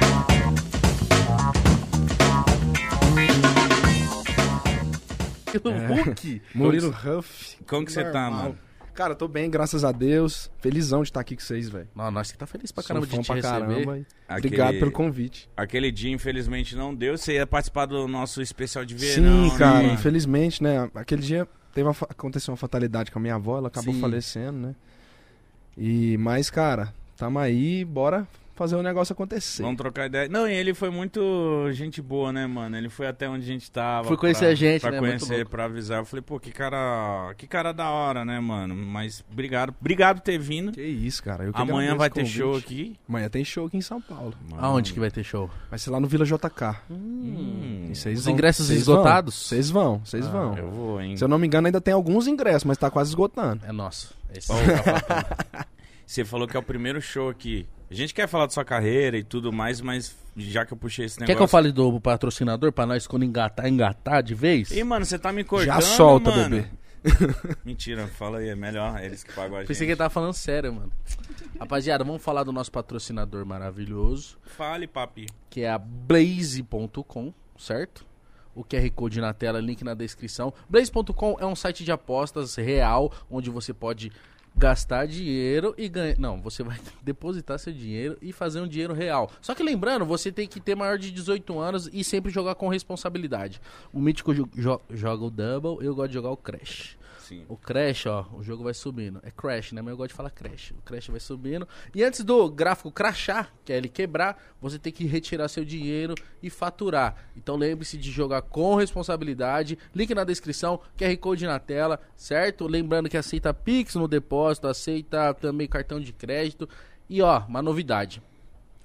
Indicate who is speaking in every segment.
Speaker 1: Estilo Hulk.
Speaker 2: Murilo Ruff.
Speaker 3: Como que você tá,
Speaker 2: normal.
Speaker 3: mano?
Speaker 2: Cara, eu tô bem, graças a Deus. Felizão de estar aqui com vocês, velho.
Speaker 1: Nossa, nós que tá feliz pra
Speaker 2: Sou
Speaker 1: caramba de
Speaker 2: fã
Speaker 1: te receber.
Speaker 2: e Obrigado
Speaker 3: Aquele-
Speaker 2: pelo convite.
Speaker 3: Aquele dia, infelizmente, não deu. Você ia participar do nosso especial de verão.
Speaker 2: Sim, cara,
Speaker 3: Né?
Speaker 2: infelizmente, né? Aquele dia teve uma fa- aconteceu uma fatalidade com a minha avó, ela acabou
Speaker 3: Sim.
Speaker 2: falecendo, né? E mas, cara, tamo aí, bora fazer o negócio acontecer.
Speaker 3: Vamos trocar ideia. Não, e ele foi muito gente boa, né, mano? Ele foi até onde a gente tava.
Speaker 1: Foi conhecer
Speaker 3: pra-
Speaker 1: a gente,
Speaker 3: pra
Speaker 1: né? Muito
Speaker 3: conhecer,
Speaker 1: louco.
Speaker 3: pra avisar. Eu falei, pô, que cara, que cara da hora, né, mano? Mas obrigado, obrigado por ter vindo.
Speaker 2: Que isso, cara? eu que
Speaker 3: Amanhã
Speaker 2: agradeço
Speaker 3: vai
Speaker 2: o
Speaker 3: ter
Speaker 2: convite.
Speaker 3: show aqui.
Speaker 2: Amanhã tem show aqui em São Paulo.
Speaker 1: Aonde que vai ter show?
Speaker 2: Vai ser lá no Vila JK.
Speaker 3: Hum,
Speaker 2: E vocês
Speaker 1: Os
Speaker 2: vão-
Speaker 1: ingressos
Speaker 2: vocês
Speaker 1: esgotados? Ah,
Speaker 2: vão. Vocês vão, vocês vão.
Speaker 3: eu vou, hein?
Speaker 2: Se eu não me engano, ainda tem alguns ingressos, mas tá quase esgotando.
Speaker 1: É nosso. Esse
Speaker 3: Ô,
Speaker 1: é o
Speaker 3: Você falou que é o primeiro show aqui. A gente quer falar da sua carreira e tudo mais, mas já que eu puxei esse
Speaker 1: Quer
Speaker 3: negócio.
Speaker 1: que eu fale do patrocinador pra nós quando engatar, engatar de vez?
Speaker 3: Ih, mano, você tá me cortando.
Speaker 2: Já solta,
Speaker 3: mano.
Speaker 2: bebê.
Speaker 3: Mentira, fala aí, é melhor eles que pagam a gente.
Speaker 1: Pensei
Speaker 2: tá-
Speaker 1: que ele tava falando sério, mano. Rapaziada, vamos falar do nosso patrocinador maravilhoso,
Speaker 3: Fale, papi.
Speaker 1: que é a Blaze.com, certo? O QR Code na tela, link na descrição. Blaze.com é um site de apostas real, onde você pode gastar dinheiro e ganhar. Não, você vai depositar seu dinheiro e fazer um dinheiro real. Só que lembrando, você tem que ter maior de 18 anos e sempre jogar com responsabilidade. O Mítico jo- jo- joga o Double, eu gosto de jogar o Crash.
Speaker 3: Sim.
Speaker 1: O Crash, ó, o jogo vai subindo. É Crash, né? Mas eu gosto de falar Crash. O Crash vai subindo. E antes do gráfico crachar, que é ele quebrar, você tem que retirar seu dinheiro e faturar. Então lembre-se de jogar com responsabilidade. Link na descrição, QR Code na tela, certo? Lembrando que aceita Pix no depósito, aceita também cartão de crédito. E ó, uma novidade.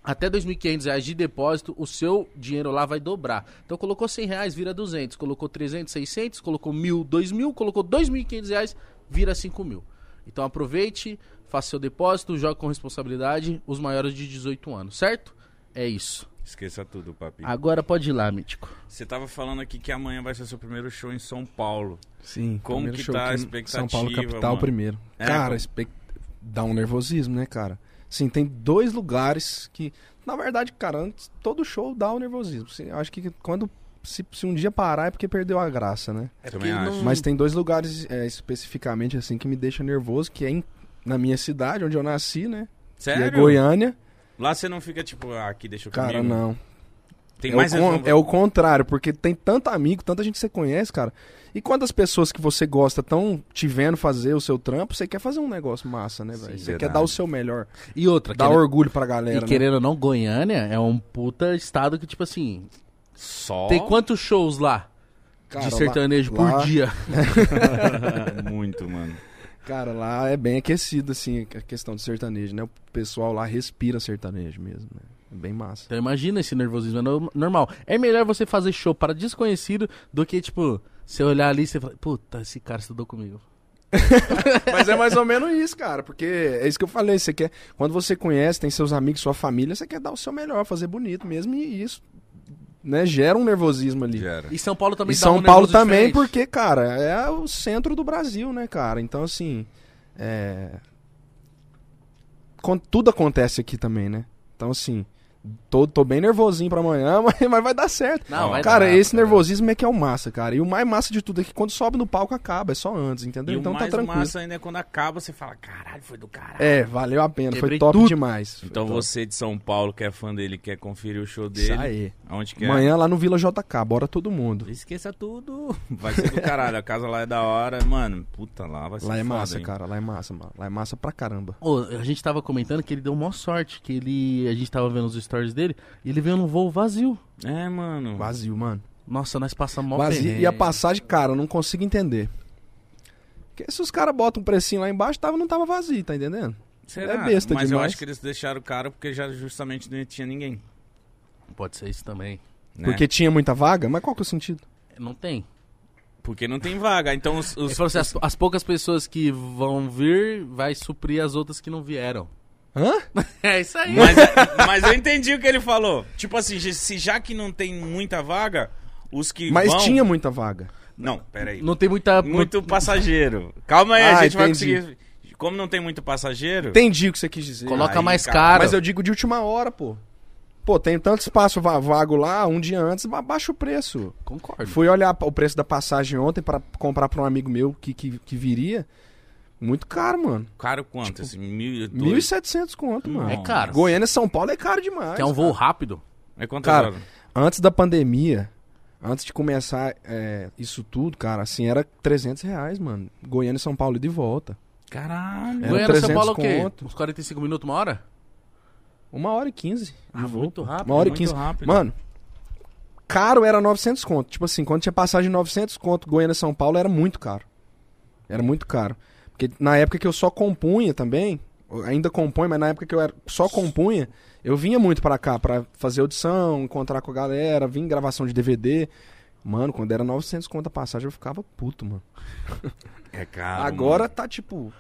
Speaker 1: Até R$ 2.500 de depósito, o seu dinheiro lá vai dobrar. Então colocou R$ 100 reais, vira 200, colocou 300, 600, colocou 1.000, 2.000, colocou R$ 2.500, reais, vira 5.000. Então aproveite, faça seu depósito, jogue com responsabilidade, os maiores de 18 anos, certo? É isso.
Speaker 3: Esqueça tudo, papi.
Speaker 2: Ah.
Speaker 1: Agora pode ir lá, Mítico.
Speaker 3: Você tava falando aqui que amanhã vai ser seu primeiro show em São Paulo.
Speaker 2: Sim.
Speaker 3: Como
Speaker 2: primeiro
Speaker 3: que
Speaker 2: show
Speaker 3: tá a
Speaker 2: aqui em
Speaker 3: expectativa,
Speaker 2: São Paulo capital
Speaker 3: mano?
Speaker 2: primeiro.
Speaker 3: É,
Speaker 2: cara,
Speaker 3: como-
Speaker 2: expec- dá um nervosismo, né, cara? Sim, tem dois lugares que, na verdade, cara, antes, todo show dá um nervosismo. Sim, eu acho que quando se, se um dia parar é porque perdeu a graça, né?
Speaker 1: É
Speaker 3: Também
Speaker 1: porque
Speaker 3: acho.
Speaker 1: não-
Speaker 2: Mas tem dois lugares é, especificamente assim que me deixa nervoso, que é em- na minha cidade, onde eu nasci, né? Que é
Speaker 3: Sério?
Speaker 2: Goiânia.
Speaker 3: Lá você não fica tipo, ah, aqui deixa eu
Speaker 2: Cara,
Speaker 3: comigo.
Speaker 2: não.
Speaker 3: Tem
Speaker 2: é,
Speaker 3: mais
Speaker 2: o con-
Speaker 3: resol-
Speaker 2: é o contrário, porque tem tanto amigo, tanta gente que você conhece, cara. E quando as pessoas que você gosta estão te vendo fazer o seu trampo, você quer fazer um negócio massa, né, velho?
Speaker 1: Sim,
Speaker 2: Você quer
Speaker 3: verdade.
Speaker 2: dar o seu melhor.
Speaker 1: E outra,
Speaker 2: Dar
Speaker 1: querendo-
Speaker 2: orgulho pra
Speaker 1: e
Speaker 2: galera. né?
Speaker 1: querendo ou não, Goiânia é um puta estado que, tipo assim,
Speaker 3: Só.
Speaker 1: tem quantos shows lá?
Speaker 2: Cara,
Speaker 1: de sertanejo
Speaker 2: lá- lá-
Speaker 1: por dia.
Speaker 3: Muito, mano.
Speaker 2: Cara, lá é bem aquecido, assim, a questão de sertanejo, né? O pessoal lá respira sertanejo mesmo, né? É bem massa.
Speaker 1: Então imagina esse nervosismo, é no- normal. É melhor você fazer show para desconhecido do que, tipo, você olhar ali e você falar, puta, esse cara estudou comigo.
Speaker 2: Mas é mais ou menos isso, cara, porque é isso que eu falei. Você quer, quando você conhece, tem seus amigos, sua família, você quer dar o seu melhor, fazer bonito mesmo, e isso, né, gera um nervosismo ali.
Speaker 3: Gera.
Speaker 1: E São Paulo também
Speaker 2: E
Speaker 1: dá
Speaker 2: São
Speaker 1: um
Speaker 2: Paulo
Speaker 1: nervoso
Speaker 2: também,
Speaker 1: diferente.
Speaker 2: porque, cara, é o centro do Brasil, né, cara? Então, assim, é... con- tudo acontece aqui também, né? Então, assim, tô, tô bem nervosinho pra amanhã, mas, mas vai dar certo.
Speaker 1: Não,
Speaker 3: Ó,
Speaker 1: vai
Speaker 2: Cara,
Speaker 1: dar,
Speaker 2: esse
Speaker 1: cara.
Speaker 2: nervosismo é que é o massa, cara. E o mais massa de tudo é que quando sobe no palco acaba, é só antes, entendeu?
Speaker 3: E
Speaker 2: então
Speaker 3: o
Speaker 2: tá
Speaker 3: mais
Speaker 2: tranquilo.
Speaker 3: massa ainda é quando acaba, você fala, caralho, foi do caralho.
Speaker 2: É, valeu a pena,
Speaker 1: Quebrei
Speaker 2: foi top
Speaker 1: tudo.
Speaker 2: demais. Foi
Speaker 3: Então
Speaker 2: top.
Speaker 3: você de São Paulo, que é fã dele, quer conferir o show
Speaker 2: Isso
Speaker 3: dele.
Speaker 2: aí.
Speaker 3: Aonde que é?
Speaker 2: Amanhã lá no Vila JK, bora todo mundo.
Speaker 3: Esqueça tudo. Vai ser do caralho. A casa lá é da hora. Mano, puta lá, vai ser
Speaker 2: Lá é
Speaker 3: foda,
Speaker 2: massa,
Speaker 3: hein?
Speaker 2: cara, lá é massa, mano. Lá é massa pra caramba.
Speaker 1: Ô, a gente tava comentando que ele deu mó sorte, que ele. A gente tava vendo os stories dele, e ele veio num voo vazio.
Speaker 3: É, mano.
Speaker 2: Vazio, mano.
Speaker 1: Nossa, nós passamos mó
Speaker 2: Mas e,
Speaker 1: perrengue.
Speaker 2: e a passagem, cara, eu não consigo entender. Porque se os caras botam um precinho lá embaixo, tava, não tava vazio, tá entendendo?
Speaker 3: Será?
Speaker 2: é besta
Speaker 3: Mas eu
Speaker 2: demais.
Speaker 3: acho que eles deixaram caro porque já justamente não tinha ninguém.
Speaker 1: Pode ser isso também.
Speaker 3: né?
Speaker 2: Porque tinha muita vaga, mas qual que é o sentido?
Speaker 1: Não tem.
Speaker 3: Porque não tem vaga. Então os. os-
Speaker 1: Ele falou assim, as, as poucas pessoas que vão vir vai suprir as outras que não vieram.
Speaker 2: Hã?
Speaker 1: É isso aí.
Speaker 3: Mas, mas eu entendi o que ele falou. Tipo assim, já- se já que não tem muita vaga, os que.
Speaker 2: Mas
Speaker 3: vão...
Speaker 2: tinha muita vaga.
Speaker 3: Não, peraí.
Speaker 1: Não tem muita.
Speaker 3: Muito passageiro. Calma aí, a
Speaker 2: Ah,
Speaker 3: gente vai
Speaker 2: entendi.
Speaker 3: conseguir. Como não tem muito passageiro.
Speaker 2: Entendi o que você quis dizer.
Speaker 1: Coloca
Speaker 3: Aí,
Speaker 1: mais
Speaker 3: cara,
Speaker 1: caro.
Speaker 2: Mas eu digo de última hora, pô. Pô, tem tanto espaço va- vago lá, um dia antes, ba- baixa o preço.
Speaker 1: Concordo.
Speaker 2: Fui olhar o preço da passagem ontem para comprar para um amigo meu que, que, que viria. Muito caro, mano.
Speaker 3: Caro quanto?
Speaker 2: Tipo,
Speaker 3: assim, mil, dois?
Speaker 2: 1.700 conto, mano.
Speaker 1: É caro.
Speaker 2: Goiânia e São Paulo é caro demais.
Speaker 1: Que é um voo rápido.
Speaker 3: É quanto
Speaker 2: Cara,
Speaker 3: agora?
Speaker 2: Antes da pandemia, antes de começar é, isso tudo, cara, assim, era 300 reais, mano. Goiânia e São Paulo de volta.
Speaker 3: Caralho.
Speaker 2: Era
Speaker 1: Goiânia, São
Speaker 2: 300
Speaker 1: Paulo é o quê?
Speaker 2: conto.
Speaker 1: Uns 45 minutos, uma hora?
Speaker 2: Uma hora e quinze.
Speaker 1: Ah, muito rápido.
Speaker 2: Uma hora e
Speaker 3: muito
Speaker 2: quinze.
Speaker 3: rápido.
Speaker 2: Mano, caro era 900 conto. Tipo assim, quando tinha passagem de 900 conto, Goiânia e São Paulo era muito caro. Era muito caro. Porque na época que eu só compunha também, eu ainda compõe, mas na época que eu era- só compunha, eu vinha muito pra cá pra fazer audição, encontrar com a galera, vim em gravação de DVD. Mano, quando era 900 conto a passagem, eu ficava puto, mano.
Speaker 3: É caro.
Speaker 2: Agora tá tipo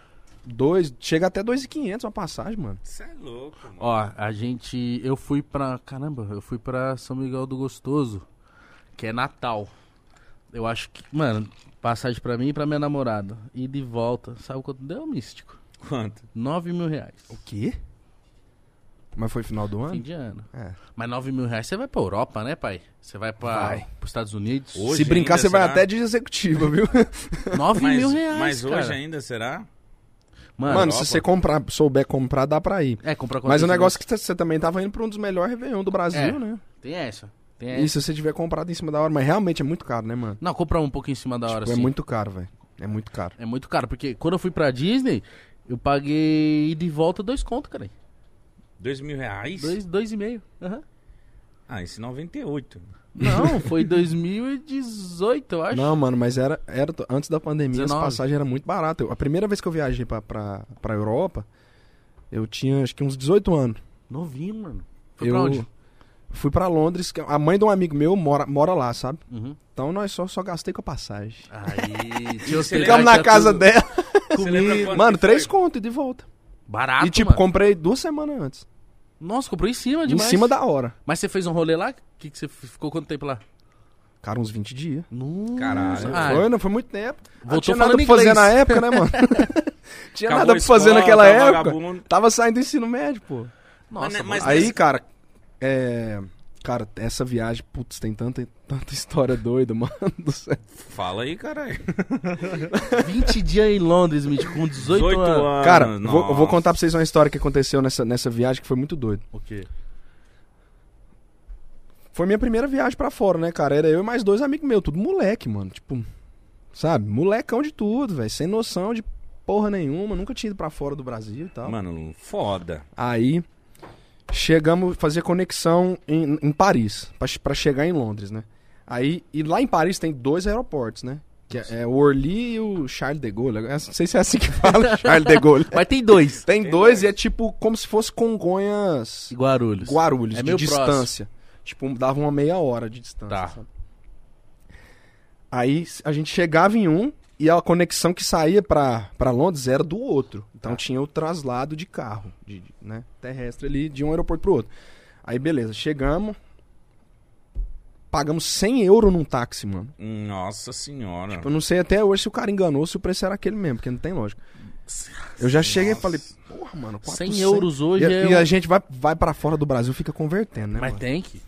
Speaker 2: dois, chega até 2.500 uma passagem, mano.
Speaker 3: Você é louco, mano.
Speaker 1: Ó, a gente. Eu fui pra. Caramba, eu fui pra São Miguel do Gostoso, que é Natal. Eu acho que. Mano, passagem pra mim e pra minha namorada. E de volta. Sabe quanto deu, místico?
Speaker 3: Quanto?
Speaker 1: 9 mil reais.
Speaker 2: quê? Mas foi final do
Speaker 1: Fim
Speaker 2: ano?
Speaker 1: de ano.
Speaker 2: É.
Speaker 1: Mas 9 mil reais você vai pra Europa, né, pai? Você vai pra,
Speaker 2: Vai.
Speaker 1: pros Estados Unidos.
Speaker 3: Hoje
Speaker 2: Se brincar,
Speaker 3: ainda,
Speaker 2: você vai
Speaker 3: será?
Speaker 2: até de executiva, viu?
Speaker 1: 9
Speaker 3: Mas,
Speaker 1: mil reais.
Speaker 3: mas
Speaker 1: cara.
Speaker 3: hoje ainda, será?
Speaker 1: Mano,
Speaker 2: Mano,
Speaker 3: Europa.
Speaker 2: se você comprar, souber comprar, dá pra ir.
Speaker 1: é, comprar com
Speaker 2: Mas o
Speaker 1: outras
Speaker 2: negócio é que você também tava indo pra um dos melhores Réveillon do Brasil,
Speaker 1: É.
Speaker 2: né?
Speaker 1: pessoas. Tem essa. Tem essa.
Speaker 2: E se você tiver comprado em cima da hora, mas realmente é muito caro, né, mano?
Speaker 1: Não, comprar um pouco em cima da hora,
Speaker 2: Tipo, é
Speaker 1: assim.
Speaker 2: muito caro, velho. É muito caro.
Speaker 1: É muito caro, porque quando eu fui pra Disney, eu paguei de volta dois conto, cara.
Speaker 3: Dois mil reais?
Speaker 1: Dois, dois e meio. Aham.
Speaker 3: Ah, esse 98.
Speaker 1: Não, foi 2018, eu acho.
Speaker 2: Não, mano, mas era, era antes da pandemia, as
Speaker 1: 19.
Speaker 2: passagens eram muito baratas. Eu- A primeira vez que eu viajei pra, pra, pra Europa, eu tinha acho que uns 18 anos.
Speaker 1: Novinho, mano. Foi
Speaker 2: eu
Speaker 1: pra onde?
Speaker 2: Fui pra Londres, que a mãe de um amigo meu mora, mora lá, sabe?
Speaker 1: Uhum.
Speaker 2: Então nós só, só gastei com a passagem.
Speaker 1: Aí, tinha hospedagem,
Speaker 3: Você lembra-
Speaker 2: Ficamos na
Speaker 1: tinha
Speaker 2: casa
Speaker 1: tudo.
Speaker 2: dela.
Speaker 3: Você lembra
Speaker 1: Comida.
Speaker 3: quanto
Speaker 2: Mano,
Speaker 3: que foi?
Speaker 2: três conto e de volta.
Speaker 1: Barato,
Speaker 2: e tipo,
Speaker 1: mano.
Speaker 2: comprei duas semanas antes.
Speaker 1: Nossa, comprou em cima
Speaker 2: Em
Speaker 1: demais.
Speaker 2: cima da hora.
Speaker 1: Mas você fez um rolê lá? O que, que você f- ficou quanto tempo lá?
Speaker 2: Cara, uns 20 dias.
Speaker 1: Nossa.
Speaker 3: Caralho.
Speaker 1: Ah,
Speaker 2: foi, não foi muito tempo.
Speaker 1: Voltou
Speaker 2: não tinha nada
Speaker 1: falando
Speaker 2: pra fazer
Speaker 1: inglês.
Speaker 2: na época, né, mano? tinha
Speaker 3: Acabou
Speaker 2: nada
Speaker 3: a
Speaker 2: pra fazer
Speaker 3: escola,
Speaker 2: naquela
Speaker 3: tá
Speaker 2: época.
Speaker 3: vagabundo.
Speaker 2: Tava saindo do ensino médio, pô.
Speaker 1: Nossa,
Speaker 3: Mas- mas-
Speaker 1: mano.
Speaker 2: Aí,
Speaker 3: nesse-
Speaker 2: cara, é. Cara, essa viagem, putz, tem tanta, tanta história doida, mano do céu.
Speaker 3: Fala aí, caralho.
Speaker 2: um-
Speaker 1: 20 dias em Londres, Mitch, com 18 anos.
Speaker 2: Cara, eu vou, eu vou
Speaker 3: nossa.
Speaker 2: contar pra vocês uma história que aconteceu nessa, nessa viagem que foi muito doido.
Speaker 1: O quê?
Speaker 2: Foi minha primeira viagem pra fora, né, cara? Era eu e mais dois amigos meus, tudo moleque, mano. Tipo, sabe? Molecão de tudo, velho. Sem noção de porra nenhuma. Nunca tinha ido pra fora do Brasil e tal.
Speaker 3: Mano, foda.
Speaker 2: Aí chegamos a fazer conexão em, em Paris, pra che- pra chegar em Londres, né? Aí, e lá em Paris tem dois aeroportos, né? Que é, é o Orly e o Charles de Gaulle. Eu Não sei se é assim que fala, Charles de Gaulle.
Speaker 1: Mas tem dois.
Speaker 2: Tem dois e é tipo como se fosse Congonhas
Speaker 1: Guarulhos.
Speaker 2: Guarulhos,
Speaker 1: É
Speaker 2: de
Speaker 1: meio
Speaker 2: distância. Tipo, dava uma meia hora de distância.
Speaker 1: Tá.
Speaker 2: sabe? Aí s- a gente chegava em um e a conexão que saía pra pra Londres era do outro. Então
Speaker 1: Tá.
Speaker 2: tinha o traslado de carro, de, de, né, terrestre ali, de um aeroporto pro outro. Aí beleza, chegamos. Pagamos 100 euros num táxi, mano.
Speaker 3: Hum, Nossa senhora.
Speaker 2: Eu não sei até hoje se o cara enganou, se o preço era aquele mesmo, porque não tem lógica. Eu já cheguei e
Speaker 3: Nossa.
Speaker 2: falei, porra, mano,
Speaker 1: 100
Speaker 2: 400
Speaker 1: euros hoje
Speaker 2: e, a-
Speaker 1: é.
Speaker 2: e
Speaker 1: um-
Speaker 2: a gente vai, vai para fora do Brasil fica convertendo, né?
Speaker 1: Mas
Speaker 2: mano?
Speaker 1: tem que.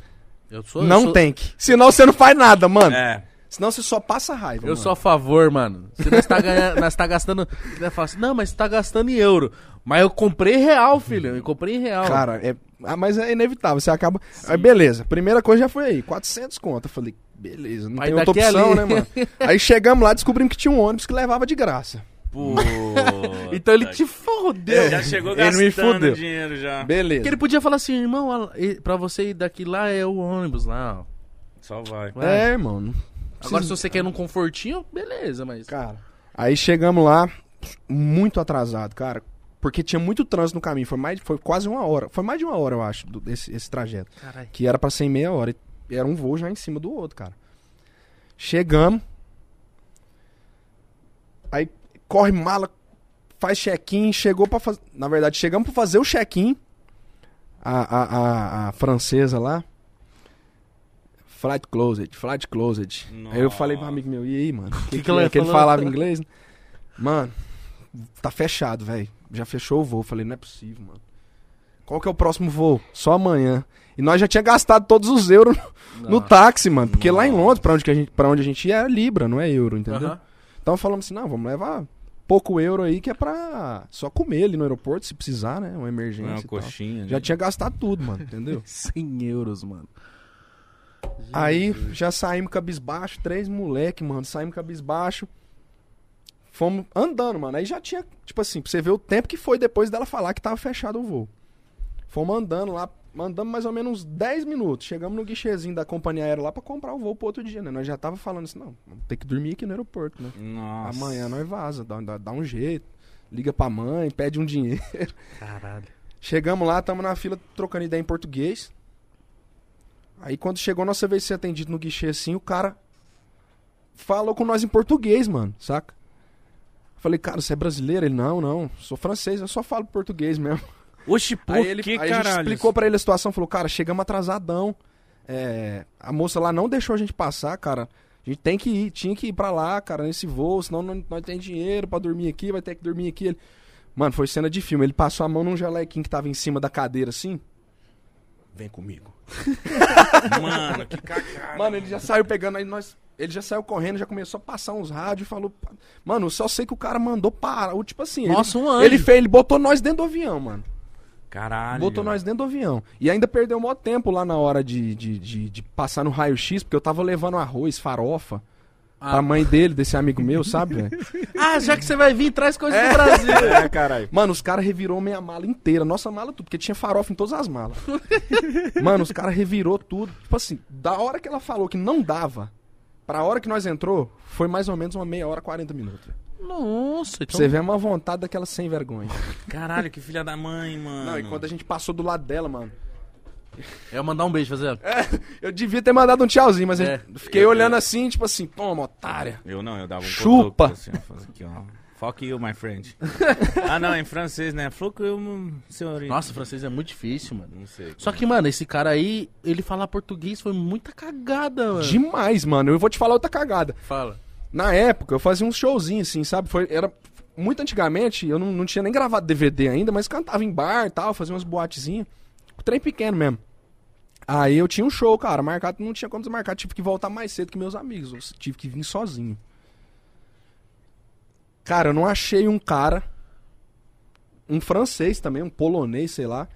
Speaker 1: Eu sou, eu
Speaker 2: não
Speaker 1: sou-
Speaker 2: tem que. Senão você não faz nada, mano.
Speaker 3: É.
Speaker 2: Senão você só passa raiva.
Speaker 1: Eu
Speaker 2: mano.
Speaker 1: sou a favor, mano. Se nós tá, ganhando, nós tá gastando. Nós fala assim, não, mas você tá gastando em euro. Mas eu comprei em real, filho. Eu comprei em real.
Speaker 2: Cara, é... ah, mas é inevitável. Você acaba. Aí, beleza. Primeira coisa já foi aí. 400 conto. Eu falei, beleza. Não
Speaker 1: Mas
Speaker 2: tem outra
Speaker 1: daqui
Speaker 2: opção,
Speaker 1: ali.
Speaker 2: né, mano? Aí chegamos lá descobrimos que tinha um ônibus que levava de graça.
Speaker 3: Pô.
Speaker 1: então ele te fodeu.
Speaker 2: É,
Speaker 3: Já chegou
Speaker 2: Ele
Speaker 3: gastando
Speaker 2: me fudeu.
Speaker 3: dinheiro já.
Speaker 1: Porque
Speaker 2: Beleza.
Speaker 1: ele podia falar assim, irmão, a- e- pra você ir daqui lá é o ônibus lá. ó.
Speaker 3: Só vai.
Speaker 2: É, mano.
Speaker 1: Agora, se você quer num confortinho, beleza, mas.
Speaker 2: Cara. Aí chegamos lá, muito atrasado, cara. Porque tinha muito trânsito no caminho. Foi, mais, foi quase uma hora. Foi mais de uma hora, eu acho, do- desse, esse trajeto.
Speaker 1: Caralho.
Speaker 2: Que era pra ser em meia hora. E era um voo já em cima do outro, cara. Chegamos. Aí corre mala, faz check-in, chegou pra fazer. Na verdade, chegamos pra fazer o check-in. A, a, a, a francesa lá. Flight closed, flight closed. Aí eu falei pro
Speaker 3: Nossa.
Speaker 2: amigo meu, e aí, mano?
Speaker 1: Que
Speaker 2: O que,
Speaker 1: que
Speaker 2: que,
Speaker 1: ela
Speaker 2: é? que ele
Speaker 1: falou?
Speaker 2: falava inglês? né? Mano, tá fechado, velho. Já fechou o voo. Falei, não é possível, mano. Qual que é o próximo voo? Só amanhã. E nós já tinha gastado todos os euros no, no
Speaker 1: Nossa.
Speaker 2: táxi, mano. Porque lá em Londres, pra onde, que a gente, pra onde a gente ia, era Libra, não é euro, entendeu?
Speaker 1: Aham.
Speaker 2: Então falamos assim, não, vamos levar pouco euro aí, que é pra só comer ali no aeroporto, se precisar, né? Uma emergência
Speaker 3: Uma
Speaker 2: e tal.
Speaker 3: coxinha.
Speaker 2: Já
Speaker 3: né?
Speaker 2: tinha gastado tudo, mano, entendeu?
Speaker 1: 100 euros, mano.
Speaker 2: Aí já saímos cabisbaixo, três moleque, mano, saímos cabisbaixo. Fomos andando, mano. Aí já tinha, tipo assim, pra você ver o tempo que foi depois dela falar que tava fechado o voo. Fomos andando lá, andamos mais ou menos uns 10 minutos. Chegamos no guichezinho da companhia aérea lá pra comprar o voo pro outro dia, né? Nós já tava falando assim, não, vamos ter que dormir aqui no aeroporto, né?
Speaker 3: Nossa.
Speaker 2: Amanhã nós vaza, dá, dá- dá um jeito. Liga pra mãe, pede um dinheiro.
Speaker 1: Caralho.
Speaker 2: Chegamos lá, estamos na fila trocando ideia em português. Aí quando chegou a nossa vez de ser atendido no guichê assim, o cara falou com nós em português, mano, saca? Falei, cara, você é brasileiro? Ele, não, não, sou francês, eu só falo português mesmo.
Speaker 3: Oxi, por
Speaker 2: aí ele
Speaker 3: que
Speaker 2: aí a gente
Speaker 3: caralho?
Speaker 2: explicou pra ele a situação, falou, cara, chegamos atrasadão. É, a moça lá não deixou a gente passar, cara. A gente tem que ir, tinha que ir pra lá, cara, nesse voo, senão não, nós tem dinheiro pra dormir aqui, vai ter que dormir aqui. Ele- Mano, foi cena de filme. Ele passou a mão num jalequinho que tava em cima da cadeira, assim. Vem comigo.
Speaker 3: Mano, que cagada.
Speaker 2: Mano, ele já saiu pegando aí, nós. Ele já saiu correndo, já começou a passar uns rádios, falou. "Pa- Mano, eu só sei que o cara mandou parar. o Tipo assim, ele-
Speaker 1: Nossa, um anjo.
Speaker 2: ele, fez, ele botou nós dentro do avião, mano.
Speaker 3: Caralho.
Speaker 2: Botou nós dentro do avião. E ainda perdeu o maior tempo lá na hora de, de, de, de passar no raio-x, porque eu tava levando arroz, farofa, pra
Speaker 1: Ah,
Speaker 2: mãe dele, desse amigo meu, sabe, velho?
Speaker 1: Ah, já que você vai vir, traz coisa do Brasil.
Speaker 3: É, caralho.
Speaker 2: Mano, os caras revirou minha mala inteira, nossa mala tudo, porque tinha farofa em todas as malas. Mano, os caras revirou tudo. Tipo assim, da hora que ela falou que não dava, pra hora que nós entrou, foi mais ou menos uma meia hora, 40 minutos.
Speaker 1: Nossa,
Speaker 2: Pra
Speaker 1: então...
Speaker 2: você ver uma vontade daquela sem vergonha.
Speaker 3: Caralho, que filha da mãe, mano.
Speaker 2: Não, e quando a gente passou do lado dela, mano,
Speaker 1: Eu mandar um beijo, fazer.
Speaker 2: É. eu devia ter mandado um tchauzinho, mas eu
Speaker 1: É.
Speaker 2: fiquei
Speaker 3: Eu-
Speaker 2: olhando assim, tipo assim, toma, otária.
Speaker 3: Eu não, eu dava um
Speaker 2: Chupa.
Speaker 3: cotoco, assim, ó, faz aqui, ó. Fuck you, my friend. ah, não, em francês, né? Fuck you, mon- senhorita.
Speaker 1: Nossa, o francês é muito difícil, mano.
Speaker 3: Não sei.
Speaker 1: Só que, mano, esse cara aí, ele falar português foi muita cagada, mano.
Speaker 2: Demais, mano. Eu vou te falar outra cagada.
Speaker 1: Fala.
Speaker 2: Na época, eu fazia uns showzinhos, assim, sabe? Foi, era muito antigamente, eu não, não tinha nem gravado DVD ainda, mas cantava em bar e tal, fazia umas boatezinhas. O trem pequeno mesmo. Aí eu tinha um show, cara, marcado, não tinha como desmarcar, tive que voltar mais cedo que meus amigos, eu tive que vir sozinho. Cara, eu não achei um cara, um francês também, um polonês, sei lá.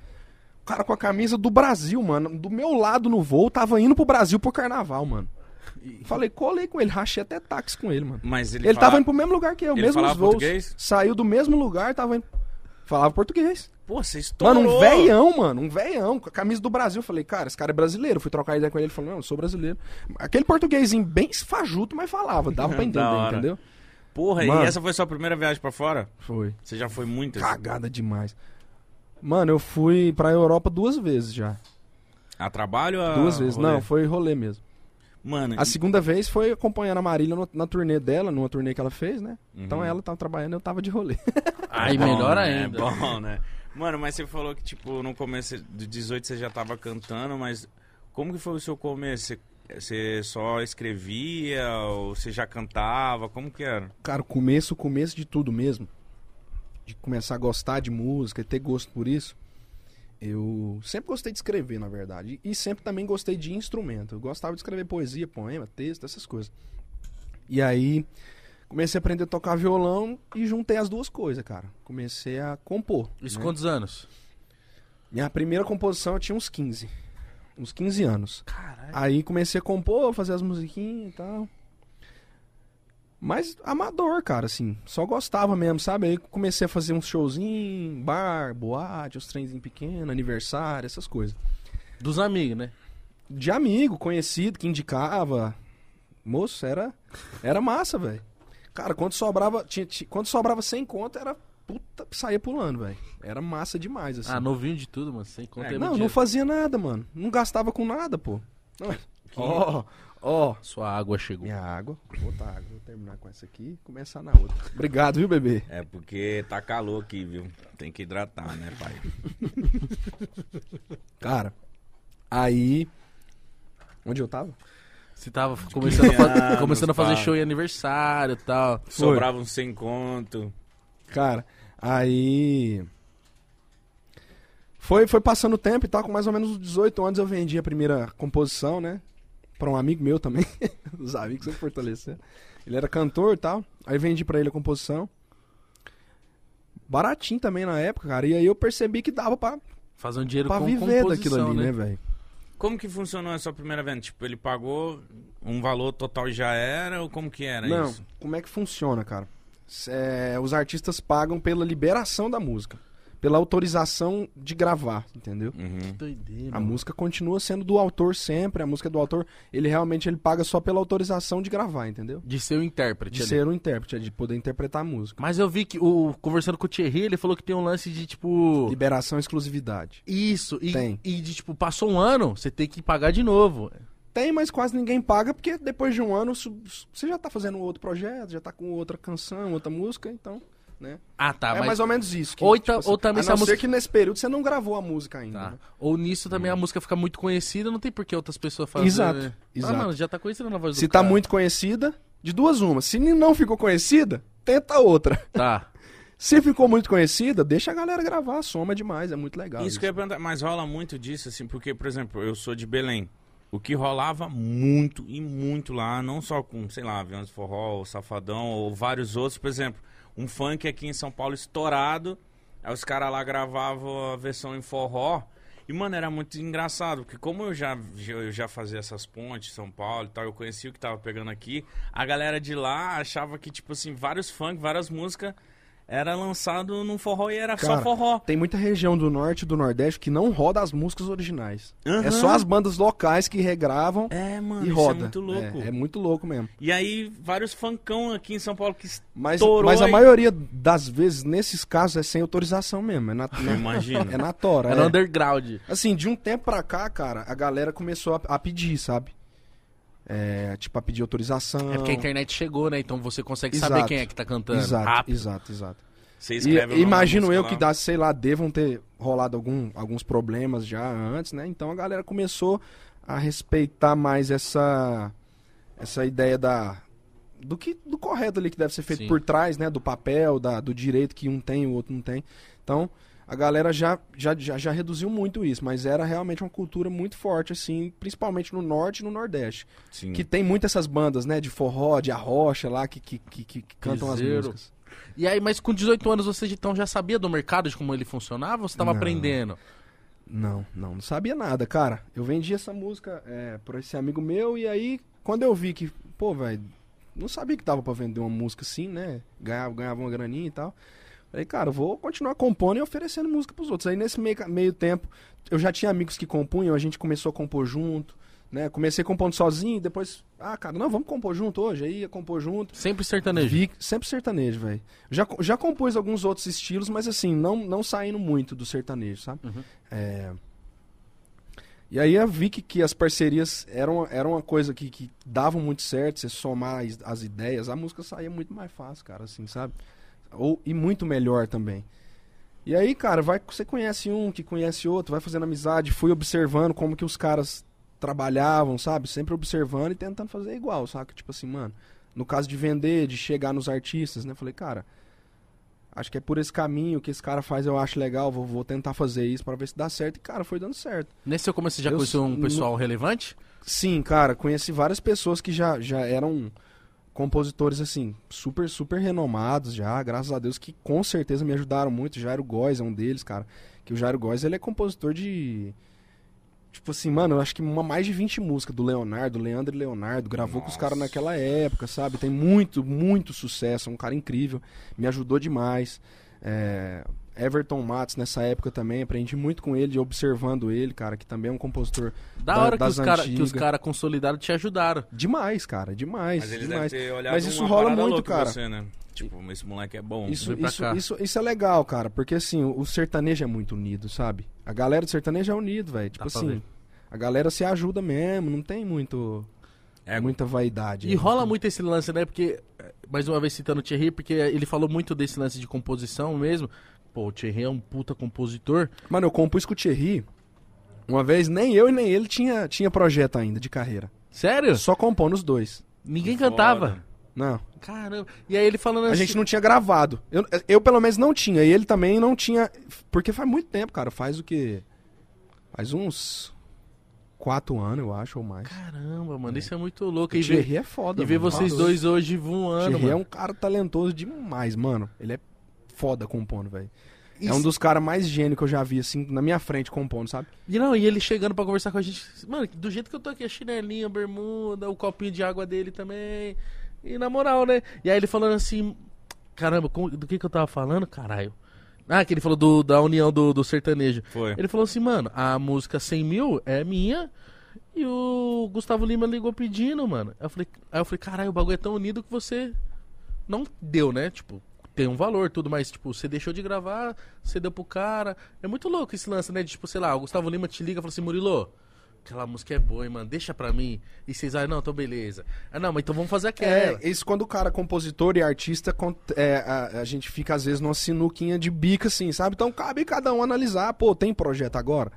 Speaker 2: O cara com a camisa do Brasil, mano, do meu lado no voo, tava indo pro Brasil pro carnaval, mano. Falei, colei com ele, rachei até táxi com ele, mano.
Speaker 3: Mas ele,
Speaker 2: Ele,
Speaker 3: fala-
Speaker 2: tava indo pro mesmo lugar que eu,
Speaker 3: Ele
Speaker 2: mesmos
Speaker 3: falava
Speaker 2: voos.
Speaker 3: português?
Speaker 2: Saiu do mesmo lugar, tava indo. Falava português.
Speaker 3: Pô, você estourou.
Speaker 2: Mano, um veião, mano, um veião, com a camisa do Brasil. Eu Falei, cara, esse cara é brasileiro. Fui trocar ideia com ele, ele falou, não, eu sou brasileiro. Aquele portuguesinho bem fajuto, mas falava, dava pra
Speaker 3: Da
Speaker 2: entender,
Speaker 3: hora.
Speaker 2: entendeu?
Speaker 3: Porra,
Speaker 2: Mano.
Speaker 3: e essa foi sua primeira viagem pra fora?
Speaker 2: Foi.
Speaker 3: Você já foi assim? muitas?
Speaker 2: Cagada demais. Mano, eu fui pra Europa duas vezes já.
Speaker 3: A trabalho ou a
Speaker 2: duas vezes.
Speaker 3: Ah, rolê?
Speaker 2: Não, Assim, foi rolê mesmo.
Speaker 3: Mano,
Speaker 2: A segunda vez foi acompanhando a Marília no- na turnê dela, numa turnê que ela fez, né?
Speaker 3: Uhum.
Speaker 2: Então ela tava trabalhando, eu tava de rolê.
Speaker 1: Aí
Speaker 3: é bom,
Speaker 1: melhor
Speaker 3: né?
Speaker 1: ainda.
Speaker 3: É bom, né? Mano, mas você falou que, tipo, no começo do 18 você já tava cantando, mas como que foi o seu começo? Você, você só escrevia ou você já cantava? Como que era?
Speaker 2: Cara, o começo, o começo de tudo mesmo. De começar a gostar de música e ter gosto por isso. Eu sempre gostei de escrever, na verdade. E sempre também gostei de instrumento. Eu gostava de escrever poesia, poema, texto, essas coisas. E aí, comecei a aprender a tocar violão e juntei as duas coisas, cara. Comecei a compor.
Speaker 1: Isso
Speaker 2: né?
Speaker 1: quantos anos?
Speaker 2: Minha primeira composição eu tinha uns 15. Uns 15 anos.
Speaker 1: Caralho.
Speaker 2: Aí comecei a compor, fazer as musiquinhas e tal. Mas amador, cara, assim. Só gostava mesmo, sabe? Aí comecei a fazer uns showzinhos, bar, boate, uns trenzinhos pequenos, aniversário, essas coisas.
Speaker 1: Dos amigos, né?
Speaker 2: De amigo, conhecido, que indicava. Moço, era, era massa, velho. Cara, quando sobrava, tinha, tinha- quando sobrava sem conta, era puta, saía pulando, velho. Era massa demais, assim.
Speaker 1: Ah, novinho de tudo, mano. Sem conta
Speaker 3: É,
Speaker 1: é, muito
Speaker 2: não, não
Speaker 1: dinheiro.
Speaker 2: fazia nada, mano. Não gastava com nada, pô. Ó, ó.
Speaker 1: Sua água chegou.
Speaker 2: Minha água, outra água. Vou terminar com essa aqui e começar na outra. Obrigado, viu, bebê?
Speaker 3: É porque tá calor aqui, viu? Tem que hidratar, né, pai?
Speaker 2: Cara, aí. Onde eu tava?
Speaker 1: Você tava começando, a, fa-
Speaker 3: 15 anos,
Speaker 1: começando a fazer
Speaker 3: pá.
Speaker 1: show em aniversário e tal.
Speaker 3: Sobrava um uns sem conto.
Speaker 2: Cara, aí. Foi, foi passando o tempo e tal, com mais ou menos uns 18 anos eu vendi a primeira composição, né? Pra um amigo meu também. Os amigos sempre fortaleceram. Ele era cantor e tal. Aí vendi pra ele a composição. Baratinho também na época, cara. E aí eu percebi que dava pra,
Speaker 1: Fazer um dinheiro
Speaker 2: pra
Speaker 1: com
Speaker 2: viver daquilo
Speaker 1: composição,
Speaker 2: ali,
Speaker 1: né?
Speaker 2: né, velho?
Speaker 3: Como que funcionou essa primeira venda? Tipo, ele pagou um valor total e já era? Ou como que era
Speaker 2: Não,
Speaker 3: isso?
Speaker 2: como é que funciona, cara? S- é, os artistas pagam pela liberação da música, pela autorização de gravar, entendeu?
Speaker 3: Uhum.
Speaker 1: Doideira.
Speaker 2: A
Speaker 1: mano.
Speaker 2: música continua sendo do autor sempre, a música é do autor, ele realmente ele paga só pela autorização de gravar, entendeu?
Speaker 1: De ser o intérprete.
Speaker 2: De
Speaker 1: ali.
Speaker 2: ser um intérprete, é de poder interpretar a música.
Speaker 1: Mas eu vi que, o, conversando com o Thierry, ele falou que tem um lance de tipo.
Speaker 2: Liberação e exclusividade.
Speaker 1: Isso, e,
Speaker 2: Tem.
Speaker 1: e de tipo, passou um ano, você tem que pagar de novo.
Speaker 2: Tem, mas quase ninguém paga, porque depois de um ano su- su- você já tá fazendo outro projeto, já tá com outra canção, outra música, então, né?
Speaker 1: Ah, tá,
Speaker 2: é
Speaker 1: mas.
Speaker 2: mais ou menos isso. tipo assim,
Speaker 1: ou então- ou também
Speaker 2: a
Speaker 1: se a
Speaker 2: não ser
Speaker 1: música-
Speaker 2: que nesse período você não gravou a música ainda, né?
Speaker 1: Tá. Ou nisso também a música fica muito conhecida, não tem por que outras pessoas fazerem.
Speaker 2: Hum. Exato,
Speaker 1: né?
Speaker 2: exato.
Speaker 1: Ah, mano, já tá conhecida na voz
Speaker 2: Se
Speaker 1: do
Speaker 2: tá
Speaker 1: cara.
Speaker 2: muito conhecida, de duas uma. Se não ficou conhecida, tenta outra.
Speaker 1: Tá.
Speaker 2: Se ficou muito conhecida, deixa a galera gravar, soma demais, é muito legal.
Speaker 3: Isso que eu ia perguntar, mas rola muito disso, assim, porque, por exemplo, eu sou de Belém. O que rolava muito e muito lá, não só com, sei lá, Aviões do Forró, ou Safadão, ou vários outros, por exemplo, um funk aqui em São Paulo estourado, aí os caras lá gravavam a versão em forró, e, mano, era muito engraçado, porque como eu já, já- eu já fazia essas pontes em São Paulo e tal, eu conhecia o que tava pegando aqui, a galera de lá achava que, tipo assim, vários funk, várias músicas, era lançado num forró e era só
Speaker 2: Cara,
Speaker 3: forró.
Speaker 2: Tem muita região do norte e do nordeste que não roda as músicas originais.
Speaker 3: Aham.
Speaker 2: É só as bandas locais que regravam
Speaker 3: É, mano,
Speaker 2: e
Speaker 3: isso
Speaker 2: roda.
Speaker 3: é muito louco.
Speaker 2: É, é muito louco mesmo.
Speaker 3: E aí, vários funkão aqui em São Paulo que
Speaker 2: Mas,
Speaker 3: estourou.
Speaker 2: mas a
Speaker 3: e-
Speaker 2: maioria das vezes, nesses casos, é sem autorização mesmo. É na,
Speaker 3: Eu
Speaker 2: na,
Speaker 3: imagino.
Speaker 2: é na tora.
Speaker 1: Era
Speaker 2: é.
Speaker 1: underground.
Speaker 2: Assim, de um tempo pra cá, cara, a galera começou a, a pedir, sabe? É, tipo, a pedir autorização.
Speaker 1: É porque a internet chegou, né? Então você consegue
Speaker 2: Exato.
Speaker 1: saber quem é que tá cantando.
Speaker 2: Exato,
Speaker 1: Rápido.
Speaker 2: exato, exato.
Speaker 3: Você
Speaker 2: E
Speaker 3: escreve o nome da
Speaker 2: imagino
Speaker 3: música
Speaker 2: eu
Speaker 3: lá.
Speaker 2: que dá, sei lá, devam ter rolado algum, alguns problemas já antes, né? Então a galera começou a respeitar mais essa essa ideia da do que do correto ali que deve ser feito
Speaker 1: Sim.
Speaker 2: por trás, né, do papel, da, do direito que um tem e o outro não tem. Então, a galera já, já já já reduziu muito isso, mas era realmente uma cultura muito forte assim, principalmente no norte e no nordeste,
Speaker 3: Sim.
Speaker 2: que tem muito essas bandas, né, de forró, de arrocha lá que que, que, que- que cantam
Speaker 1: Piseiro.
Speaker 2: as músicas.
Speaker 1: E aí, mas com 18 anos você então já sabia do mercado, de como ele funcionava? Ou você tava
Speaker 2: Não.
Speaker 1: aprendendo?
Speaker 2: Não, não, não sabia nada, cara. Eu vendi essa música é, pra esse amigo meu e aí, quando eu vi que, pô, velho, não sabia que dava pra vender uma música assim, né? Ganhava, ganhava uma graninha e tal. Falei, cara, eu vou continuar compondo e oferecendo música pros outros. Aí nesse meio, ca- meio tempo, eu já tinha amigos que compunham, a gente começou a compor junto, né? Comecei compondo sozinho, depois, ah, cara, não, vamos compor junto hoje. Aí ia compor junto.
Speaker 1: Sempre sertanejo.
Speaker 2: Vi- sempre sertanejo, velho. Já, co- já compus alguns outros estilos, mas assim, não, não saindo muito do sertanejo, sabe?
Speaker 1: Uhum.
Speaker 2: É, E aí eu vi que, que as parcerias eram, eram uma coisa que, que davam muito certo, você somar as, as ideias, a música saía muito mais fácil, cara, assim, sabe? Ou, e muito melhor também. E aí, cara, vai você conhece um, que conhece outro, vai fazendo amizade, fui observando como que os caras trabalhavam, sabe? Sempre observando e tentando fazer igual, saca? Tipo assim, mano, no caso de vender, de chegar nos artistas, né? Falei, cara, acho que é por esse caminho que esse cara faz, eu acho legal, vou, vou tentar fazer isso pra ver se dá certo. E, cara, foi dando certo.
Speaker 1: Nesse seu começo você já
Speaker 2: Eu
Speaker 1: conheceu um
Speaker 2: não-
Speaker 1: pessoal relevante?
Speaker 2: Sim, cara, conheci várias pessoas que já, já eram compositores, assim, super, super renomados já, graças a Deus, que com certeza me ajudaram muito. Jairo Góes é um deles, cara. Que o Jairo Góes, ele é compositor de... Tipo assim, mano, eu acho que uma, mais de 20 músicas do Leonardo, Leandro e Leonardo. Gravou com os
Speaker 3: Nossa.
Speaker 2: caras naquela época, sabe? Tem muito, muito sucesso. é Um cara incrível. Me ajudou demais. É, Everton Matos, nessa época também, aprendi muito com ele, observando ele, cara, que também é um compositor
Speaker 1: Da,
Speaker 2: Da-
Speaker 1: hora que
Speaker 2: das
Speaker 1: os, cara, que os
Speaker 2: antigas.
Speaker 1: cara consolidaram te ajudaram.
Speaker 2: Demais, cara, demais.
Speaker 3: Mas eles devem
Speaker 2: demais.
Speaker 3: ter olhado
Speaker 2: Mas isso
Speaker 3: uma
Speaker 2: rola
Speaker 3: parada
Speaker 2: muito,
Speaker 3: louca em
Speaker 2: cara.
Speaker 3: Você, né? Tipo, esse moleque é bom.
Speaker 2: Isso,
Speaker 1: vem pra
Speaker 2: isso,
Speaker 1: cá.
Speaker 2: isso, isso é legal, cara, porque assim, o o sertanejo é muito unido, sabe? A galera do sertanejo é unido, velho. Tipo
Speaker 1: pra ver.
Speaker 2: assim, a galera se ajuda mesmo, não tem muito
Speaker 3: É,
Speaker 2: muita vaidade.
Speaker 1: E
Speaker 2: né?
Speaker 1: rola muito esse lance, né? Porque, eh, mais uma vez citando o Thierry, porque ele falou muito desse lance de composição mesmo. Pô, o Thierry é um puta compositor.
Speaker 2: Mano, eu compus com o Thierry. Uma vez nem eu e nem ele tinha tinha projeto ainda de carreira.
Speaker 1: Sério?
Speaker 2: Só compondo os dois. né?
Speaker 1: Ninguém
Speaker 3: Foda.
Speaker 1: cantava.
Speaker 2: Não.
Speaker 1: Caramba. E aí ele falando assim.
Speaker 2: A gente não tinha gravado. Eu, eu, pelo menos, não tinha. E ele também não tinha. Porque faz muito tempo, cara. Faz o que? Faz uns. Quatro anos, eu acho, ou mais.
Speaker 1: Caramba, mano, isso é muito louco.
Speaker 2: O
Speaker 1: E ver,
Speaker 2: Thierry é foda,
Speaker 1: e ver
Speaker 2: mano.
Speaker 1: vocês
Speaker 2: Nossa.
Speaker 1: dois hoje
Speaker 2: O
Speaker 1: voando,
Speaker 2: Thierry é
Speaker 1: mano.
Speaker 2: um cara talentoso demais, mano. Ele é foda compondo, velho. É
Speaker 1: Isso.
Speaker 2: um dos caras mais gênios que eu já vi, assim, na minha frente compondo, sabe?
Speaker 1: E não, e ele chegando pra conversar com a gente. Mano, do jeito que eu tô aqui, a chinelinha, a bermuda, o copinho de água dele também. E na moral, né? E aí ele falando assim: caramba, com- do que que eu tava falando? Caralho. Ah, que ele falou do- da união do, do sertanejo.
Speaker 3: Foi.
Speaker 1: Ele falou assim, mano, a música 100 mil é minha. E o Gustavo Lima ligou pedindo, mano. Aí eu falei, aí eu falei caralho, o bagulho é tão unido que você não deu, né? Tipo, tem um valor, tudo, mas, tipo, você deixou de gravar, você deu pro cara. É muito louco esse lance, né? De, tipo, sei lá, o Gustavo Lima te liga e fala assim, Murilo, aquela música é boa, hein, mano, deixa pra mim. E vocês, ah, não, então beleza. Ah, não, mas então vamos fazer aquela.
Speaker 2: É, isso quando o cara é compositor e artista, con- é, a, a gente fica às vezes numa sinuquinha de bica, assim, sabe? Então cabe cada um analisar, pô, tem projeto agora?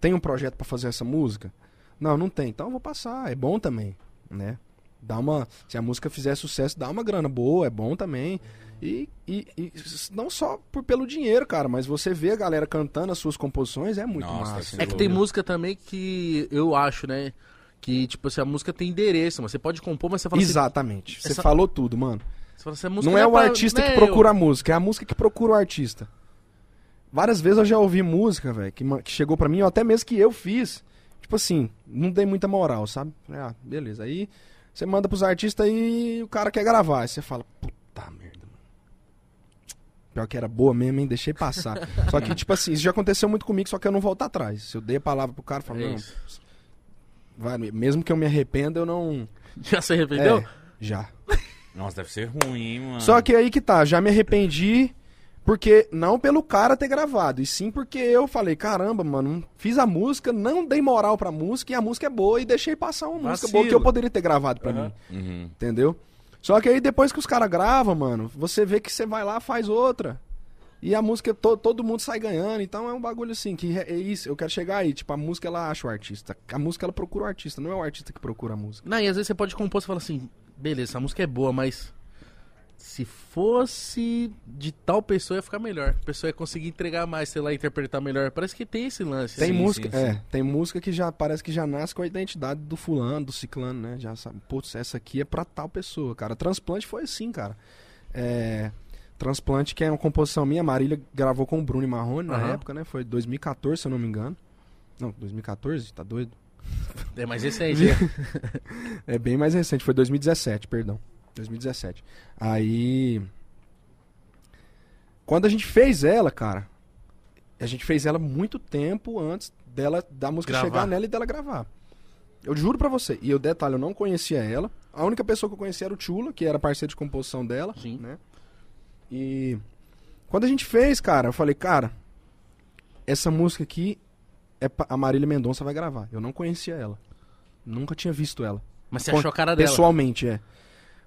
Speaker 2: Tem um projeto pra fazer essa música? Não, não tem, então eu vou passar, é bom também, né? Dá uma, se a música fizer sucesso, dá uma grana boa, é bom também. E, e- e s- não só por, pelo dinheiro, cara, mas você vê a galera cantando as suas composições, é muito
Speaker 3: Nossa,
Speaker 2: massa.
Speaker 3: que
Speaker 1: É que tem
Speaker 3: Entendeu?
Speaker 1: música também que eu acho, né? Que, tipo assim, a música tem endereço, mas você pode compor, mas você fala assim,
Speaker 2: Exatamente, você
Speaker 1: Essa-
Speaker 2: falou tudo, mano.
Speaker 1: assim. Você fala assim, a música
Speaker 2: Não é o
Speaker 1: pra-
Speaker 2: artista
Speaker 1: não é
Speaker 2: que
Speaker 1: eu.
Speaker 2: procura a música, é a música que procura o artista. Várias vezes eu já ouvi música, velho, que, ma- que chegou pra mim, ou até mesmo que eu fiz. Tipo assim, não dei muita moral, sabe? Falei, ah, beleza. Aí você manda pros artistas e o cara quer gravar. Aí você fala, puta merda, mano. Pior que era boa mesmo, hein? Deixei passar. só que, tipo assim, isso já aconteceu muito comigo, só que eu não volto atrás. Se eu dei a palavra pro cara, eu falo,
Speaker 1: É
Speaker 2: não,
Speaker 1: isso.
Speaker 2: vai, mesmo que eu me arrependa, eu não.
Speaker 1: Já se
Speaker 2: É,
Speaker 1: arrependeu?
Speaker 2: já.
Speaker 3: Nossa, deve ser ruim, hein, mano.
Speaker 2: Só que aí que tá, já me arrependi, porque não pelo cara ter gravado, e sim porque eu falei, caramba, mano, um, fiz a música, não dei moral pra música, e a música é boa, e deixei passar uma música
Speaker 1: Vacilo.
Speaker 2: boa que eu poderia ter gravado pra mim,
Speaker 3: Uhum.
Speaker 2: entendeu? Só que aí depois que os caras gravam, mano, você vê que você vai lá, faz outra. E a música, to- todo mundo sai ganhando, então é um bagulho assim, que é é isso, eu quero chegar aí, tipo, a música ela acha o artista, a música ela procura o artista, não é o artista que procura a música.
Speaker 1: Não, e às vezes você pode compor, você fala assim, beleza, essa música é boa, mas se fosse de tal pessoa ia ficar melhor. A pessoa ia conseguir entregar mais, sei lá, interpretar melhor. Parece que tem esse lance.
Speaker 2: Tem
Speaker 1: assim.
Speaker 3: Sim,
Speaker 2: música,
Speaker 3: sim, sim.
Speaker 2: é, tem música que já parece que já nasce com a identidade do fulano, do ciclano, né? Já sabe, putz, essa aqui é pra tal pessoa, cara. Transplante foi assim, cara. É, Transplante, que é uma composição minha, a Marília gravou com o Bruno e Marrone na
Speaker 1: Aham.
Speaker 2: época, né? Foi 2014, se eu não me engano. Não, 2014, tá doido?
Speaker 1: É, mas esse aí, né?
Speaker 2: É bem mais recente, foi 2017, perdão. 2017. Aí. Quando a gente fez ela, cara, a gente fez ela muito tempo antes dela da música
Speaker 1: Gravar.
Speaker 2: chegar nela e dela gravar. Eu juro pra você. E o detalhe, eu não conhecia ela. A única pessoa que eu conhecia era o Chula, que era parceiro de composição dela,
Speaker 1: Sim.
Speaker 2: né? E quando a gente fez, cara, eu falei, cara, essa música aqui é pa- a Marília Mendonça vai gravar. Eu não conhecia ela. Nunca tinha visto ela.
Speaker 1: Mas você achou a cara dela.
Speaker 2: Pessoalmente, é.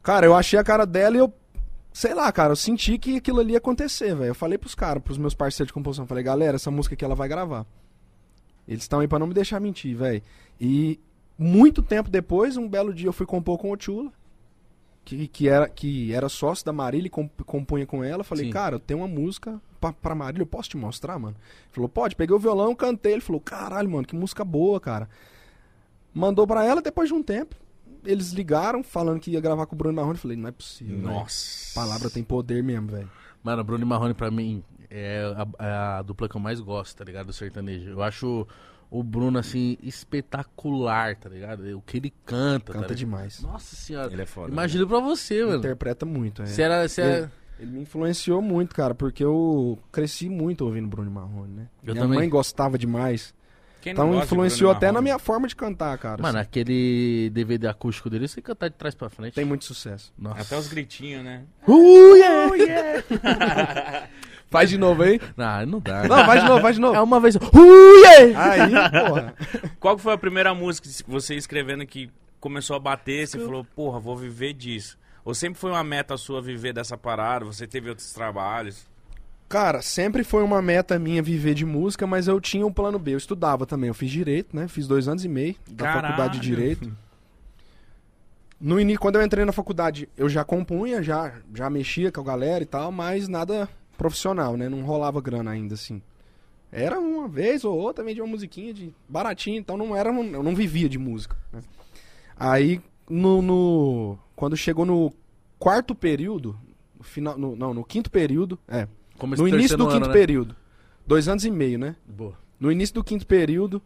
Speaker 2: Cara, eu achei a cara dela e eu. Sei lá, cara, eu senti que aquilo ali ia acontecer, velho. Eu falei pros caras, pros meus parceiros de composição, falei, galera, essa música aqui ela vai gravar. Eles estão aí pra não me deixar mentir, velho. E muito tempo depois, um belo dia eu fui compor com o Tchula, que, que, era, que era sócio da Marília e comp- compunha com ela. Falei,
Speaker 1: Sim.
Speaker 2: cara, eu tenho uma música pra, pra Marília, eu posso te mostrar, mano? Ele falou, pode, peguei o violão, cantei. Ele falou, caralho, mano, que música boa, cara. Mandou pra ela depois de um tempo. Eles ligaram falando que ia gravar com o Bruno Marrone. Eu Falei, não é possível. velho.
Speaker 3: Nossa.
Speaker 2: Palavra tem poder mesmo, velho.
Speaker 1: Mano, Bruno e Marrone pra mim é a, é a dupla que eu mais gosto, tá ligado? Do sertanejo. Eu acho o Bruno, assim, espetacular, tá ligado? O que ele canta,
Speaker 2: Canta
Speaker 1: tá ligado?
Speaker 2: demais.
Speaker 1: Nossa senhora.
Speaker 3: Ele é foda.
Speaker 2: né?
Speaker 1: Imagina pra você, mano.
Speaker 2: Interpreta muito, é.
Speaker 1: Se era, se era...
Speaker 2: Ele me influenciou muito, cara, porque eu cresci muito ouvindo Bruno Marrone, né?
Speaker 1: Eu
Speaker 2: minha
Speaker 1: também.
Speaker 2: mãe gostava demais.
Speaker 3: né? Quem não
Speaker 2: Então
Speaker 3: gosta de
Speaker 2: influenciou
Speaker 3: Bruno
Speaker 2: até na
Speaker 3: Marrone?
Speaker 2: minha forma de cantar, cara.
Speaker 1: Mano,
Speaker 2: assim.
Speaker 1: aquele DVD acústico dele, você cantar de trás pra frente.
Speaker 2: Tem muito sucesso.
Speaker 1: Nossa.
Speaker 3: Até os gritinhos, né?
Speaker 2: Uh, yeah! faz de novo aí.
Speaker 1: Ah, Não, não dá.
Speaker 2: Não, faz de novo, faz de
Speaker 1: É
Speaker 2: novo.
Speaker 1: uma vez. Uie!
Speaker 2: Aí, porra.
Speaker 3: Qual que foi a primeira música que você escrevendo que começou a bater? Você falou, porra, vou viver disso. Ou sempre foi uma meta sua viver dessa parada? Você teve outros trabalhos?
Speaker 2: Cara, sempre foi uma meta minha viver de música, mas eu tinha um plano B. Eu estudava também, eu fiz direito, né? Fiz dois anos e meio da
Speaker 3: Caralho.
Speaker 2: faculdade de direito. No início, quando eu entrei na faculdade, eu já compunha, já, já mexia com a galera e tal, mas nada profissional, né? Não rolava grana ainda, assim. Era uma vez ou outra, vendia uma musiquinha de baratinho, então não era, um- eu não vivia de música. né? Aí, no, no- quando chegou no quarto período, no final, no- não, no quinto período, é,
Speaker 1: Como
Speaker 2: no
Speaker 1: esse
Speaker 2: início do
Speaker 1: terceiro
Speaker 2: quinto
Speaker 1: ano, né?
Speaker 2: período, dois anos e meio, né?
Speaker 1: Boa.
Speaker 2: No início do quinto período,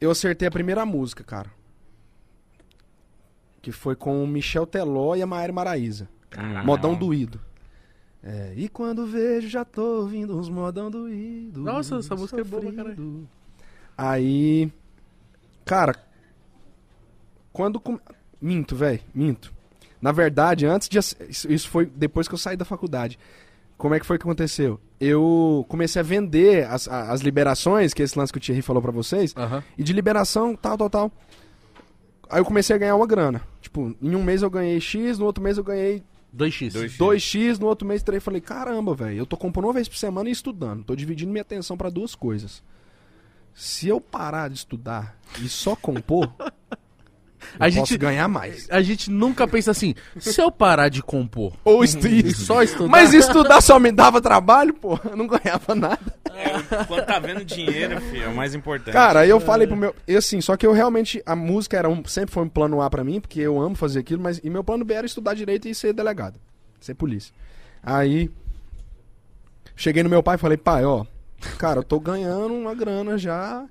Speaker 2: eu acertei a primeira música, cara. Que foi com o Michel Teló e a Maíra Maraíza.
Speaker 1: Ah,
Speaker 2: Modão doído. É, e quando vejo, já tô ouvindo uns modão doído.
Speaker 1: Nossa, essa música é boa pra caralho.
Speaker 2: sofrido. Aí. Cara. Quando. com- Minto, velho. Minto. Na verdade, antes de. ass- Isso isso foi depois que eu saí da faculdade. Como é que foi que aconteceu? Eu comecei a vender as, a- as liberações, que é esse lance que o Thierry falou pra vocês.
Speaker 1: Aham.
Speaker 2: E de liberação, tal, tal, tal. Aí eu comecei a ganhar uma grana. Tipo, em um mês eu ganhei X, no outro mês eu ganhei
Speaker 1: 2x.
Speaker 3: Dois.
Speaker 2: 2x, no outro mês 3. Falei, caramba, velho, eu tô compondo uma vez por semana e estudando. Tô dividindo minha atenção pra duas coisas. Se eu parar de estudar e só compor,
Speaker 1: A
Speaker 2: eu
Speaker 1: gente-
Speaker 2: posso ganhar mais.
Speaker 1: A gente nunca pensa assim, se eu parar de compor
Speaker 2: Ou estu-
Speaker 1: e só estudar...
Speaker 2: Mas estudar só me dava trabalho, pô. Eu não ganhava nada.
Speaker 3: É, quando tá vendo dinheiro, filho, é o mais importante.
Speaker 2: Cara, aí eu falei pro meu. E assim, só que eu realmente. A música era um, sempre foi um plano A pra mim, porque eu amo fazer aquilo, mas. E meu plano B era estudar direito e ser delegado. Ser polícia. Aí. Cheguei no meu pai e falei, pai, ó. Cara, eu tô ganhando uma grana já.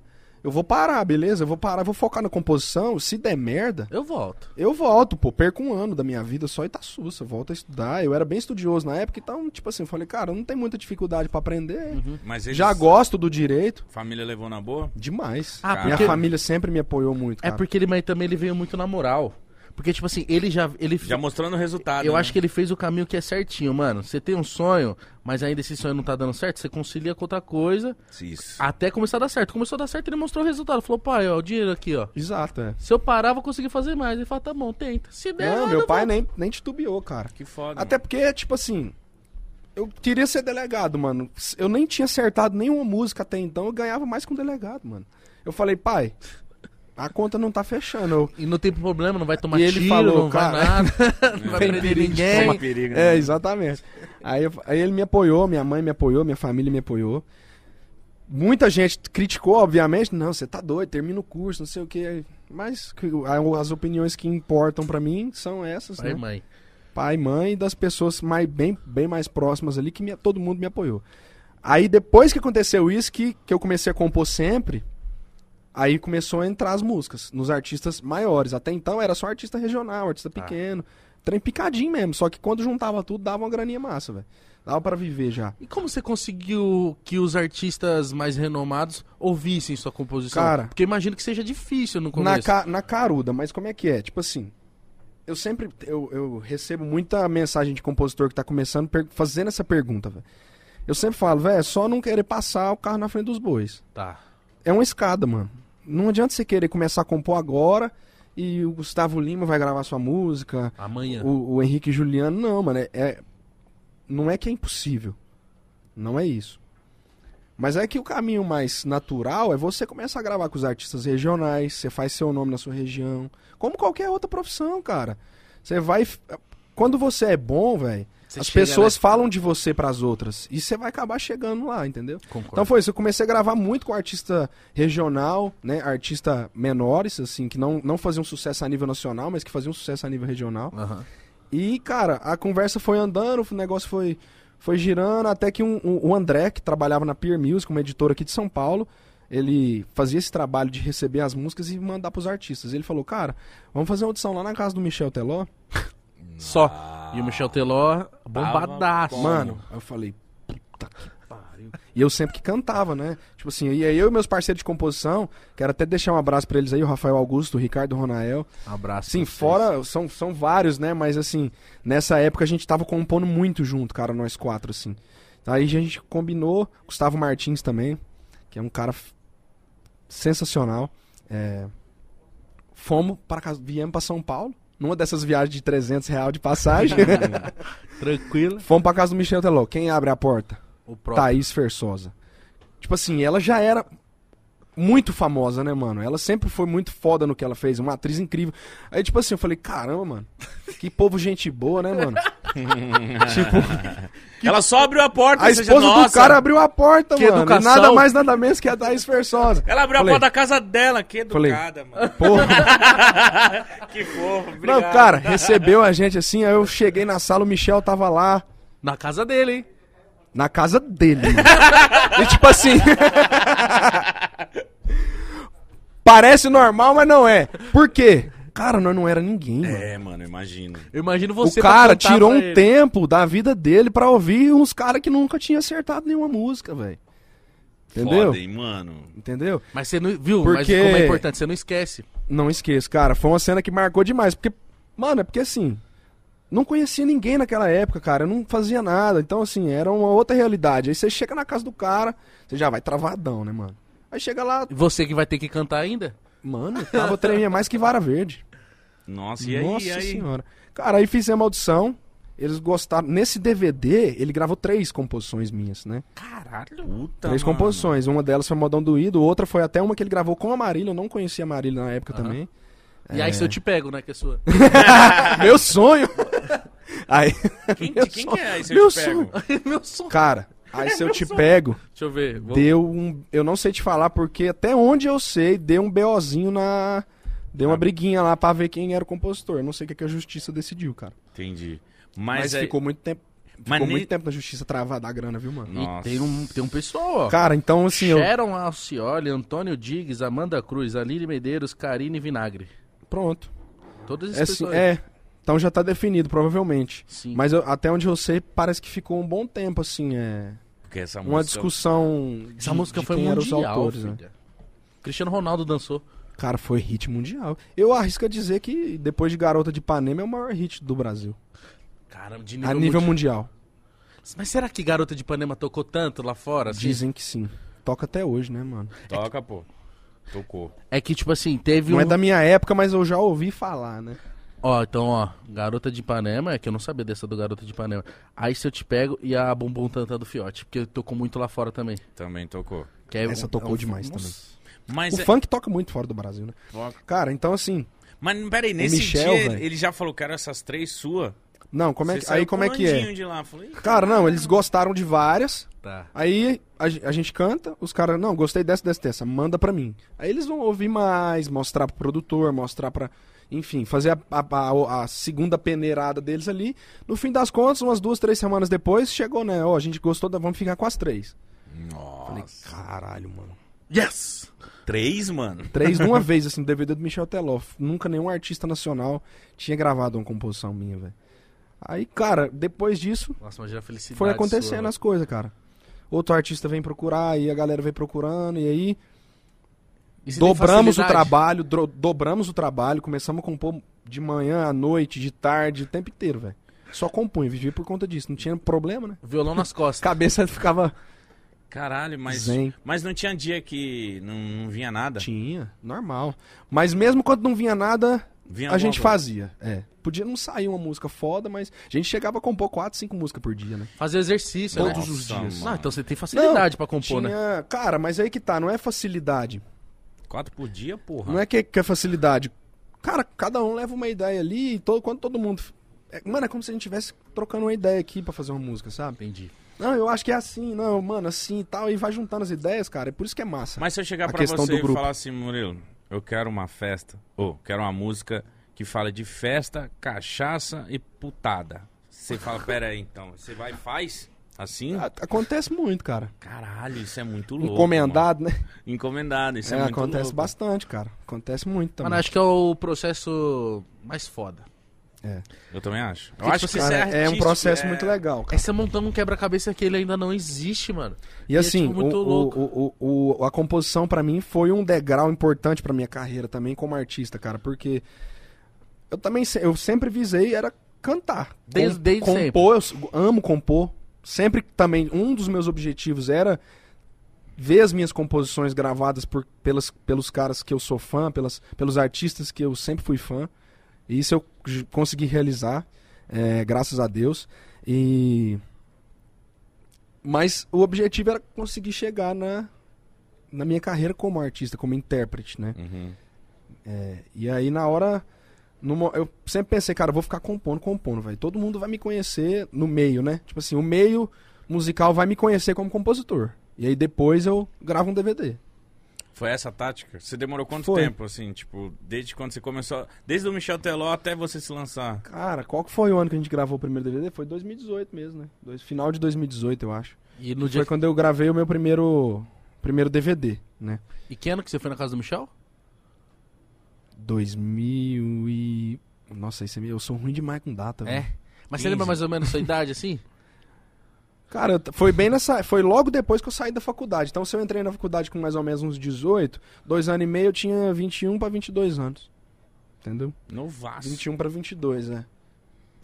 Speaker 2: Eu vou parar, beleza? Eu vou parar, vou focar na composição. Se der merda,
Speaker 1: Eu volto.
Speaker 2: eu volto, pô. Perco um ano da minha vida só e tá sussa. Volto a estudar. Eu era bem estudioso na época, então, tipo assim, eu falei, cara, não tem muita dificuldade pra aprender.
Speaker 3: Mas eles-
Speaker 2: Já gosto do direito.
Speaker 3: Família levou na boa?
Speaker 2: Demais.
Speaker 1: Ah,
Speaker 2: Minha
Speaker 1: porque-
Speaker 2: família sempre me apoiou muito,
Speaker 1: É
Speaker 2: cara.
Speaker 1: porque ele mas também ele veio muito na moral. Porque, tipo assim, ele já... Ele
Speaker 3: Já mostrando o resultado.
Speaker 1: Eu
Speaker 3: né?
Speaker 1: acho que ele fez o caminho que é certinho, mano. Você tem um sonho, mas ainda esse sonho não tá dando certo, você concilia com outra coisa
Speaker 3: Isso.
Speaker 1: até começar a dar certo. Começou a dar certo, ele mostrou o resultado. Falou, pai, ó, o dinheiro aqui, ó.
Speaker 2: Exato, é.
Speaker 1: Se eu parar, vou conseguir fazer mais. Ele falou, tá bom, tenta. Se der,
Speaker 2: Não,
Speaker 1: errado,
Speaker 2: meu
Speaker 1: eu
Speaker 2: pai
Speaker 1: volto.
Speaker 2: nem, nem titubeou, cara.
Speaker 3: Que foda.
Speaker 2: Até porque, tipo assim, eu queria ser delegado, mano. Eu nem tinha acertado nenhuma música até então, eu ganhava mais que um delegado, mano. Eu falei, pai, a conta não tá fechando. Eu-
Speaker 1: E não tem problema, não vai tomar
Speaker 2: E ele
Speaker 1: tiro,
Speaker 2: falou,
Speaker 1: não
Speaker 2: cara,
Speaker 1: vai nada, não vai
Speaker 2: tem
Speaker 1: prender
Speaker 2: perigo de
Speaker 1: ninguém.
Speaker 2: tomar-
Speaker 3: né?
Speaker 2: É, exatamente. Aí, eu- aí ele me apoiou, minha mãe me apoiou, minha família me apoiou. Muita gente criticou, obviamente. Não, você tá doido, termina o curso, não sei o quê. Mas que- a- as opiniões que importam pra mim são essas,
Speaker 1: Pai,
Speaker 2: né?
Speaker 1: mãe.
Speaker 2: Pai e mãe e das pessoas mais, bem, bem mais próximas ali, que me- todo mundo me apoiou. Aí depois que aconteceu isso, que, que eu comecei a compor sempre, aí começou a entrar as músicas nos artistas maiores. Até então era só artista regional, artista
Speaker 1: Tá.
Speaker 2: pequeno. Trem picadinho mesmo, só que quando juntava tudo dava uma graninha massa, velho. Dava pra viver já.
Speaker 1: E como você conseguiu que os artistas mais renomados ouvissem sua composição?
Speaker 2: Cara-
Speaker 1: Porque imagino que seja difícil no
Speaker 2: Na,
Speaker 1: começo.
Speaker 2: ca- na caruda, mas como é que é? Tipo assim, eu sempre eu, eu recebo muita mensagem de compositor que tá começando per- fazendo essa pergunta, velho. Eu sempre falo, velho, é só não querer passar o carro na frente dos bois.
Speaker 1: Tá.
Speaker 2: É uma escada, mano. Não adianta você querer começar a compor agora e o Gustavo Lima vai gravar sua música,
Speaker 1: Amanhã.
Speaker 2: o, o Henrique Juliano, não, mano. É, é- não é que é impossível. Não é isso. Mas é que o caminho mais natural é você começar a gravar com os artistas regionais, você faz seu nome na sua região. Como qualquer outra profissão, cara. Você vai. f- Quando você é bom, velho,
Speaker 1: Você
Speaker 2: as
Speaker 1: chega,
Speaker 2: pessoas
Speaker 1: né?
Speaker 2: falam de você pras outras. E você vai acabar chegando lá, entendeu?
Speaker 1: Concordo.
Speaker 2: Então foi isso, eu comecei a gravar muito com artista regional, né? Artista menores, assim, que não, não faziam sucesso a nível nacional, mas que faziam sucesso a nível regional.
Speaker 1: Aham.
Speaker 2: E, cara, a conversa foi andando, o negócio foi, foi girando, até que um, um- o André, que trabalhava na Peer Music, uma editora aqui de São Paulo, ele fazia esse trabalho de receber as músicas e mandar pros artistas. Ele falou, cara, vamos fazer uma audição lá na casa do Michel Teló.
Speaker 1: Só. E o Michel Teló, bombadaço.
Speaker 3: Como?
Speaker 2: Mano, aí eu falei, puta que pariu. E eu sempre que cantava, né? Tipo assim, e aí eu e meus parceiros de composição, quero até deixar um abraço pra eles aí, o Rafael Augusto, o Ricardo Ronael.
Speaker 1: Um abraço.
Speaker 2: Assim,
Speaker 1: pra vocês.
Speaker 2: fora, são, são vários, né? Mas assim, nessa época a gente tava compondo muito junto, cara, nós quatro, assim. Aí a gente combinou, Gustavo Martins também, que é um cara f- sensacional. É... Fomos para casa, viemos pra São Paulo, numa dessas viagens de 300 reais de passagem.
Speaker 1: Tranquila.
Speaker 2: Fomos pra casa do Michel Teló. Quem abre a porta?
Speaker 1: O próprio.
Speaker 2: Thaís Fersosa. Tipo assim, ela já era muito famosa, né, mano? Ela sempre foi muito foda no que ela fez, uma atriz incrível. Aí, tipo assim, eu falei, caramba, mano, que povo gente boa, né, mano?
Speaker 3: Ela só abriu a porta,
Speaker 2: A
Speaker 3: ou seja,
Speaker 2: esposa do
Speaker 3: nossa.
Speaker 2: cara abriu a porta,
Speaker 1: Que
Speaker 2: mano.
Speaker 1: educação.
Speaker 2: E nada mais, nada menos que a Thaís Versosa.
Speaker 3: Ela abriu
Speaker 2: Falei,
Speaker 3: a porta da casa dela, que
Speaker 2: Falei.
Speaker 3: educada, mano.
Speaker 2: Porra.
Speaker 3: Que fofo,
Speaker 2: Não,
Speaker 3: obrigado.
Speaker 2: cara, recebeu a gente assim, aí eu cheguei na sala, o Michel tava lá.
Speaker 1: Na casa dele, hein?
Speaker 2: Na casa dele. mano. e tipo assim. Parece normal, mas não é. Por quê? Cara, nós não era ninguém, mano.
Speaker 3: É, mano, imagino.
Speaker 1: Eu imagino
Speaker 2: O
Speaker 1: você. pra
Speaker 2: cara
Speaker 1: cantar
Speaker 2: tirou
Speaker 1: pra
Speaker 2: um
Speaker 1: ele.
Speaker 2: tempo da vida dele pra ouvir uns caras que nunca tinha acertado nenhuma música, velho. Entendeu?
Speaker 3: Foda, hein, mano.
Speaker 2: Entendeu?
Speaker 1: Mas você não. Viu? Mas
Speaker 2: Porque-
Speaker 1: como é importante, você não esquece.
Speaker 2: Não esqueço, cara. Foi uma cena que marcou demais. Porque, mano, é porque assim. Não conhecia ninguém naquela época, cara. Eu não fazia nada. Então, assim, era uma outra realidade. Aí você chega na casa do cara, você já vai travadão, né, mano? Aí chega lá,
Speaker 1: E Você que vai ter que cantar ainda?
Speaker 2: mano, eu tava tremendo mais que vara verde.
Speaker 3: Nossa, e aí?
Speaker 2: Nossa
Speaker 3: e aí?
Speaker 2: senhora. Cara, aí fizemos a audição. Eles gostaram. Nesse DVD, ele gravou três composições minhas, né?
Speaker 1: Caralho.
Speaker 3: Puta,
Speaker 2: Três
Speaker 3: Tá, mano.
Speaker 2: composições. Uma delas foi Modão Doído, outra foi até uma que ele gravou com a Marília. Eu não conhecia a Marília na época
Speaker 1: Aham.
Speaker 2: também.
Speaker 1: E aí se eu te pego, né, que é sua?
Speaker 2: Meu sonho! Aí.
Speaker 3: Quem,
Speaker 2: Meu
Speaker 3: quem
Speaker 2: sonho.
Speaker 3: que é aí, se
Speaker 2: Meu
Speaker 3: eu te pego?
Speaker 1: Meu sonho.
Speaker 2: Cara, aí se eu te pego,
Speaker 1: Deixa eu ver. vou-
Speaker 2: deu um. Eu não sei te falar porque até onde eu sei, deu um BOzinho na. Deu uma briguinha lá pra ver quem era o compositor. Eu não sei o que, que a justiça decidiu, cara.
Speaker 3: Entendi.
Speaker 2: Mas,
Speaker 3: Mas, é aí-
Speaker 2: ficou muito tempo. Ficou
Speaker 3: Mas
Speaker 2: muito
Speaker 3: ne-
Speaker 2: tempo na justiça travada a grana, viu, mano?
Speaker 1: E
Speaker 3: Nossa.
Speaker 1: tem um, tem um pessoal, ó.
Speaker 2: Cara, então assim, eu.
Speaker 1: Sharon Alcioli, Antônio Diggs, Amanda Cruz, Aline Medeiros, Karine Vinagre.
Speaker 2: Pronto.
Speaker 1: Todas as
Speaker 2: É, assim,
Speaker 1: pessoas.
Speaker 2: é. Então já tá definido, provavelmente.
Speaker 1: Sim.
Speaker 2: Mas eu- até onde eu sei, parece que ficou um bom tempo, assim, é.
Speaker 3: Porque essa
Speaker 2: Uma
Speaker 3: música-
Speaker 2: discussão. de-
Speaker 1: Essa música
Speaker 2: de
Speaker 1: foi
Speaker 2: quem eram os
Speaker 1: mundial,
Speaker 2: autores, né?
Speaker 1: filha. Cristiano Ronaldo dançou.
Speaker 2: Cara, foi hit mundial. Eu arrisco a dizer que depois de Garota de Ipanema é o maior hit do Brasil.
Speaker 1: Caramba, de
Speaker 2: a
Speaker 1: nível,
Speaker 2: nível
Speaker 1: mundial.
Speaker 2: mundial.
Speaker 1: Mas será que Garota de Ipanema tocou tanto lá fora? assim?
Speaker 2: Dizem que sim. Toca até hoje, né, mano?
Speaker 3: Toca, pô. Tocou.
Speaker 1: É que, tipo assim, teve
Speaker 2: Não
Speaker 1: um...
Speaker 2: é da minha época, mas eu já ouvi falar, né?
Speaker 1: Ó, então, ó, Garota de Ipanema, é que eu não sabia dessa do Garota de Ipanema. Aí se eu te pego e a Bumbum Tanta do Fiote, porque tocou muito lá fora também.
Speaker 3: Também tocou.
Speaker 1: Que é
Speaker 2: Essa tocou demais
Speaker 3: Mas, é
Speaker 2: O funk toca muito fora do Brasil, né?
Speaker 3: Toca.
Speaker 2: Cara, então assim.
Speaker 3: mas peraí, nesse
Speaker 2: Michel,
Speaker 3: dia
Speaker 2: velho.
Speaker 3: ele já falou que eram essas três suas.
Speaker 2: Não, como é que, aí como é que é?
Speaker 3: De lá. Falei, "Ih,
Speaker 2: Cara, não, eles gostaram de várias.
Speaker 1: Tá.
Speaker 2: Aí a, ge- a gente canta, os caras, não, gostei dessa, dessa, dessa, manda pra mim. Aí eles vão ouvir mais, mostrar pro produtor, mostrar pra. Enfim, fazer a, a- a- a segunda peneirada deles ali. No fim das contas, umas duas, três semanas depois, chegou, né? Ó, a gente gostou, da, vamos ficar com as três. Falei,
Speaker 3: Nossa.
Speaker 2: caralho, mano.
Speaker 1: Yes!
Speaker 3: Três, mano?
Speaker 2: Três de uma vez, assim, no DVD do Michel Teló. Nunca nenhum artista nacional tinha gravado uma composição minha, velho. Aí, cara, depois disso,
Speaker 1: Nossa, imagina a felicidade
Speaker 2: foi acontecendo
Speaker 1: sua, né?
Speaker 2: as coisas, cara. Outro artista vem procurar, e a galera vem procurando, e aí
Speaker 1: E você tem
Speaker 2: dobramos o
Speaker 1: facilidade?
Speaker 2: trabalho, dro- dobramos o trabalho, começamos a compor de manhã à noite, de tarde, o tempo inteiro, velho. Só compunha, vivia por conta disso, não tinha problema, né?
Speaker 1: Violão nas costas.
Speaker 2: Cabeça ficava.
Speaker 3: Caralho, mas.
Speaker 2: Zen.
Speaker 3: Mas não tinha dia que não, não vinha nada?
Speaker 2: Tinha, normal. Mas mesmo quando não vinha nada,
Speaker 3: Vinha
Speaker 2: a gente
Speaker 1: né?
Speaker 3: alguma
Speaker 2: fazia. É. Podia não sair uma música foda, mas a gente chegava a compor 4, 5 músicas por dia, né?
Speaker 1: Fazer exercício, né?
Speaker 2: Todos os
Speaker 3: Nossa,
Speaker 2: dias.
Speaker 1: Ah, então você tem
Speaker 2: Não,
Speaker 1: facilidade pra compor, né?
Speaker 2: Tinha... Cara, mas aí que tá, não é facilidade.
Speaker 3: coisa? Quatro por dia,
Speaker 1: Ah.
Speaker 3: porra.
Speaker 2: Não é que, que é facilidade. Cara, cada um leva uma ideia ali e todo, quando todo mundo. é, mano, é como se a gente estivesse trocando uma ideia aqui pra fazer uma música, sabe?
Speaker 1: Entendi.
Speaker 2: Não, eu acho que é assim, não, mano, assim e tal. E vai juntando as ideias, cara. É por isso que é massa.
Speaker 3: Mas se eu chegar
Speaker 2: A
Speaker 3: pra
Speaker 2: questão
Speaker 3: você
Speaker 2: do
Speaker 3: e
Speaker 2: grupo.
Speaker 3: falar assim, Murilo, eu quero uma festa, ou quero uma música que fala de festa, cachaça e putada. Você fala, pera aí então, você vai e faz? Assim?
Speaker 2: A- acontece muito, cara.
Speaker 3: Caralho, isso é muito louco.
Speaker 2: Encomendado, né?
Speaker 3: mano. Encomendado, isso é,
Speaker 2: É,
Speaker 3: muito
Speaker 2: acontece
Speaker 3: louco.
Speaker 2: bastante, cara. Acontece muito também.
Speaker 1: Mano, acho que é o processo mais foda.
Speaker 2: É.
Speaker 3: Eu também acho. Eu
Speaker 1: tipo
Speaker 3: acho que
Speaker 1: assim,
Speaker 3: isso
Speaker 2: Cara,
Speaker 3: é,
Speaker 2: é um
Speaker 3: artístico,
Speaker 2: processo
Speaker 3: é-
Speaker 2: muito legal, cara.
Speaker 1: É você montando um quebra-cabeça que ele ainda não existe, mano.
Speaker 2: E assim,
Speaker 1: tipo, muito
Speaker 2: o-
Speaker 1: louco.
Speaker 2: o- o- o- a composição pra mim foi um degrau importante pra minha carreira também como artista, cara, porque eu também se- eu sempre visei era cantar.
Speaker 1: Desde- desde
Speaker 2: compor, eu s- amo compor. Sempre também um dos meus objetivos era ver as minhas composições gravadas por, pelas, pelos caras que eu sou fã, pelas, pelos artistas que eu sempre fui fã. E isso eu j- consegui realizar, é, graças a Deus. E mas o objetivo era conseguir chegar na na minha carreira como artista, como intérprete, né?
Speaker 3: Uhum.
Speaker 2: É, e aí na hora. no mo- eu sempre pensei, cara, eu vou ficar compondo, compondo, velho. Todo mundo vai me conhecer no meio, né? Tipo assim, o meio musical vai me conhecer como compositor. E aí depois eu gravo um DVD.
Speaker 3: Foi essa a tática? Você demorou quanto
Speaker 2: Foi.
Speaker 3: tempo, assim, tipo, desde quando você começou? Desde o Michel Teló até você se lançar.
Speaker 2: Cara, qual que foi o ano que a gente gravou o primeiro DVD? Foi 2018 mesmo, né? Dois- final de 2018, eu acho.
Speaker 1: E, no dia...
Speaker 2: Foi quando eu gravei o meu primeiro, primeiro DVD, né?
Speaker 1: e que ano que você foi na casa do Michel?
Speaker 2: 2000 e... Nossa, isso é meio... eu sou ruim demais com data, velho.
Speaker 1: É. Mas você lembra
Speaker 3: 15.
Speaker 1: mais ou menos a sua idade, assim?
Speaker 2: Cara, eu t- foi bem nessa. Foi logo depois que eu saí da faculdade. Então, se eu entrei na faculdade com mais ou menos uns 18, dois anos e meio, eu tinha 21 pra 22 anos. Entendeu?
Speaker 3: Novaço.
Speaker 2: 21 pra 22, é.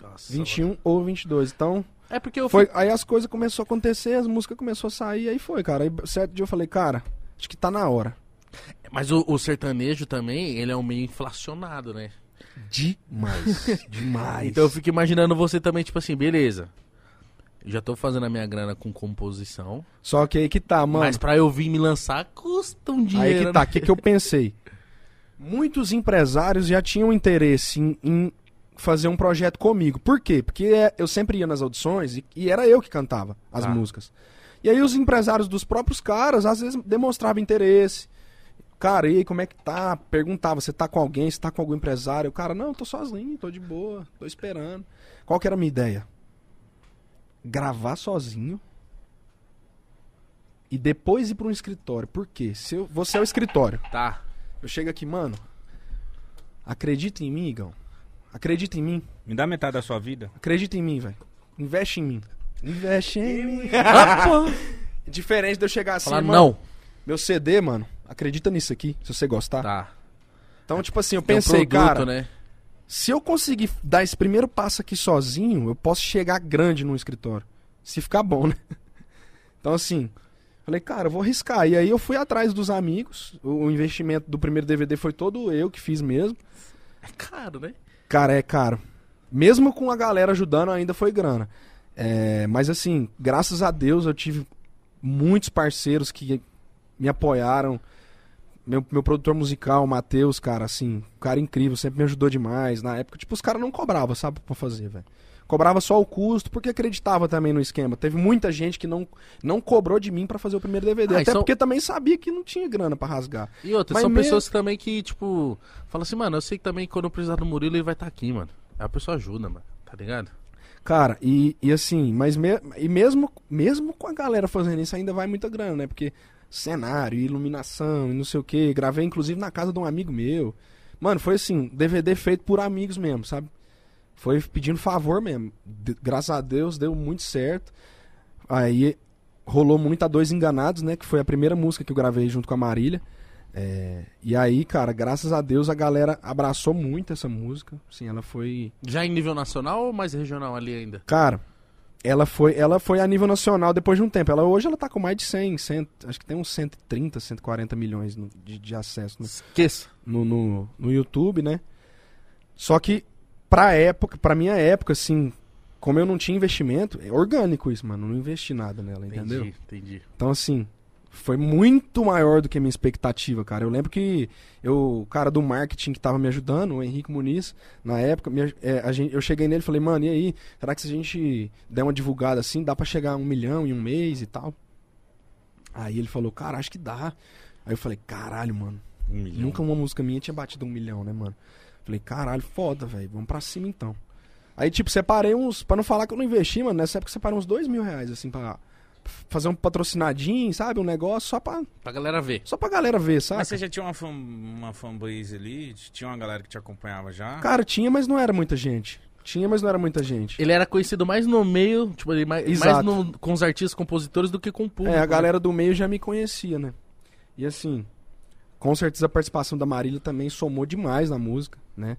Speaker 1: Nossa.
Speaker 2: 21 ou 22. Então,
Speaker 1: É porque eu
Speaker 2: foi.
Speaker 1: fui...
Speaker 2: Aí as coisas começaram a acontecer, as músicas começaram a sair, aí foi, cara. Aí, certo dia eu falei, cara, acho que tá na hora.
Speaker 1: Mas o, o sertanejo também, ele é um meio inflacionado, né?
Speaker 2: Demais. Demais.
Speaker 1: Então eu fico imaginando você também, tipo assim, beleza. Eu Já tô fazendo a minha grana com composição.
Speaker 2: Só que aí que tá, mano.
Speaker 1: Mas pra eu vir me lançar, custa um dinheiro.
Speaker 2: Aí que tá,
Speaker 1: né?
Speaker 2: o que, que eu pensei? Muitos empresários já tinham interesse em, em fazer um projeto comigo. Por quê? Porque é- eu sempre ia nas audições e, e era eu que cantava as
Speaker 1: Tá.
Speaker 2: músicas. E aí os empresários dos próprios caras às vezes demonstravam interesse. Cara, e aí, como é que tá? Perguntava, você tá com alguém, você tá com algum empresário? O cara, não, tô sozinho, tô de boa, tô esperando. Qual que era a minha ideia? Gravar sozinho e depois ir pra um escritório. Por quê? Se eu, você é o escritório.
Speaker 1: Tá.
Speaker 2: Eu chego aqui, mano. Acredita em mim, Igão. Acredita em mim.
Speaker 3: Me dá metade da sua vida?
Speaker 2: Acredita em mim, velho. Investe em mim. Investe em mim.
Speaker 1: Ah, pô.
Speaker 2: Diferente de eu chegar assim,
Speaker 1: Falar
Speaker 2: mano.
Speaker 1: não.
Speaker 2: Meu CD, mano. Acredita nisso aqui, se você gostar.
Speaker 1: Tá.
Speaker 2: Então, tipo assim, eu
Speaker 1: Tem um
Speaker 2: pensei,
Speaker 1: produto,
Speaker 2: cara,
Speaker 1: né?
Speaker 2: se eu conseguir dar esse primeiro passo aqui sozinho, eu posso chegar grande num escritório. Se ficar bom, né? Então, assim, falei, cara, eu vou arriscar. E aí eu fui atrás dos amigos. O o investimento do primeiro DVD foi todo eu que fiz mesmo.
Speaker 1: É caro, né?
Speaker 2: Cara, é caro. Mesmo com a galera ajudando, ainda foi grana. É, mas assim, graças a Deus eu tive muitos parceiros que me apoiaram. Meu, meu produtor musical, o Matheus, cara, assim, um cara incrível, sempre me ajudou demais. Na época, tipo, os caras não cobravam, sabe, pra fazer, velho. Cobrava só o custo, porque acreditava também no esquema. Teve muita gente que não, não cobrou de mim pra fazer o primeiro DVD.
Speaker 1: Ah, e
Speaker 2: até
Speaker 1: são-
Speaker 2: porque também sabia que não tinha grana pra rasgar.
Speaker 1: E outra,
Speaker 2: Mas
Speaker 1: são
Speaker 2: mesmo-
Speaker 1: pessoas também que, tipo, falam assim, mano, eu sei que também quando eu precisar do Murilo ele vai estar aqui, mano. Aí a pessoa ajuda, mano. Tá ligado?
Speaker 2: Cara, e, e assim, mas me- e mesmo, mesmo com a galera fazendo isso, ainda vai muita grana, né? Porque cenário, iluminação e não sei o quê. Gravei, inclusive, na casa de um amigo meu. Mano, foi assim, DVD feito por amigos mesmo, sabe? Foi pedindo favor mesmo. De- graças a Deus, deu muito certo. Aí rolou muito a Dois Enganados, né? Que foi a primeira música que eu gravei junto com a Marília. É, e aí, cara, graças a Deus a galera abraçou muito essa música. Assim, ela foi
Speaker 1: Já em nível nacional ou mais regional ali ainda?
Speaker 2: Cara, ela foi, ela foi a nível nacional depois de um tempo. Ela, hoje ela tá com mais de 100, 100 acho que tem uns 130, 140 milhões no- de, de acesso no,
Speaker 1: Esqueça.
Speaker 2: no, no, no YouTube, né? Só que pra época, pra minha época, assim, como eu não tinha investimento, é orgânico isso, mano. Não investi nada nela, entendeu?
Speaker 1: Entendi, entendi.
Speaker 2: Então, assim, foi muito maior do que a minha expectativa, cara. Eu lembro que eu, o cara do marketing que tava me ajudando, o Henrique Muniz, na época, me aj- é, a gente- eu cheguei nele e falei, mano, e aí? Será que se a gente der uma divulgada assim, dá pra chegar a um milhão em um mês e tal? Aí ele falou, cara, acho que dá. Aí eu falei, caralho, mano.
Speaker 3: Um milhão.
Speaker 2: Nunca uma música minha tinha batido um milhão, né, mano? Falei, caralho, foda, velho. Vamos pra cima então. Aí, tipo, separei uns. Pra não falar que eu não investi, mano, nessa época eu separei uns dois mil reais, assim, pra fazer um patrocinadinho, sabe? Um negócio só pra,
Speaker 1: Pra galera ver.
Speaker 2: só pra galera ver, sabe?
Speaker 3: Mas você já tinha uma, fan, uma fanbase ali? Tinha uma galera que te acompanhava já?
Speaker 2: Cara, tinha, mas não era muita gente. Tinha, mas não era muita gente.
Speaker 1: Ele era conhecido mais no meio, tipo, ele mais, mais
Speaker 2: Exato.
Speaker 1: no- com os artistas compositores do que com o público.
Speaker 2: É, a
Speaker 1: né?
Speaker 2: galera do meio já me conhecia, né? E assim, com certeza a participação da Marília também somou demais na música, né?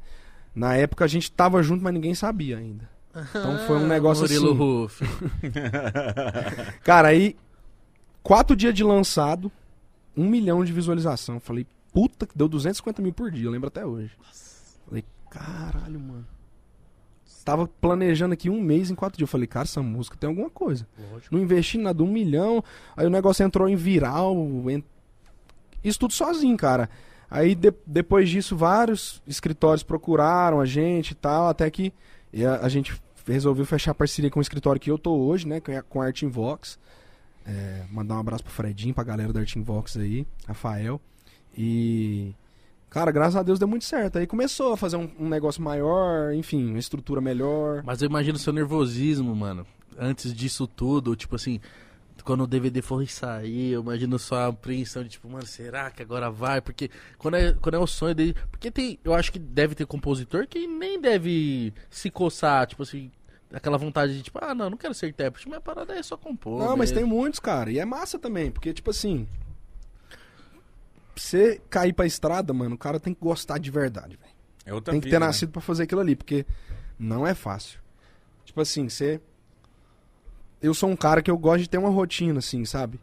Speaker 2: Na época a gente tava junto, mas ninguém sabia ainda. Então foi um
Speaker 1: Ah,
Speaker 2: negócio
Speaker 1: Murilo
Speaker 2: assim.
Speaker 1: Ruff.
Speaker 2: Cara, aí, quatro dias de lançado, um milhão de visualização. Falei, puta, que deu 250 mil por dia, eu lembro até hoje. Falei, caralho, mano. Tava planejando aqui um mês em quatro dias. Eu falei, cara, essa música tem alguma coisa.
Speaker 1: Lógico.
Speaker 2: Não investi em nada, um milhão. Aí o negócio entrou em viral. en- Isso tudo sozinho, cara. Aí de- depois disso, vários escritórios procuraram a gente e tal, até que e a, a gente resolveu fechar parceria com o escritório que eu tô hoje, né? que é Com a Art Invox. É, mandar um abraço pro Fredinho, pra galera da Art Invox aí, Rafael. E. Cara, graças a Deus deu muito certo. Aí começou a fazer um, um negócio maior, enfim, uma estrutura melhor.
Speaker 1: Mas eu imagino o seu nervosismo, mano. Antes disso tudo, tipo assim, quando o DVD for sair, eu imagino sua apreensão de tipo, mano, será que agora vai? Porque quando é, quando é o sonho dele. Porque tem. Eu acho que deve ter compositor que nem deve se coçar, tipo assim, aquela vontade de tipo, ah, não, não quero ser intérprete, minha parada é só compor.
Speaker 2: Não, mas tem
Speaker 1: mesmo.
Speaker 2: muitos, cara. E é massa também, porque, tipo assim. Pra você cair pra estrada, mano, o cara tem que gostar de verdade, velho.
Speaker 3: É outra
Speaker 2: Tem que
Speaker 3: vida,
Speaker 2: ter
Speaker 3: né?
Speaker 2: nascido pra fazer aquilo ali, porque não é fácil. Tipo assim, você. Eu sou um cara que eu gosto de ter uma rotina, assim, sabe?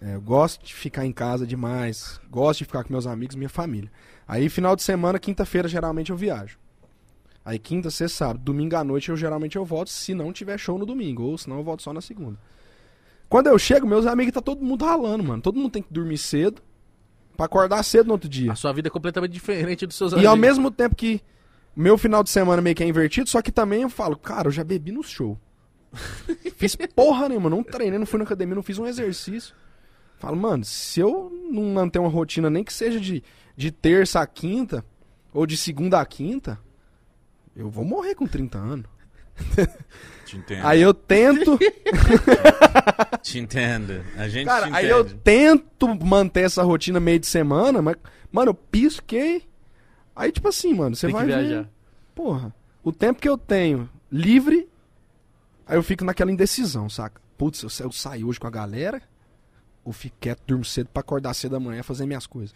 Speaker 2: É, eu gosto de ficar em casa demais, gosto de ficar com meus amigos, minha família. Aí, final de semana, quinta-feira, geralmente eu viajo. Aí, quinta, sexta, sábado, domingo à noite, eu geralmente eu volto, se não tiver show no domingo, ou se não eu volto só na segunda. Quando eu chego, meus amigos tá todo mundo ralando, mano. Todo mundo tem que dormir cedo pra acordar cedo no outro dia.
Speaker 1: A sua vida é completamente diferente dos seus
Speaker 2: um E ao mesmo tempo que meu final de semana meio que é invertido, só que também eu falo, cara, eu já bebi no show. fiz porra nenhuma, não treinei, não fui na academia, não fiz um exercício. Falo, mano, se eu não manter uma rotina, nem que seja de, de terça a quinta, ou de segunda a quinta, eu vou morrer com 30 anos.
Speaker 3: Te entendo.
Speaker 2: Aí eu tento,
Speaker 3: Te entendo. A gente
Speaker 2: cara,
Speaker 3: te entende.
Speaker 2: aí eu tento manter essa rotina meio de semana, mas, mano, eu pisquei. Aí, tipo assim, mano, você
Speaker 1: Tem
Speaker 2: vai
Speaker 1: que
Speaker 2: ver-
Speaker 1: viajar.
Speaker 2: Porra, o tempo que eu tenho livre, aí eu fico naquela indecisão, saca? Putz, eu, sa- eu saio hoje com a galera, ou fico quieto, durmo cedo pra acordar cedo amanhã fazer minhas coisas.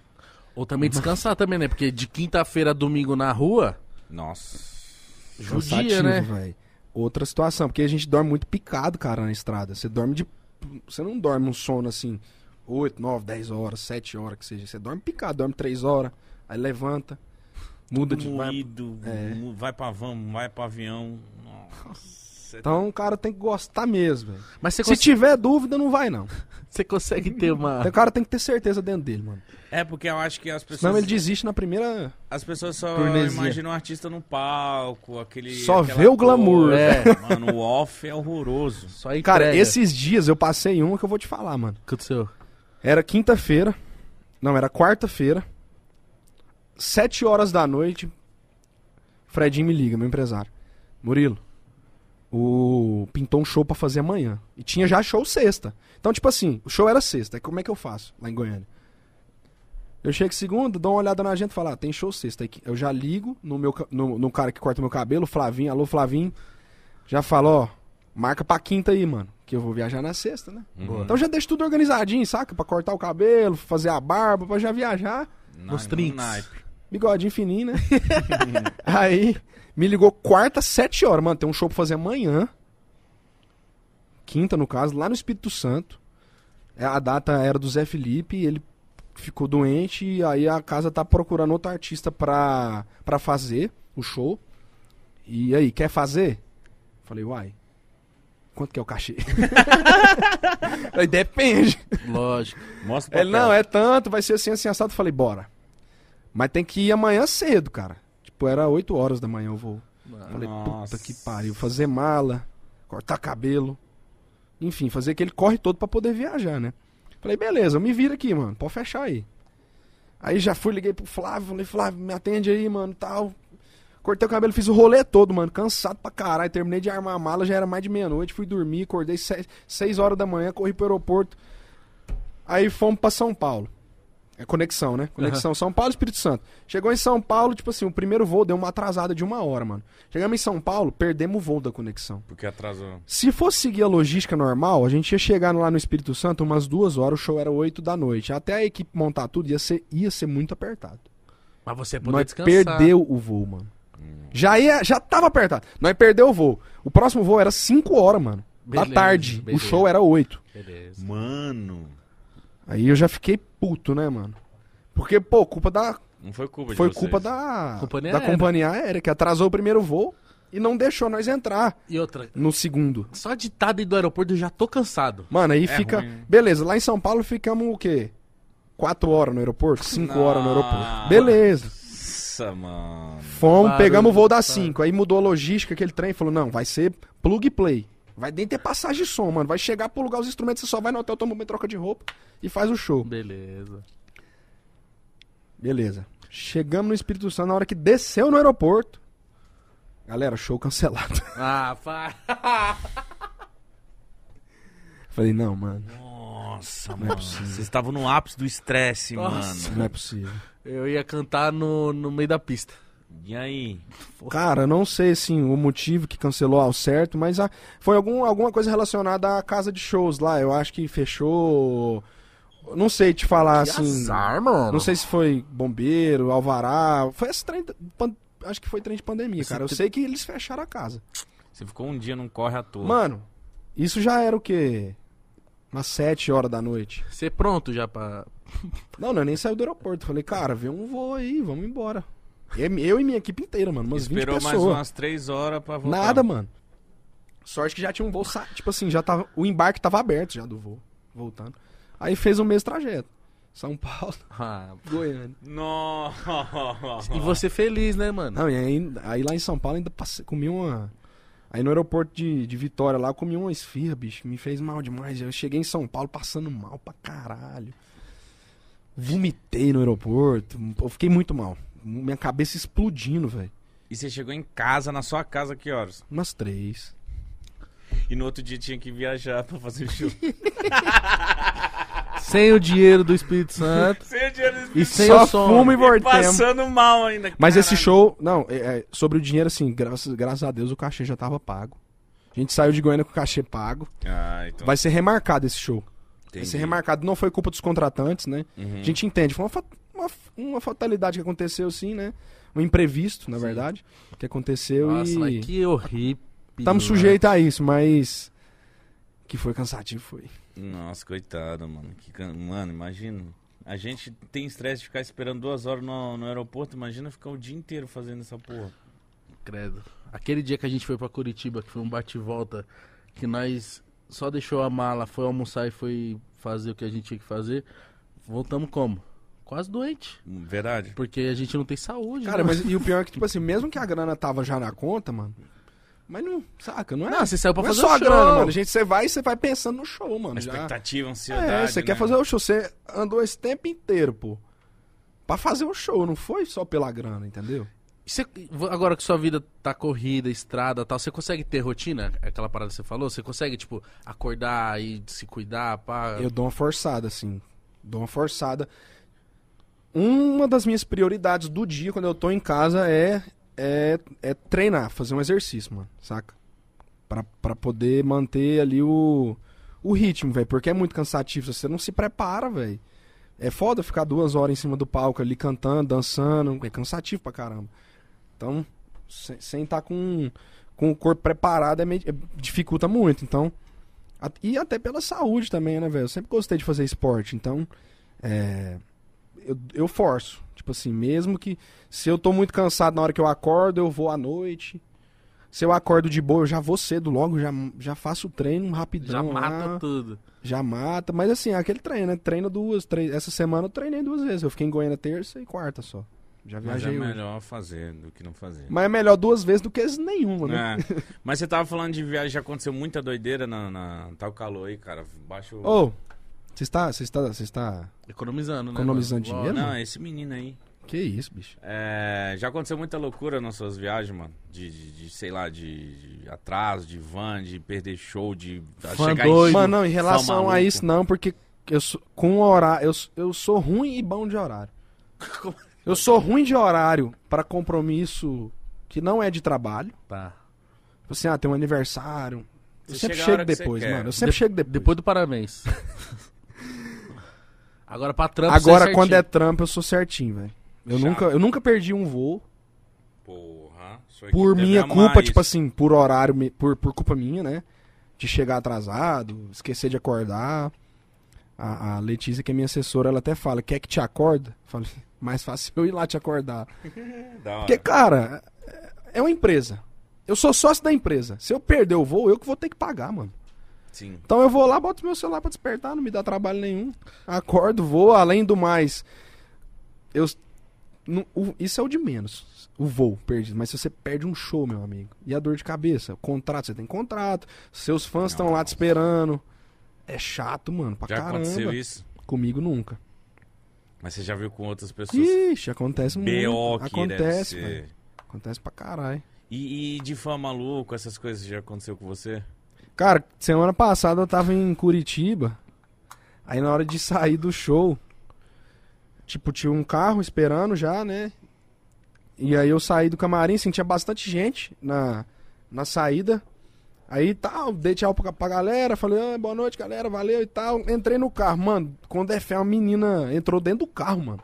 Speaker 1: Ou também descansar também, né? Porque de quinta-feira a domingo na rua,
Speaker 3: Nossa.
Speaker 1: judia, né?
Speaker 2: velho. Outra situação, porque a gente dorme muito picado, cara, na estrada. Você dorme de. Você não dorme um sono assim, 8, 9, 10 horas, 7 horas, que seja. Você dorme picado, dorme 3 horas, aí levanta, muda de. vai- é.
Speaker 3: Moído, mu- vai pra van, vai pra avião. Nossa.
Speaker 2: Então o cara tem que gostar mesmo, velho.
Speaker 1: Mas você,
Speaker 2: Se
Speaker 1: cons-
Speaker 2: tiver dúvida, não vai, não.
Speaker 1: você consegue ter uma.
Speaker 2: Então, o cara tem que ter certeza dentro dele, mano.
Speaker 3: É porque eu acho que as pessoas.
Speaker 2: Senão ele desiste na primeira.
Speaker 3: As pessoas só
Speaker 2: Turnezinha.
Speaker 3: imaginam o artista no palco, aquele.
Speaker 2: Só
Speaker 3: aquela
Speaker 2: vê o glamour. né?
Speaker 3: coisa.
Speaker 1: É.
Speaker 3: Mano, o off é horroroso.
Speaker 1: Só entrega.
Speaker 2: Cara, esses dias eu passei uma que eu vou te falar, mano.
Speaker 1: Aconteceu.
Speaker 2: Era quinta-feira. Não, era quarta-feira. Sete horas da noite. Fredinho me liga, meu empresário. Murilo, o pintou um show pra fazer amanhã. E tinha já show sexta. Então, tipo assim, o show era sexta. Aí Como é que eu faço lá em Goiânia? Eu chego segunda, dou uma olhada na agenda e falo, ah, tem show sexta. Aí Eu já ligo no, meu, ca- no, no cara que corta meu cabelo, Flavinho. Alô, Flavinho. Já falo, ó, marca pra quinta aí, mano. Que eu vou viajar na sexta, né?
Speaker 3: Boa.
Speaker 2: Então já deixa tudo organizadinho, saca? Pra cortar o cabelo, fazer a barba, pra já viajar.
Speaker 3: Na-
Speaker 1: Nos
Speaker 3: no
Speaker 1: trinks.
Speaker 3: naipe.
Speaker 2: Bigodinho fininho, né? Aí, me ligou quarta, sete horas. Mano, tem um show pra fazer amanhã. Quinta, no caso, lá no Espírito Santo. É, A data era do Zé Felipe, ele ficou doente e aí a casa tá procurando outro artista pra, pra fazer o show. E aí, quer fazer? Falei, uai, quanto que é o cachê? Falei, depende.
Speaker 1: Lógico.
Speaker 3: Mostra o
Speaker 2: Ele,
Speaker 3: papel.
Speaker 2: não, é tanto, vai ser assim, assim, assado. Falei, bora. Mas tem que ir amanhã cedo, cara. Tipo, era 8 horas da manhã o voo. Falei,
Speaker 3: Nossa.
Speaker 2: puta que pariu. Fazer mala, cortar cabelo. Enfim, fazer aquele corre todo pra poder viajar, né? Falei, beleza, eu me viro aqui, mano. Pode fechar aí. Aí já fui, liguei pro Flávio. Falei, Flávio, me atende aí, mano, tal. Cortei o cabelo, fiz o rolê todo, mano. Cansado pra caralho. Terminei de armar a mala, já era mais de meia-noite. Fui dormir, acordei 6 horas da manhã, corri pro aeroporto. Aí fomos pra São Paulo. É conexão, né? Conexão São Paulo Espírito Santo. Chegou em São Paulo, tipo assim, o primeiro voo deu uma atrasada de uma hora, mano. Chegamos em São Paulo, perdemos o voo da conexão.
Speaker 3: Porque atrasou.
Speaker 2: Se fosse seguir a logística normal, a gente ia chegar lá no Espírito Santo umas duas horas, o show era oito da noite. Até a equipe montar tudo ia ser, ia ser muito apertado.
Speaker 1: Mas você poder
Speaker 2: Nós
Speaker 1: descansar.
Speaker 2: perdeu o voo, mano. Já ia, já tava apertado. Nós perdeu o voo. O próximo voo era cinco horas, mano.
Speaker 1: Beleza,
Speaker 2: da tarde.
Speaker 1: beleza.
Speaker 2: O show era oito.
Speaker 1: Beleza.
Speaker 3: Mano.
Speaker 2: Aí eu já fiquei puto, né, mano? Porque, pô, culpa da
Speaker 3: Não foi culpa de
Speaker 2: Foi
Speaker 3: vocês.
Speaker 2: culpa da
Speaker 1: Companhia
Speaker 2: da
Speaker 1: aérea. né?
Speaker 2: companhia aérea, que atrasou o primeiro voo e não deixou nós entrar
Speaker 1: E outra,
Speaker 2: no segundo.
Speaker 1: só de tá estar dentro do aeroporto eu já tô cansado.
Speaker 2: Mano, aí
Speaker 3: É
Speaker 2: fica.
Speaker 3: ruim, né?
Speaker 2: Beleza, lá em São Paulo ficamos o quê? 4 horas no aeroporto, 5 horas no aeroporto.
Speaker 3: Nossa.
Speaker 2: Beleza.
Speaker 3: Nossa, mano.
Speaker 2: Fomos,
Speaker 1: Barulho,
Speaker 2: pegamos o voo da
Speaker 1: barulho.
Speaker 2: 5. Aí mudou a logística, aquele trem. Falou, não, vai ser plug and play. Vai nem ter passagem de som, mano. Vai chegar, plugar os instrumentos, você só vai no hotel, toma uma troca de roupa e faz o show.
Speaker 1: Beleza.
Speaker 2: Beleza. Chegamos no Espírito Santo, na hora que desceu no aeroporto. Galera, show cancelado.
Speaker 1: Ah, para.
Speaker 2: Falei, não, mano.
Speaker 3: Nossa, mano. é Vocês estavam no ápice do estresse,
Speaker 1: Nossa.
Speaker 3: mano.
Speaker 2: Não é possível.
Speaker 1: Eu ia cantar no, no meio da pista.
Speaker 3: E aí?
Speaker 2: Cara, eu não sei assim o motivo que cancelou ao certo, mas a- foi algum, alguma coisa relacionada à casa de shows lá. Eu acho que fechou. Não sei te falar
Speaker 1: Que
Speaker 2: assim.
Speaker 1: azar, mano.
Speaker 2: Não sei se foi bombeiro, alvará. Foi esse trem. da- pan- Acho que foi trem de pandemia,
Speaker 3: Esse
Speaker 2: cara. Eu
Speaker 3: tri-
Speaker 2: sei que eles fecharam a casa.
Speaker 3: Você ficou um dia, não corre à toa.
Speaker 2: Mano, isso já era o quê? Umas 7 horas da noite.
Speaker 1: Você é pronto já pra.
Speaker 2: Não, não, eu nem saiu do aeroporto. Falei, cara, vê um voo aí, vamos embora. Eu, eu e minha equipe inteira, mano. Umas 20
Speaker 3: Esperou
Speaker 2: pessoas.
Speaker 3: mais um umas três horas pra voltar.
Speaker 2: Nada, mano. Sorte que já tinha um voo, sa- tipo assim, já tava, o embarque tava aberto já do voo, voltando. Aí fez o mesmo trajeto. São Paulo,
Speaker 1: Ah,
Speaker 2: Goiânia.
Speaker 3: Nossa.
Speaker 1: e você feliz, né, mano?
Speaker 2: Não, e aí, aí lá em São Paulo ainda passei, comi uma Aí no aeroporto de, de Vitória lá, eu comi uma esfirra, bicho, me fez mal demais. Eu cheguei em São Paulo passando mal pra caralho. Vomitei no aeroporto, eu fiquei muito mal. Minha cabeça explodindo, velho.
Speaker 3: E você chegou em casa, na sua casa, que horas?
Speaker 2: Umas três.
Speaker 3: E no outro dia tinha que viajar pra fazer o show.
Speaker 1: Sem o dinheiro do Espírito Santo
Speaker 3: Sem o dinheiro do
Speaker 1: e sem
Speaker 2: Só
Speaker 1: o som.
Speaker 2: fumo e
Speaker 3: e
Speaker 2: voltemos.
Speaker 3: passando mal ainda.
Speaker 2: Mas
Speaker 3: caralho.
Speaker 2: esse show, não, é- é, sobre o dinheiro, assim, graças, graças a Deus o cachê já tava pago. A gente saiu de Goiânia com o cachê pago.
Speaker 3: Ah, então.
Speaker 2: Vai ser remarcado esse show. Vai
Speaker 3: entendi.
Speaker 2: ser remarcado. Não foi culpa dos contratantes, né?
Speaker 3: Uhum.
Speaker 1: Hum.
Speaker 2: A gente entende. Foi uma, fa- uma, uma fatalidade que aconteceu, sim, né? Um imprevisto, na verdade, que aconteceu
Speaker 1: Nossa,
Speaker 2: e.
Speaker 1: mas que né? horrível.
Speaker 2: Estamos sujeitos a isso, mas. Que foi cansativo, foi.
Speaker 3: Nossa, coitado, mano. Que can- Mano, imagina. A gente tem estresse de ficar esperando duas horas no, no aeroporto. Imagina ficar o dia inteiro fazendo essa porra.
Speaker 1: Credo. Aquele dia que a gente foi pra Curitiba, que foi um bate-volta, que nós só deixou a mala, foi almoçar e foi fazer o que a gente tinha que fazer. Voltamos como? Quase doente.
Speaker 3: Verdade?
Speaker 1: Porque a gente não tem saúde.
Speaker 2: Cara,
Speaker 1: né?
Speaker 2: mas e o pior é que, tipo assim, mesmo que a grana tava já na conta, mano. Mas não, saca? Não é.
Speaker 1: Não, você saiu pra
Speaker 2: Não é
Speaker 1: fazer
Speaker 2: só
Speaker 1: o
Speaker 2: a
Speaker 1: show.
Speaker 2: grana, mano. A gente, você vai e você vai pensando no show, mano.
Speaker 3: A
Speaker 2: já.
Speaker 3: expectativa, a
Speaker 2: É,
Speaker 3: ansiedade.
Speaker 2: você quer
Speaker 3: né?
Speaker 2: fazer o show. Você andou esse tempo inteiro, pô. Pra fazer o show, não foi só pela grana, entendeu?
Speaker 1: Você- vo- agora que sua vida tá corrida, estrada tal, você consegue ter rotina? É Aquela parada que você falou? Você consegue, tipo, acordar e se cuidar,
Speaker 3: É.
Speaker 1: pá?
Speaker 2: Eu dou uma forçada, assim. Dou uma forçada. Uma das minhas prioridades do dia, quando eu tô em casa, é, é, é treinar, fazer um exercício, mano, saca? Pra, pra poder manter ali o, o ritmo, velho. Porque é muito cansativo, você não se prepara, velho. É foda ficar duas horas em cima do palco ali cantando, dançando. É cansativo pra caramba. Então, sem estar com, com o corpo preparado é meio- é- dificulta muito. Então, a- e até pela saúde também, né, velho? Eu sempre gostei de fazer esporte, então é, eu, eu forço. Tipo assim, mesmo que se eu tô muito cansado na hora que eu acordo, eu vou à noite. Se eu acordo de boa, eu já vou cedo logo, já, já faço o treino rapidão.
Speaker 1: Já mata
Speaker 2: lá.
Speaker 1: tudo.
Speaker 2: Já mata, mas assim, é aquele treino, né? Treina duas, três. Essa semana eu treinei duas vezes. Eu fiquei em Goiânia terça e quarta só. Já
Speaker 3: Mas
Speaker 2: viajei.
Speaker 3: é
Speaker 2: hoje. Mas é,
Speaker 3: melhor fazer do que não fazer.
Speaker 2: melhor duas vezes do que nenhuma, né?
Speaker 3: É. Mas você tava falando de viagem, já aconteceu muita doideira na, na tá o calor aí, cara. Baixa o.
Speaker 2: Ô, você está. Você está. Você está.
Speaker 1: Economizando, né?
Speaker 2: Economizando
Speaker 1: mano?
Speaker 2: dinheiro?
Speaker 1: Lógico.
Speaker 3: não, esse menino aí.
Speaker 2: Que isso, bicho?
Speaker 3: É, já aconteceu muita loucura nas suas viagens, mano. De, de- de, sei lá, de, de atraso, de van, de perder show, de
Speaker 1: Fã doido.
Speaker 2: Mano, não, em
Speaker 3: Fala,
Speaker 2: relação
Speaker 3: maluco.
Speaker 2: a isso, não, porque eu sou, com horário. Eu, sou- eu sou ruim e bom de horário.
Speaker 3: assim?
Speaker 2: Eu sou ruim de horário pra compromisso que não é de trabalho.
Speaker 1: Tá.
Speaker 2: Tipo assim, ah, tem um aniversário. Eu
Speaker 3: Você
Speaker 2: sempre
Speaker 3: chega a
Speaker 2: chego
Speaker 3: hora que você
Speaker 2: depois,
Speaker 3: quer.
Speaker 2: mano. Eu sempre
Speaker 1: De-
Speaker 2: chego depois.
Speaker 1: Depois do parabéns. Agora pra trampo
Speaker 2: Agora,
Speaker 1: você
Speaker 2: quando é
Speaker 1: certinho.
Speaker 2: trampa, eu sou certinho, velho. Eu
Speaker 3: Chato.
Speaker 2: nunca, eu nunca perdi um voo.
Speaker 3: Porra. isso aqui
Speaker 2: Por
Speaker 3: deve
Speaker 2: minha
Speaker 3: amar
Speaker 2: culpa,
Speaker 3: isso.
Speaker 2: tipo assim, por horário, me- por, por culpa minha, né? De chegar atrasado, esquecer de acordar. A, a Letícia, que é minha assessora, ela até fala, quer que te acorda? Eu Falo, mais fácil eu ir lá te acordar.
Speaker 3: Da hora.
Speaker 2: assim, Porque, cara, é- é uma empresa. Eu sou sócio da empresa. Se eu perder o voo, eu que vou ter que pagar, mano.
Speaker 3: Sim.
Speaker 2: Então eu vou lá, boto meu celular pra despertar, não me dá trabalho nenhum. Acordo, vou, além do mais. Eu. não- o- isso é o de menos. O voo perdido. Mas se você perde um show, meu amigo. E a dor de cabeça? O contrato, você tem contrato. Seus fãs estão lá te esperando. É chato, mano, pra
Speaker 3: Já
Speaker 2: caramba.
Speaker 3: aconteceu isso?
Speaker 2: Comigo nunca.
Speaker 3: Mas você já viu com outras pessoas?
Speaker 2: Ixi, acontece
Speaker 3: B.O.
Speaker 2: muito.
Speaker 3: que
Speaker 2: Acontece,
Speaker 3: deve ser.
Speaker 2: velho. Acontece pra caralho.
Speaker 3: E, e de fã maluco, essas coisas já aconteceu com você?
Speaker 2: Cara, semana passada eu tava em Curitiba. Aí na hora de sair do show, tipo, tinha um carro esperando já, né? E aí eu saí do camarim, sentia bastante gente na, na saída. Aí tal, dei tchau pra, pra galera, falei, "Ah, boa noite, galera, valeu e tal. Entrei no carro, mano. Quando é fé, uma menina entrou dentro do carro, mano.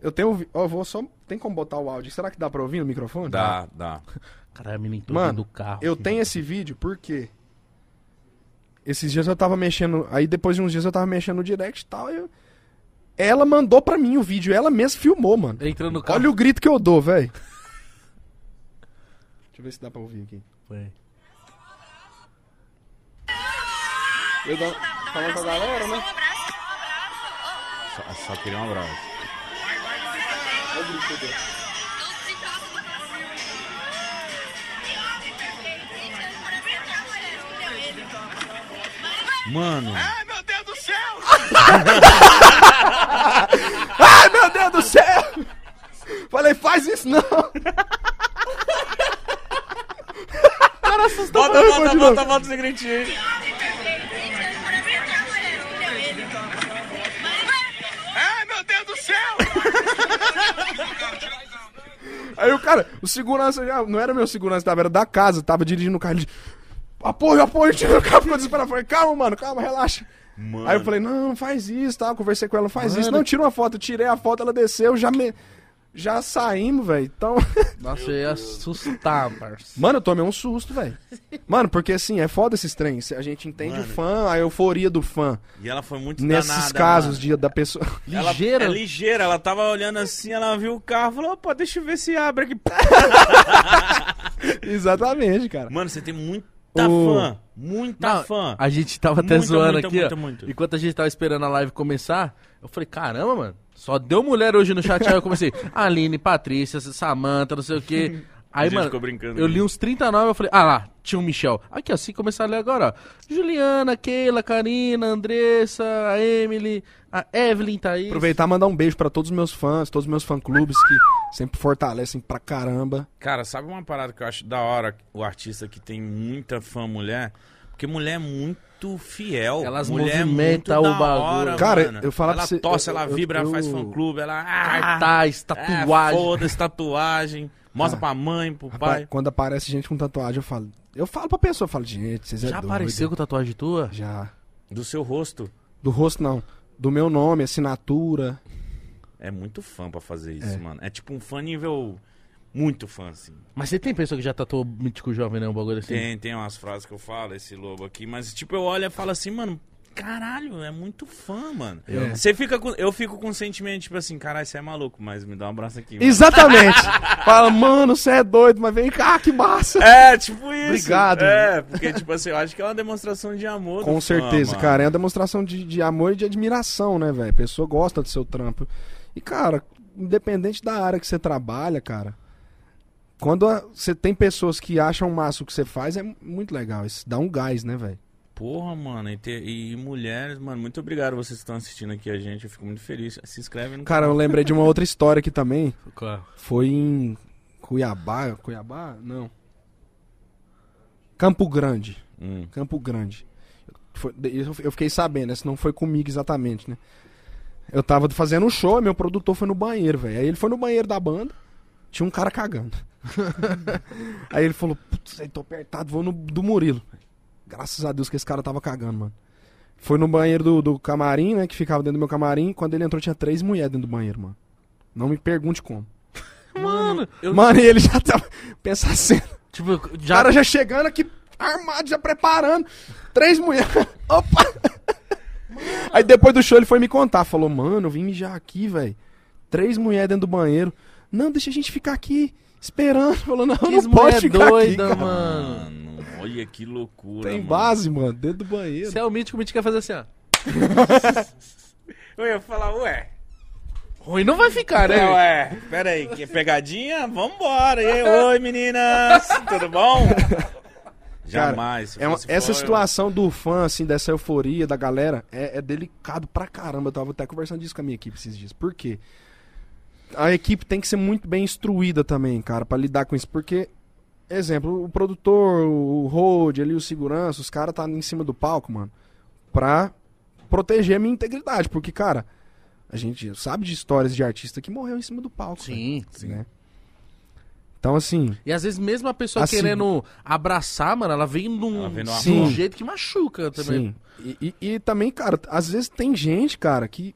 Speaker 2: Eu tenho. vi- Ó, eu vou só. Tem como botar o áudio? Será que dá pra ouvir no microfone?
Speaker 3: Dá, dá.
Speaker 1: Caralho, a menina entrou
Speaker 2: Mano,
Speaker 1: dentro do carro.
Speaker 2: Eu tenho esse vídeo porque esses dias eu tava mexendo. Aí depois de uns dias eu tava mexendo no direct e tal. eu- Ela mandou pra mim o vídeo, ela mesma filmou, mano.
Speaker 1: Ele entrou no carro.
Speaker 2: Olha o grito que eu dou, velho. Deixa eu ver se dá pra ouvir aqui.
Speaker 1: Foi.
Speaker 2: Eu dou... Falando com a galera, né?
Speaker 3: Só, só queria um abraço. Mano,
Speaker 4: Ai, meu Deus do céu!
Speaker 2: Ai, meu Deus do céu! Falei, faz isso não!
Speaker 3: bota,
Speaker 2: bota, bota, bota,
Speaker 3: bota o segredinho aí.
Speaker 4: Ai, meu Deus do céu!
Speaker 2: Aí o cara, o segurança já. Não era meu segurança, tava, era da casa, tava dirigindo o carro. Ele, apoio, apoio, tira o carro, ficou desesperado. Eu Falei, calma, mano, calma, relaxa.
Speaker 3: Mano.
Speaker 2: Aí eu falei, não, não faz isso, tá? Eu Conversei com ela, não faz isso. Não, tira uma foto. Eu tirei a foto, ela desceu, já me. Já saímos, velho. Então.
Speaker 1: Nossa, eu ia assustar, parça.
Speaker 2: Mano, eu tomei um susto, velho. Mano, porque assim, é foda esses trens. A gente entende o fã, a euforia do fã.
Speaker 3: E ela foi muito
Speaker 2: Nesses
Speaker 3: danada,
Speaker 2: casos
Speaker 3: mano.
Speaker 2: de, da pessoa.
Speaker 3: Ela,
Speaker 1: Ligeira.
Speaker 3: é ligeira, ela tava olhando assim, ela viu o carro, falou, opa, deixa eu ver se abre aqui.
Speaker 2: Exatamente, cara.
Speaker 3: Mano, você tem muita
Speaker 2: O-
Speaker 3: fã, muita
Speaker 1: Não,
Speaker 3: Tá fã.
Speaker 1: A gente tava até
Speaker 3: Muita,
Speaker 1: zoando
Speaker 3: muita,
Speaker 1: aqui,
Speaker 3: muita,
Speaker 1: ó.
Speaker 3: muita.
Speaker 1: Enquanto a gente tava esperando a live começar, eu falei, caramba, mano, só deu mulher hoje no chat. Aí eu comecei, Aline, Patrícia, Samanta, não sei o quê. Aí,
Speaker 3: A gente
Speaker 1: mano,
Speaker 3: ficou brincando.
Speaker 1: eu li uns 39, eu falei, ah lá, tinha o Michel. Aqui, ó, se começar a ler agora, ó. Juliana, Keila, Karina, Andressa, a Emily, a Evelyn tá aí.
Speaker 2: Aproveitar e mandar um beijo pra todos os meus fãs, todos os meus fã-clubes que sempre fortalecem pra caramba.
Speaker 3: Cara, sabe uma parada que eu acho da hora o artista que tem muita fã mulher? Porque mulher é muito fiel.
Speaker 1: Elas
Speaker 3: mulher é
Speaker 1: movimentam
Speaker 3: muito
Speaker 1: o
Speaker 3: da
Speaker 1: bagulho.
Speaker 3: hora,
Speaker 2: Cara,
Speaker 3: mano.
Speaker 2: eu falo pra
Speaker 3: Ela
Speaker 2: você,
Speaker 3: tosse,
Speaker 2: eu-
Speaker 3: ela
Speaker 2: eu-
Speaker 3: vibra, ela faz
Speaker 2: eu-
Speaker 3: fã-clube, ela... Ah,
Speaker 1: Cartaz, tatuagem.
Speaker 3: É, foda-se, tatuagem. Mostra pra mãe, pro
Speaker 2: Rapaz,
Speaker 3: pai.
Speaker 2: quando aparece gente com tatuagem, eu falo. Eu falo pra pessoa, eu falo, gente, vocês é
Speaker 1: Já
Speaker 2: doido.
Speaker 1: apareceu com tatuagem tua?
Speaker 2: Já.
Speaker 3: Do seu rosto.
Speaker 2: Do rosto, não. Do meu nome, assinatura.
Speaker 3: É muito fã pra fazer isso, mano. É tipo um fã nível... Muito fã, assim.
Speaker 1: Mas você tem pessoa que já tatuou Mítico Jovem, né? Um bagulho assim?
Speaker 3: Tem, tem umas frases que eu falo, esse lobo aqui, mas tipo, eu olho e falo assim, mano, caralho, é muito fã, mano.
Speaker 2: É.
Speaker 3: Você fica com- eu fico com um sentimento, tipo assim, caralho, você é maluco, mas me dá um abraço aqui. mano.
Speaker 2: Exatamente! Fala, mano, você é doido, mas vem cá, que massa!
Speaker 3: É, tipo isso.
Speaker 2: Obrigado,
Speaker 3: É, porque, tipo assim, eu acho que é uma demonstração de amor. do
Speaker 2: Com
Speaker 3: fã,
Speaker 2: certeza,
Speaker 3: mano.
Speaker 2: cara. É uma demonstração de, de amor e de admiração, né, velho? A pessoa gosta do seu trampo. E, cara, independente da área que você trabalha, cara, quando a- você tem pessoas que acham massa o que você faz, é muito legal. Isso dá um gás, né, velho?
Speaker 3: Porra, mano, e, ter- e mulheres, mano, muito obrigado vocês que estão assistindo aqui a gente, eu fico muito feliz. Se inscreve no
Speaker 2: Cara, eu lembrei de uma outra história aqui também.
Speaker 1: Claro.
Speaker 2: Foi em Cuiabá. Cuiabá? Não. Campo Grande.
Speaker 3: Hum.
Speaker 2: Campo Grande. Foi- eu eu fiquei sabendo, né? Se não foi comigo exatamente, né? Eu tava fazendo um show, meu produtor foi no banheiro, velho. Aí ele foi no banheiro da banda, tinha um cara cagando. aí ele falou, putz, aí tô apertado, vou no do Murilo. Graças a Deus que esse cara tava cagando, mano. Foi no banheiro do, do camarim, né? Que ficava dentro do meu camarim. Quando ele entrou, tinha três mulheres dentro do banheiro, mano. Não me pergunte como.
Speaker 1: Mano, eu...
Speaker 2: Mano, e ele já tava. Pensa a cena.
Speaker 1: Tipo,
Speaker 2: O
Speaker 1: já...
Speaker 2: cara já chegando aqui, armado, já preparando. Três mulheres. Opa! Aí depois do show ele foi me contar. Falou, mano, eu vim mijar aqui, velho. Três mulheres dentro do banheiro. Não, deixa a gente ficar aqui esperando. Falou, não,
Speaker 1: Quis
Speaker 2: não pode
Speaker 1: mulher
Speaker 2: ficar
Speaker 1: doida,
Speaker 2: aqui, cara.
Speaker 1: mano.
Speaker 3: Mano, Olha que loucura.
Speaker 2: Tem
Speaker 3: mano.
Speaker 2: base, mano, dentro do banheiro.
Speaker 1: Se é o mítico, o mítico quer fazer assim, ó.
Speaker 3: Eu ia falar, ué.
Speaker 1: Ruim não vai ficar, né?
Speaker 3: Não, é. Pera aí, que é pegadinha? Vambora. E aí, oi, meninas. Tudo bom?
Speaker 2: Cara,
Speaker 3: Jamais. se
Speaker 2: é uma-
Speaker 3: fosse um-
Speaker 2: essa
Speaker 3: fora,
Speaker 2: situação do fã, assim, dessa euforia da galera, é, é delicado pra caramba. Eu tava até conversando disso com a minha equipe esses dias. Por quê? A equipe tem que ser muito bem instruída também, cara, pra lidar com isso. Porque, exemplo, o produtor, o road ali, o segurança, os caras tá em cima do palco, mano, pra proteger a minha integridade. Porque, cara, a gente sabe de histórias de artista que morreu em cima do palco.
Speaker 1: Sim.
Speaker 2: velho, né? Então, assim,
Speaker 1: E às vezes mesmo a pessoa
Speaker 2: Assim.
Speaker 1: querendo abraçar, mano, ela vem num,
Speaker 3: Ela vem numa
Speaker 1: de um
Speaker 2: Sim.
Speaker 1: jeito que machuca também.
Speaker 2: Sim. E, e- e também, cara, às vezes tem gente, cara, que.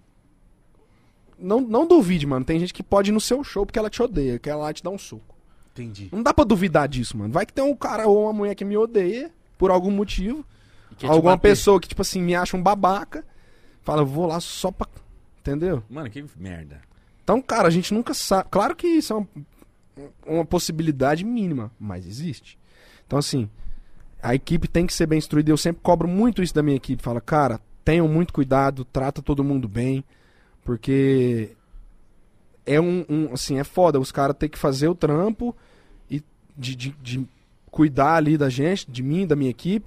Speaker 2: Não, não duvide, mano. Tem gente que pode ir no seu show porque ela te odeia, que ela te dá um soco.
Speaker 1: Entendi.
Speaker 2: Não dá pra duvidar disso, mano. Vai que tem um cara ou uma mulher que me odeia por algum motivo.
Speaker 1: E quer te
Speaker 2: alguma
Speaker 1: bater.
Speaker 2: pessoa que, tipo assim, me acha um babaca. Fala, vou lá só pra. Entendeu?
Speaker 3: Mano, que merda.
Speaker 2: Então, cara, a gente nunca sabe. Claro que isso é uma, uma possibilidade mínima, mas existe. Então, assim, a equipe tem que ser bem instruída. Eu sempre cobro muito isso da minha equipe. Fala, cara, tenham muito cuidado, trata todo mundo bem, porque é um, um- assim, é foda. Os caras têm que fazer o trampo e de, de- de cuidar ali da gente, de mim, da minha equipe,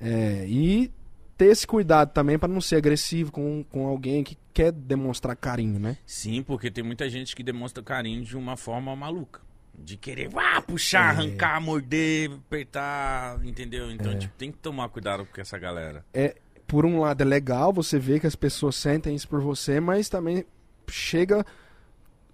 Speaker 2: é, e ter esse cuidado também pra não ser agressivo com, com alguém que quer demonstrar carinho, né?
Speaker 3: Sim, porque tem muita gente que demonstra carinho de uma forma maluca. De querer uá,
Speaker 2: É.
Speaker 3: puxar, arrancar, morder, apertar, entendeu?
Speaker 2: É.
Speaker 3: Então, tipo, tem que tomar cuidado com essa galera.
Speaker 2: por um lado é legal você ver que as pessoas sentem isso por você, mas também chega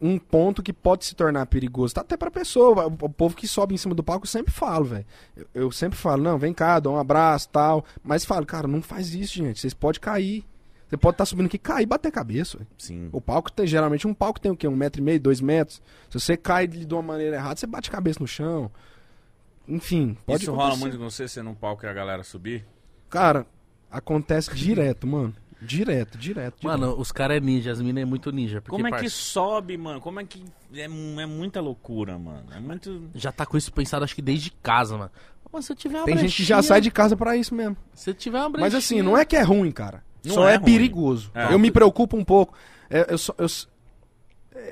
Speaker 2: um ponto que pode se tornar perigoso, tá até pra pessoa, o o povo que sobe em cima do palco eu sempre falo, velho. Eu, eu sempre falo, não, vem cá, dá um abraço, tal, mas falo, cara, não faz isso, gente, vocês podem cair. Você pode estar subindo aqui, cair, e bater a cabeça. velho.
Speaker 3: Sim.
Speaker 2: O palco tem, geralmente, um palco tem o quê? Um metro e meio, dois metros. Se você cai de uma maneira errada, você bate a cabeça no chão. Enfim, pode
Speaker 3: Isso rola
Speaker 2: acontecer.
Speaker 3: muito com você, você num palco e a galera subir?
Speaker 2: Cara, acontece direto, mano. Direto, direto. direto.
Speaker 1: Mano, os caras é ninja, as minas é muito ninja. Porque,
Speaker 3: Como é que
Speaker 1: parça,
Speaker 3: sobe, mano? Como é que. É, mu- é muita loucura, mano. É muito.
Speaker 1: Já tá com isso pensado, acho que desde casa, mano. Mas se eu tiver uma
Speaker 2: tem gente que
Speaker 1: brechinha-
Speaker 2: já sai de casa pra isso mesmo.
Speaker 1: Se eu tiver uma
Speaker 2: Mas
Speaker 1: brechinha-
Speaker 2: assim, não é que é ruim, cara.
Speaker 3: Não
Speaker 2: só
Speaker 3: é
Speaker 2: é,
Speaker 3: ruim.
Speaker 2: perigoso.
Speaker 3: É.
Speaker 2: Eu me preocupo um pouco. É, eu, só- eu s-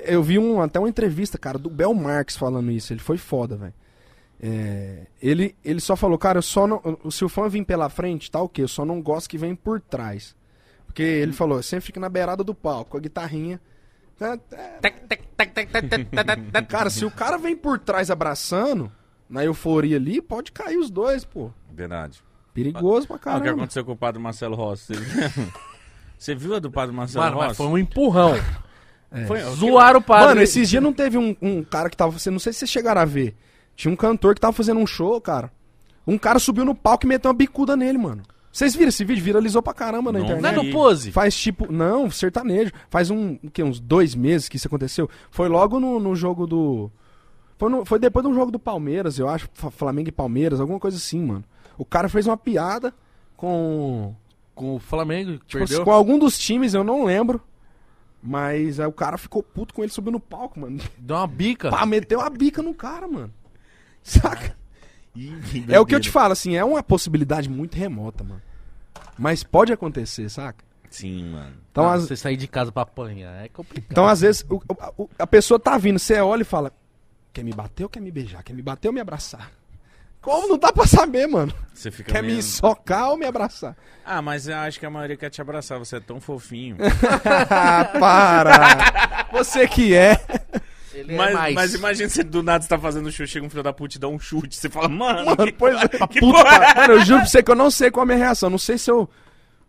Speaker 2: eu vi um, até uma entrevista, cara, do Bel Marx falando isso. Ele foi foda, velho. É, ele, ele só falou, cara, eu só não. Se o fã vir pela frente, tá ok. Eu só não gosto que vem por trás. Porque ele falou, eu sempre fica na beirada do palco, com a guitarrinha. É,
Speaker 1: Tec, tec, tec, tec, tec, tec, tec, tec, tec.
Speaker 2: Cara, se o cara vem por trás abraçando, na euforia ali, pode cair os dois, pô.
Speaker 3: Verdade.
Speaker 2: Perigoso pra
Speaker 3: Ah, o que
Speaker 2: caramba.
Speaker 3: aconteceu com o padre Marcelo Rossi? Você- Você viu a do padre Marcelo
Speaker 1: Mano, mas
Speaker 3: Rossi?
Speaker 1: foi um empurrão.
Speaker 3: Foi-
Speaker 1: Zoaram o padre.
Speaker 2: É. Mano, esses dias não teve um, um cara que tava. Você não sei se vocês chegaram a ver. Tinha um cantor que tava fazendo um show, cara. Um cara subiu no palco e meteu uma bicuda nele, mano. Vocês viram esse vídeo? Viralizou pra caramba na
Speaker 3: Não
Speaker 2: internet.
Speaker 1: Não é no pose?
Speaker 2: Faz tipo. Não, sertanejo. Faz um. O quê? Uns dois meses que isso aconteceu. Foi logo no, no jogo do. Foi, no- foi depois de um jogo do Palmeiras, eu acho. Fa- Flamengo e Palmeiras, alguma coisa assim, mano. O cara fez uma piada com.
Speaker 1: Com o Flamengo,
Speaker 2: Tipo,
Speaker 1: perdeu.
Speaker 2: com algum dos times, eu não lembro. Mas aí o cara ficou puto com ele subiu no palco, mano.
Speaker 1: Deu uma bica.
Speaker 2: Pá, meteu a bica no cara, mano. Saca?
Speaker 3: Ih,
Speaker 1: Ah,
Speaker 2: É o que eu te
Speaker 3: doideira.
Speaker 2: falo, assim, é uma possibilidade muito remota, mano. Mas pode acontecer, saca?
Speaker 3: Sim, mano.
Speaker 2: Então,
Speaker 1: Ah,
Speaker 2: às-
Speaker 1: Você sair de casa pra apanhar é complicado.
Speaker 2: então às vezes, o- o- a pessoa tá vindo, você olha e fala: quer me bater ou quer me beijar? Quer me bater ou me abraçar? Como não dá pra saber, mano?
Speaker 3: Você fica
Speaker 2: Quer
Speaker 3: meio...
Speaker 2: me socar ou me abraçar?
Speaker 3: Ah, mas eu acho que a maioria quer te abraçar, você é tão fofinho.
Speaker 2: Ah, para! Você que é.
Speaker 1: Ele é
Speaker 3: mas,
Speaker 1: mais.
Speaker 3: mas imagina você do nada você tá fazendo show, chega um filho da puta e dá um chute. Você fala, mano,
Speaker 2: Mano,
Speaker 3: que-
Speaker 2: pois é.
Speaker 3: que
Speaker 2: Puta,
Speaker 3: porra é
Speaker 2: mano, eu juro pra você que eu não sei qual é a minha reação. Não sei se eu.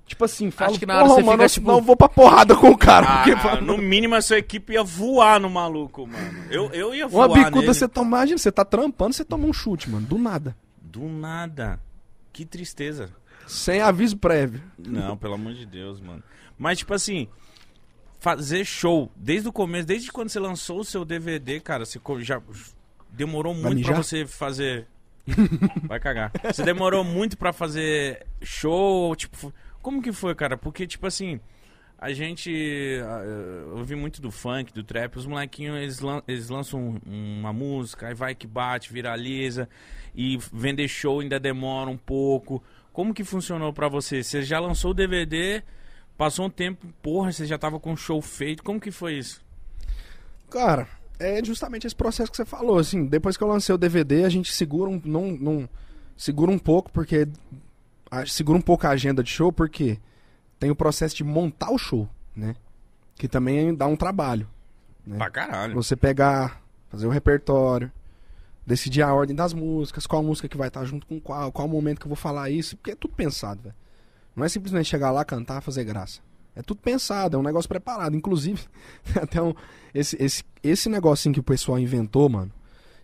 Speaker 2: Tipo assim, falo,
Speaker 1: que na hora
Speaker 2: "Porra,
Speaker 1: você
Speaker 2: mano,
Speaker 1: fica,
Speaker 2: eu
Speaker 1: tipo-
Speaker 2: não vou pra porrada com o cara.
Speaker 3: Ah,
Speaker 2: porque, mano,
Speaker 3: no mínimo a sua equipe ia voar no maluco, mano. Eu, eu ia
Speaker 2: Uma
Speaker 3: voar
Speaker 2: bicuda
Speaker 3: nele.
Speaker 2: você toma, imagina, você tá trampando, você toma um chute, mano, do nada.
Speaker 3: Do nada. Que tristeza.
Speaker 2: Sem aviso prévio.
Speaker 3: Não, pelo amor de Deus, mano. Mas, tipo assim, fazer show desde o começo, desde quando você lançou o seu DVD, cara, você co- já demorou muito pra
Speaker 2: mijar?
Speaker 3: você fazer. Vai cagar. Você demorou muito pra fazer show, tipo. Como que foi, cara? Porque, tipo assim, A gente ah, eu ouvi muito do funk, do trap. Os molequinhos, eles, lan- eles lançam um- uma música, aí vai que bate, viraliza. E vender show ainda demora um pouco. Como que funcionou pra você? Você já lançou o DVD, passou um tempo, porra, você já tava com o show feito. Como que foi isso?
Speaker 2: Cara, é justamente esse processo que você falou, assim, depois que eu lancei o DVD, a gente segura um, não, não- segura um pouco, porque a- segura um pouco a agenda de show, porque tem o processo de montar o show, né? Que também dá um trabalho. É.
Speaker 3: Pra caralho.
Speaker 2: Você pegar, fazer o repertório, decidir a ordem das músicas, qual música que vai estar junto com qual, qual momento que eu vou falar isso, porque é tudo pensado, velho. Não é simplesmente chegar lá, cantar, fazer graça. É tudo pensado, é um negócio preparado. Inclusive, até um, esse, esse, esse negocinho que o pessoal inventou, mano.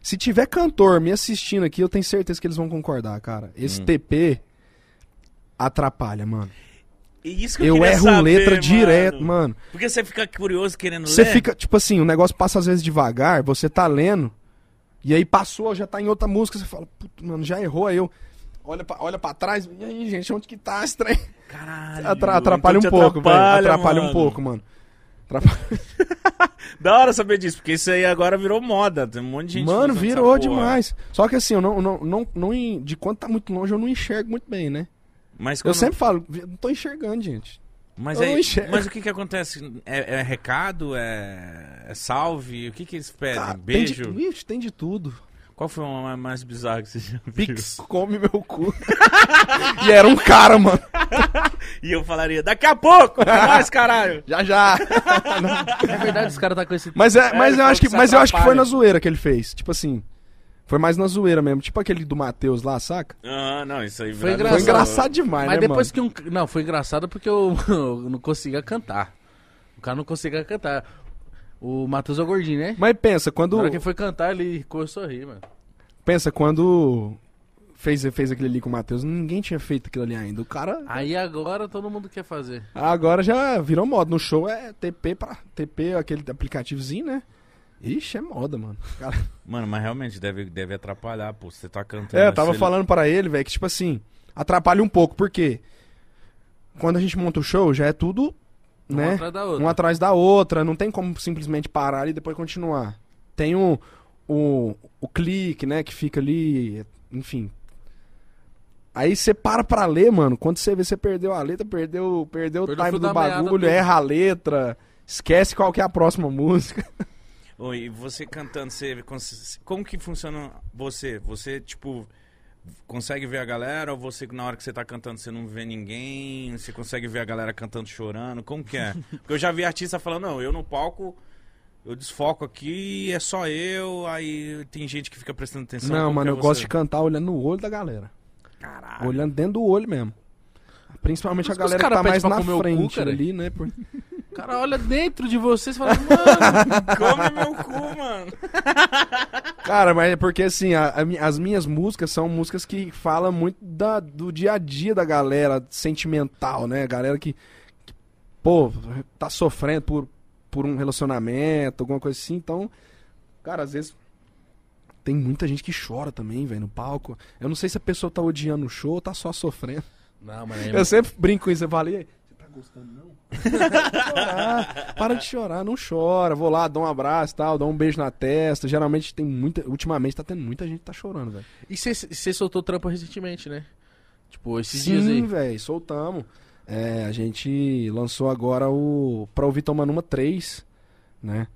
Speaker 2: Se tiver cantor me assistindo aqui, eu tenho certeza que eles vão concordar, cara. Esse TP atrapalha, mano.
Speaker 3: E isso
Speaker 2: Eu,
Speaker 3: queria
Speaker 2: erro
Speaker 3: saber,
Speaker 2: letra direto, mano.
Speaker 3: Porque você fica curioso querendo
Speaker 2: Você
Speaker 3: ler.
Speaker 2: fica, tipo assim, o negócio passa às vezes devagar, você tá lendo, e aí passou, já tá em outra música, você fala, puto, mano, já errou, aí eu. Olha pra, olha pra trás, e aí, gente, onde que tá esse trem?
Speaker 3: Caralho.
Speaker 2: Atra- atrapalha
Speaker 3: então
Speaker 2: um
Speaker 3: te
Speaker 2: pouco, velho. Atrapalha um
Speaker 3: mano.
Speaker 2: pouco, mano. Atrapalha-
Speaker 3: Da hora saber disso, porque isso aí agora virou moda. Tem um monte de gente
Speaker 2: Mano,
Speaker 3: fazendo essa
Speaker 2: virou
Speaker 3: porra.
Speaker 2: demais. Só que assim, eu não, não, não, não en- De quando tá muito longe, eu não enxergo muito bem, né?
Speaker 3: Mas,
Speaker 2: Eu
Speaker 3: quando-
Speaker 2: sempre falo, "Vi- não tô enxergando, gente.
Speaker 3: mas,
Speaker 2: eu
Speaker 3: aí-
Speaker 2: não enxergo.
Speaker 3: mas o que que acontece? É, é recado? É... é salve? O que que eles pedem?
Speaker 2: Ah,
Speaker 3: É, Beijo?
Speaker 2: Tem de, Ixi, tem de tudo.
Speaker 3: Qual foi o ma- mais bizarro que você já viu?
Speaker 2: Pix, come meu cu. e era um cara, mano.
Speaker 3: E eu falaria, daqui a pouco! Mais, caralho!
Speaker 2: Já já.
Speaker 1: Na verdade, os caras tá com esse.
Speaker 2: Mas, é,
Speaker 3: ele
Speaker 2: mas, eu
Speaker 3: falou
Speaker 2: acho que,
Speaker 3: que se
Speaker 2: mas eu acho que foi
Speaker 3: atrapalha.
Speaker 2: na zoeira que ele fez. Tipo assim. Foi mais na zoeira mesmo. Tipo aquele do Matheus lá, saca?
Speaker 3: Ah, não, isso aí
Speaker 1: Foi
Speaker 3: viralizou.
Speaker 2: Foi
Speaker 1: Engraçado.
Speaker 2: engraçado demais,
Speaker 1: Mas
Speaker 2: né,
Speaker 1: depois
Speaker 2: mano?
Speaker 1: que um. Não, foi engraçado porque eu, eu não conseguia cantar. O cara não conseguia cantar. O Matheus é o gordinho, né?
Speaker 2: Mas pensa,
Speaker 1: Na
Speaker 2: quando.
Speaker 1: hora que ele foi cantar, ele começou a rir, mano.
Speaker 2: Pensa, quando. Fez, fez aquele ali com o Matheus, ninguém tinha feito aquilo ali ainda. O cara.
Speaker 1: Aí agora todo mundo quer fazer.
Speaker 2: Agora já virou moda. No show é TP pra. TP, aquele aplicativozinho, né? Ixi, é moda, mano. Cara...
Speaker 3: Mano, mas realmente deve, deve atrapalhar, pô. Você tá cantando.
Speaker 2: É, eu tava
Speaker 3: você-
Speaker 2: falando pra ele, velho, que tipo assim, atrapalha um pouco, porque quando a gente monta o show, já é tudo,
Speaker 1: Uma
Speaker 2: né?
Speaker 1: atrás da outra.
Speaker 2: Uma atrás da outra, não tem como simplesmente parar e depois continuar. Tem o, o, o clique, né, que fica ali, enfim. Aí você para pra ler, mano, quando você vê, você perdeu a letra, perdeu,
Speaker 1: Perdeu
Speaker 2: perdeu,
Speaker 1: o né?
Speaker 2: o time
Speaker 1: fio
Speaker 2: do
Speaker 1: da meada,
Speaker 2: bagulho,
Speaker 1: tudo.
Speaker 2: erra a letra, esquece qual que é a próxima música.
Speaker 3: Ô, e você cantando, você, cons- como que funciona você? Você, tipo, consegue ver a galera ou você, na hora que você tá cantando, você não vê ninguém? Você consegue ver a galera cantando, chorando? Como que é? Porque eu já vi artista falando, não, eu no palco, eu desfoco aqui, é só eu, aí tem gente que fica prestando atenção.
Speaker 2: não,
Speaker 3: Como
Speaker 2: mano,
Speaker 3: que é
Speaker 2: eu
Speaker 3: você?
Speaker 2: gosto de cantar olhando no olho da galera.
Speaker 3: Caralho.
Speaker 2: Olhando dentro do olho mesmo. Principalmente a
Speaker 1: Mas os
Speaker 2: galera que
Speaker 1: cara
Speaker 2: tá
Speaker 1: pede
Speaker 2: mais
Speaker 1: pra
Speaker 2: na
Speaker 1: comer o cu,
Speaker 2: frente
Speaker 1: cara?
Speaker 2: ali, né? por-
Speaker 1: O cara olha dentro de você e fala, mano.
Speaker 3: Come meu cu, mano.
Speaker 2: Cara, mas é porque assim, a- a mi- as minhas músicas são músicas que falam muito da- do dia a dia da galera sentimental, né? Galera que, que, pô, tá sofrendo por, por um relacionamento, alguma coisa assim. Então, cara, às vezes tem muita gente que chora também, velho, no palco. Eu não sei se a pessoa tá odiando o show ou tá só sofrendo.
Speaker 1: Não, é mano. aí-
Speaker 2: Eu sempre brinco com isso, eu falei, "E aí, você tá gostando não? chorar, para de chorar, não chora. Vou lá, dou um abraço e tal, dou um beijo na testa. Geralmente tem muita. Ultimamente tá tendo muita gente que tá chorando, velho.
Speaker 1: E você soltou trampo recentemente, né? Tipo, esses dias
Speaker 2: Sim,
Speaker 1: aí.
Speaker 2: velho, soltamos. É, a gente lançou agora o Pra Ouvir Tomando Uma 3, né?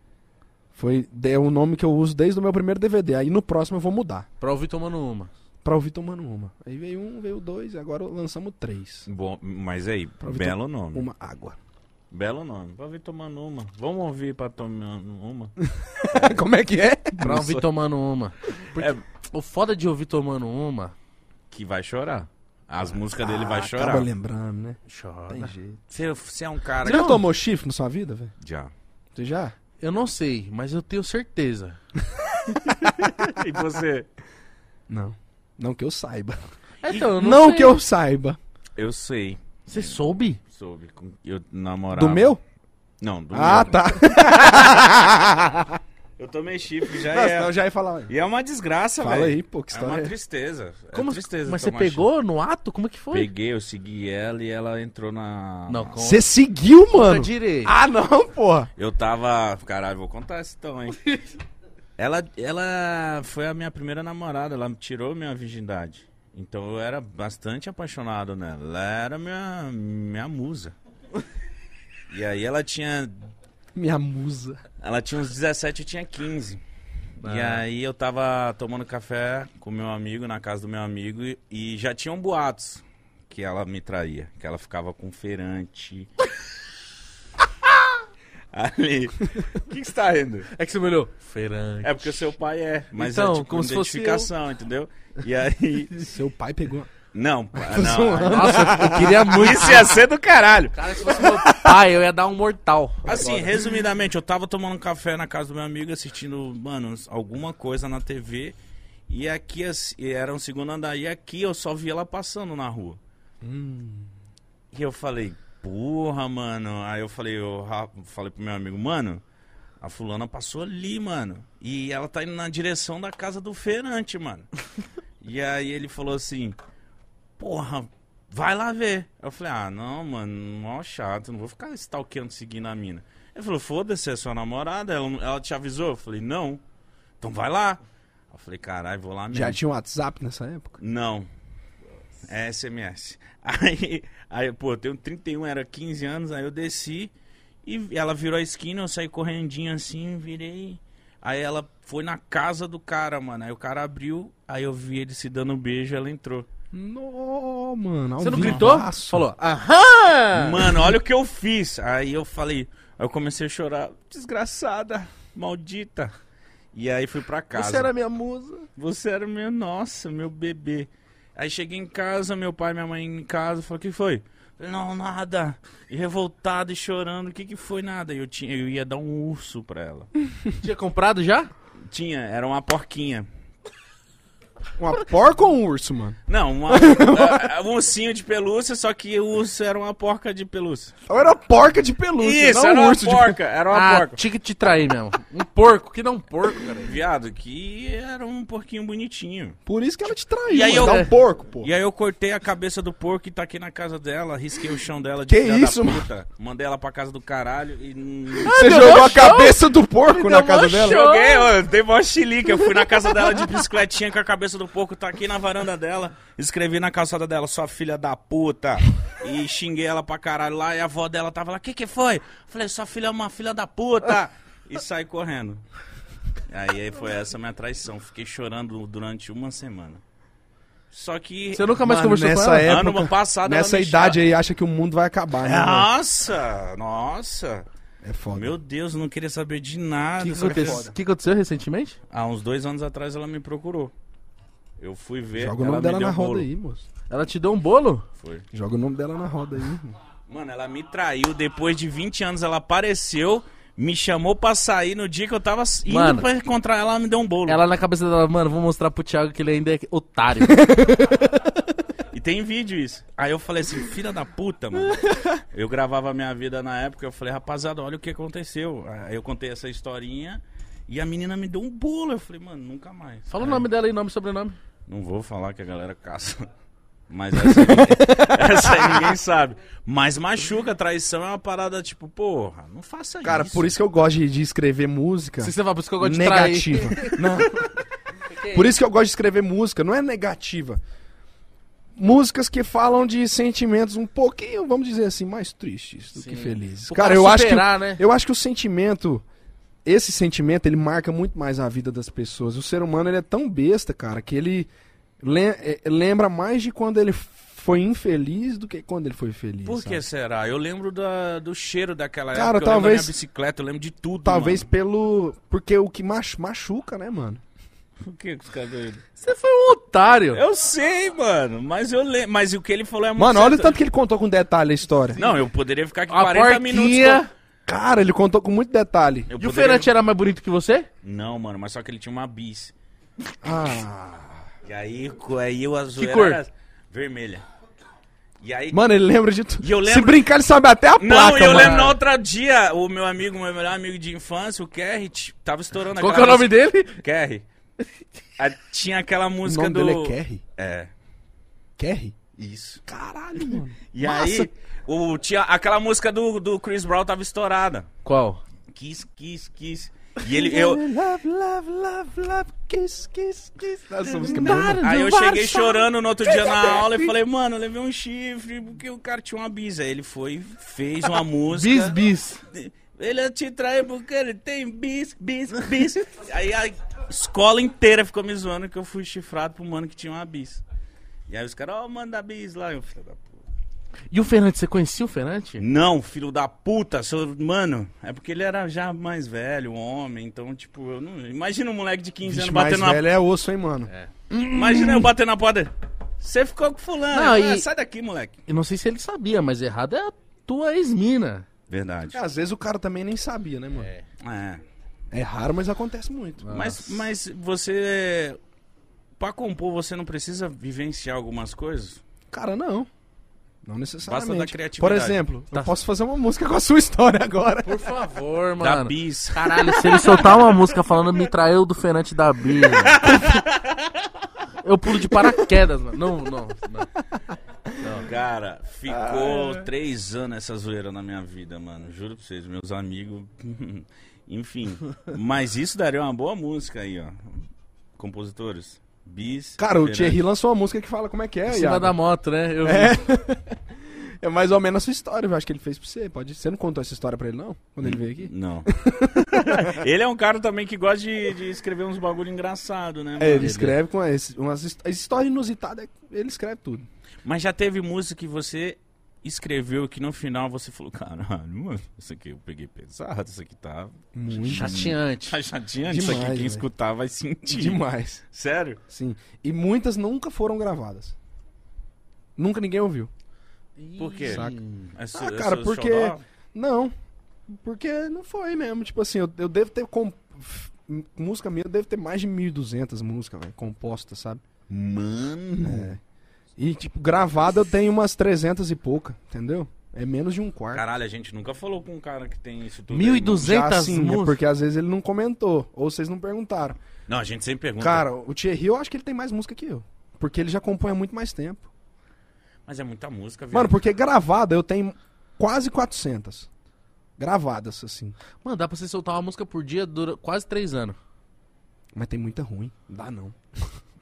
Speaker 2: Foi é o nome que eu uso desde o meu primeiro DVD. Aí no próximo eu vou mudar.
Speaker 1: Pra ouvir tomando uma.
Speaker 2: Pra ouvir tomando uma. Aí veio um, veio dois, e agora lançamos três.
Speaker 3: Bom, mas aí,
Speaker 2: Vitor,
Speaker 3: belo
Speaker 1: Hum.
Speaker 3: nome.
Speaker 2: Uma água.
Speaker 3: Belo nome. Pra vir tomando uma. Vamos ouvir pra tomar uma.
Speaker 2: Como é que é?
Speaker 1: Pra ouvir tomando uma. Porque
Speaker 3: É.
Speaker 1: o foda de ouvir tomando uma.
Speaker 3: Que vai chorar. As músicas dele vai chorar.
Speaker 2: Ah, Acaba lembrando, né? Tem
Speaker 1: Chora.
Speaker 2: jeito.
Speaker 3: Você, você é um cara
Speaker 2: Você
Speaker 3: que...
Speaker 2: já tomou chifre na sua vida, velho?
Speaker 3: Já.
Speaker 2: Você já?
Speaker 1: Eu não sei, mas eu tenho certeza.
Speaker 3: E você?
Speaker 2: Não. Não que eu saiba.
Speaker 1: Então, eu
Speaker 2: Não,
Speaker 1: não, sei.
Speaker 2: que eu saiba.
Speaker 3: Eu sei.
Speaker 1: Você soube?
Speaker 3: Soube. com- Eu namorava.
Speaker 2: Do meu?
Speaker 3: Não, do
Speaker 2: Ah,
Speaker 3: meu.
Speaker 2: tá.
Speaker 3: Eu tomei chifre já
Speaker 2: Não,
Speaker 3: e,
Speaker 2: senão
Speaker 3: é...
Speaker 2: eu já ia falar.
Speaker 3: e é uma desgraça, velho.
Speaker 2: tá Fala aí, pô, que
Speaker 3: É
Speaker 2: história
Speaker 3: uma
Speaker 2: é?
Speaker 3: tristeza. É
Speaker 1: Como,
Speaker 3: tristeza
Speaker 1: mas você
Speaker 3: tomar chifre.
Speaker 1: pegou no ato? Como é que foi?
Speaker 3: Peguei, eu segui ela e ela entrou na.
Speaker 1: Não, com
Speaker 2: Você seguiu,
Speaker 1: Pra
Speaker 2: mano?
Speaker 1: direita.
Speaker 2: Ah, não, porra.
Speaker 3: Eu tava. Caralho, vou contar esse então, hein? ela, ela foi a minha primeira namorada, ela me tirou minha virgindade. Então eu era bastante apaixonado nela. Ela era minha, minha musa. E aí ela tinha.
Speaker 2: Minha musa.
Speaker 3: Ela tinha uns 17, eu tinha 15. E
Speaker 1: Ah.
Speaker 3: aí eu tava tomando café com meu amigo, na casa do meu amigo, e- e já tinham boatos que ela me traía, que ela ficava com feirante. Ali. O que que você tá rindo?
Speaker 1: É que você me olhou. Feirante.
Speaker 3: É porque o seu pai é, mas
Speaker 1: Então,
Speaker 3: é tipo
Speaker 1: como
Speaker 3: uma
Speaker 1: se fosse
Speaker 3: identificação, entendeu? E aí.
Speaker 2: Seu pai pegou.
Speaker 3: Não, pá,
Speaker 2: Tô
Speaker 3: não.
Speaker 2: zoando.
Speaker 1: Nossa, eu queria muito.
Speaker 3: Isso é assim. ia ser do caralho.
Speaker 1: Cara, se fosse meu pai, eu ia dar um mortal.
Speaker 3: Assim, resumidamente, eu tava tomando um café na casa do meu amigo, assistindo, mano, alguma coisa na TV. E aqui, assim, era um segundo andar, e aqui eu só vi ela passando na rua. E eu falei, porra, mano. Aí eu falei, eu ra- falei pro meu amigo, mano, a fulana passou ali, mano. E ela tá indo na direção da casa do feirante, mano. e aí ele falou assim, porra, vai lá ver. Eu falei, ah, não, mano, mó chato, não vou ficar stalkeando seguindo a mina. Ele falou, foda-se, é sua namorada, ela, ela te avisou? Eu falei, não. Então vai lá. Eu falei, caralho, vou lá mesmo.
Speaker 2: Já tinha um WhatsApp nessa época?
Speaker 3: Não. É SMS. Aí, aí, pô, eu tenho 31, era 15 anos, aí eu desci e ela virou a esquina, eu saí correndinho assim, virei. Aí ela foi na casa do cara, mano. Aí o cara abriu, aí eu vi ele se dando um beijo, ela entrou.
Speaker 2: Não, mano. ao Ah,
Speaker 1: Você não
Speaker 2: vivaço.
Speaker 1: gritou? Falou, aham!
Speaker 3: Mano, olha o que eu fiz. Aí eu falei, aí eu comecei a chorar, desgraçada, maldita. E aí fui pra casa.
Speaker 2: Você era minha musa.
Speaker 3: Você era meu, nossa, meu bebê. Aí cheguei em casa, meu pai e minha mãe em casa, falou, o que foi? Falei, Não, nada. E revoltado e chorando, o que que foi nada? E Eu, tinha, eu ia dar um urso pra ela.
Speaker 1: Tinha comprado já?
Speaker 3: tinha, era uma porquinha.
Speaker 2: Uma porca ou um urso, mano?
Speaker 3: Não, uma, a- a- um ursinho de pelúcia, só que o urso era uma porca de pelúcia.
Speaker 2: Eu era porca de pelúcia,
Speaker 3: Isso,
Speaker 2: não
Speaker 3: era
Speaker 2: um
Speaker 3: uma
Speaker 2: urso de
Speaker 3: porca, era uma
Speaker 1: ah,
Speaker 3: porca.
Speaker 1: tinha que te trair mesmo. Um porco, que não um porco, cara.
Speaker 3: Viado, que era um porquinho bonitinho.
Speaker 2: Por isso que ela te traiu.
Speaker 3: E aí
Speaker 2: mano.
Speaker 3: eu-
Speaker 2: Dá um porco, pô.
Speaker 3: E aí eu cortei a cabeça do porco e taquei na casa dela, risquei o chão dela de
Speaker 2: Que
Speaker 3: filha da
Speaker 2: isso, mano?
Speaker 3: puta. Mandei ela pra casa do caralho e...
Speaker 2: Você
Speaker 1: deu
Speaker 2: jogou
Speaker 1: mó
Speaker 2: a
Speaker 1: show.
Speaker 2: cabeça do porco
Speaker 1: Ele deu
Speaker 2: na
Speaker 1: mó
Speaker 2: casa dela?
Speaker 1: show.
Speaker 3: Joguei, ó, eu dei mó chilique. Eu fui na casa dela de bicicletinha com a cabeça do porco, taquei na varanda dela, escrevi na calçada dela, sua filha da puta. E xinguei ela pra caralho lá. E a avó dela tava lá, que que foi? Falei, sua filha é uma filha da puta. E saí correndo. Aí, aí foi essa minha traição. Fiquei chorando durante uma semana. Só que.
Speaker 1: Você nunca mais
Speaker 2: Mano,
Speaker 1: conversou com
Speaker 2: nessa
Speaker 1: ela?
Speaker 3: Ano
Speaker 2: época,
Speaker 3: passado Ah, ela
Speaker 2: Nessa
Speaker 3: me
Speaker 2: idade aí, acha que o mundo vai acabar, né? mano?
Speaker 3: Nossa! Nossa!
Speaker 2: É foda.
Speaker 3: Meu Deus, eu não queria saber de nada.
Speaker 1: O que,
Speaker 3: só queria-
Speaker 1: aconteceu, que aconteceu recentemente?
Speaker 3: Há uns dois anos atrás ela me procurou. Eu fui ver.
Speaker 2: Joga o
Speaker 3: ela
Speaker 2: nome
Speaker 3: me
Speaker 2: dela
Speaker 3: deu
Speaker 2: na
Speaker 3: um
Speaker 2: roda
Speaker 3: bolo.
Speaker 2: aí, moço.
Speaker 1: Ela te deu um bolo?
Speaker 3: Foi.
Speaker 2: Joga o nome dela na roda aí. mano.
Speaker 3: Mano, ela me traiu. Depois de 20 anos ela apareceu, me chamou pra sair no dia que eu tava indo
Speaker 1: Mano.
Speaker 3: pra encontrar ela, ela me deu um bolo.
Speaker 1: Ela na cabeça dela, mano, vou mostrar pro Thiago que ele ainda é otário.
Speaker 3: E tem vídeo isso. Aí eu falei assim, filha da puta, mano. Eu gravava a minha vida na época, eu falei, rapaziada, olha o que aconteceu. Aí eu contei essa historinha e a menina me deu um bolo. Eu falei, mano, nunca mais.
Speaker 1: Fala o nome dela aí, nome e sobrenome.
Speaker 3: Não vou falar que a galera caça. Mas essa, ninguém, essa aí ninguém sabe. Mas machuca, traição é uma parada tipo, porra, não faça
Speaker 2: Cara,
Speaker 3: isso.
Speaker 2: por isso que eu gosto de, de escrever música
Speaker 1: Se você fala, por isso que eu gosto de trair.
Speaker 2: negativa. Não. Por isso que eu gosto de escrever música, não é negativa. Músicas que falam de sentimentos um pouquinho, vamos dizer assim, mais tristes do que felizes.
Speaker 1: Pro
Speaker 2: Cara,
Speaker 1: cara
Speaker 2: eu acho que
Speaker 1: superar, né?
Speaker 2: eu acho que o sentimento esse sentimento ele marca muito mais a vida das pessoas. O ser humano ele é tão besta, cara, que ele lem- eh, lembra mais de quando ele foi infeliz do que quando ele foi feliz.
Speaker 3: Por que
Speaker 2: sabe?
Speaker 3: será? Eu lembro da- do cheiro daquela
Speaker 2: Cara,
Speaker 3: época. Eu lembro da
Speaker 2: talvez-
Speaker 3: minha bicicleta, eu lembro de tudo.
Speaker 2: Talvez
Speaker 3: mano.
Speaker 2: pelo porque o que machu- machuca, né, mano?
Speaker 3: Por que que os caras doidos?
Speaker 1: Você foi um otário.
Speaker 3: Eu sei, mano. Mas eu lembro. Mas o que ele falou é muito.
Speaker 2: Mano, olha o
Speaker 3: certo.
Speaker 2: tanto que ele contou com detalhe a história.
Speaker 3: Não, eu poderia ficar aqui
Speaker 1: A
Speaker 3: 40 minutos.
Speaker 1: porquinha.
Speaker 2: Cara, ele contou com muito detalhe.
Speaker 3: Eu
Speaker 1: E o
Speaker 3: poderia-
Speaker 1: Ferrante era mais bonito que você?
Speaker 3: Não, mano, mas só que ele tinha uma bis.
Speaker 2: Ah,
Speaker 3: E aí, co- aí o azul
Speaker 1: Que cor?
Speaker 3: vermelha. E aí.
Speaker 2: Mano, ele lembra de tudo.
Speaker 3: E eu
Speaker 2: Se
Speaker 3: lembro-
Speaker 2: brincar, ele sabe até a
Speaker 3: não,
Speaker 2: placa,
Speaker 3: e eu
Speaker 2: mano.
Speaker 3: lembro no outro dia, o meu amigo, meu melhor amigo de infância, o Kerrit, tava estourando
Speaker 1: Qual que é
Speaker 3: aquela
Speaker 1: o nome dele?
Speaker 3: música. Kerry. Ah, Tinha aquela
Speaker 2: O
Speaker 3: música
Speaker 2: nome
Speaker 3: do.
Speaker 2: dele é Kerry?
Speaker 3: É,
Speaker 2: Kerry?
Speaker 3: isso.
Speaker 2: Caralho, mano.
Speaker 3: E
Speaker 2: Massa.
Speaker 3: aí, o, tinha, aquela música do, do Chris Brown tava estourada.
Speaker 1: Qual?
Speaker 3: Kiss, kiss, kiss. E ele, eu,
Speaker 2: Love, love, love, love, kiss, kiss, kiss. Essa música é
Speaker 1: Nada.
Speaker 2: boa.
Speaker 3: Aí eu
Speaker 1: Vários
Speaker 3: cheguei
Speaker 1: sabe.
Speaker 3: chorando no outro dia na aula e falei, mano, eu levei um chifre, porque o cara tinha uma bis. Aí ele foi, e fez uma música.
Speaker 1: Bis Bis.
Speaker 3: Ele te trai porque ele tem bis, bis, bis. aí a escola inteira ficou me zoando que eu fui chifrado pro mano que tinha uma bis. E aí os caras, ó, manda bis lá, eu, filho da puta.
Speaker 1: E o Fernandes, você conhecia o Fernandes?
Speaker 3: Não, filho da puta, seu, mano, é porque ele era já mais velho, homem, então, tipo, eu não. Imagina um moleque de 15
Speaker 2: Vixe,
Speaker 3: anos
Speaker 2: mais
Speaker 3: batendo na
Speaker 2: velho é osso, hein, mano.
Speaker 3: Imagina eu bater na porta. Você ficou com fulano.
Speaker 1: Não,
Speaker 3: Ah,
Speaker 1: e-
Speaker 3: Sai daqui, moleque.
Speaker 1: Eu não sei se ele sabia, mas errado é a tua ex-mina.
Speaker 3: Verdade.
Speaker 2: Às vezes o cara também nem sabia, né, mano? É,
Speaker 3: É.
Speaker 2: raro, mas acontece muito.
Speaker 3: Mas, mas você. Pra compor, você não precisa vivenciar algumas coisas?
Speaker 2: Cara, não. Não necessariamente.
Speaker 3: Basta da criatividade.
Speaker 2: Por exemplo, eu
Speaker 1: Tá.
Speaker 2: posso fazer uma música com a sua história agora.
Speaker 1: Por favor,
Speaker 3: Da
Speaker 1: mano. tá-
Speaker 3: bis.
Speaker 1: Caralho, se ele soltar uma música falando me traiu do Fernandes da Bia. Eu pulo de paraquedas, mano. Não, não, não.
Speaker 3: Cara, ficou três anos essa zoeira na minha vida, mano. Juro pra vocês, meus amigos. Enfim. Mas isso daria uma boa música aí, ó. Compositores. Bis.
Speaker 2: Cara, o
Speaker 3: Fernandes.
Speaker 2: Thierry lançou uma música que fala como é que é,
Speaker 1: Em
Speaker 2: Iago.
Speaker 1: cima da moto, né? Eu vi.
Speaker 2: É mais ou menos a sua história, eu acho que ele fez pra você. Pode... Você não contou essa história pra ele, não? Quando ele veio aqui?
Speaker 3: Não. Ele é um cara também que gosta de, de escrever uns bagulho engraçado, né? mano?
Speaker 2: É, ele escreve com esse, umas his- a história inusitada, é- ele escreve tudo.
Speaker 3: Mas já teve música que você escreveu que no final você falou, caralho, mano, isso aqui eu peguei pesado, isso aqui tá,
Speaker 2: Muito.
Speaker 1: Chateante.
Speaker 3: tá chateante, isso aqui
Speaker 2: Demais,
Speaker 3: quem
Speaker 2: velho.
Speaker 3: escutar vai sentir.
Speaker 2: Demais.
Speaker 3: Sério?
Speaker 2: Sim. E muitas nunca foram gravadas. Nunca ninguém ouviu.
Speaker 1: Por
Speaker 3: quê?
Speaker 2: Saca.
Speaker 3: É su-
Speaker 2: Ah,
Speaker 3: é
Speaker 2: cara,
Speaker 3: su-
Speaker 2: porque.
Speaker 3: xodó?
Speaker 2: Não. Porque não foi mesmo. Tipo assim, eu, eu devo ter. Com... f- m- Música minha, eu devo ter mais de 1.200 músicas, velho, compostas, sabe?
Speaker 3: Mano...
Speaker 2: É. E, tipo, gravada eu tenho umas 300 e pouca, entendeu? É menos de um quarto.
Speaker 3: Caralho, a gente nunca falou com um cara que tem isso tudo. aí,
Speaker 2: Já
Speaker 1: 1.200
Speaker 2: sim, é
Speaker 1: músicas.
Speaker 2: porque às vezes ele não comentou, ou vocês não perguntaram.
Speaker 3: mano. Não, a gente sempre pergunta.
Speaker 2: Cara, o Thierry eu acho que ele tem mais música que eu. Porque ele já compõe há muito mais tempo.
Speaker 3: Mas é muita música, velho.
Speaker 2: Mano, porque gravada eu tenho quase 400. Gravadas, assim.
Speaker 1: Mano, dá pra você soltar uma música por dia dura quase três anos.
Speaker 2: Mas tem muita ruim. Dá não.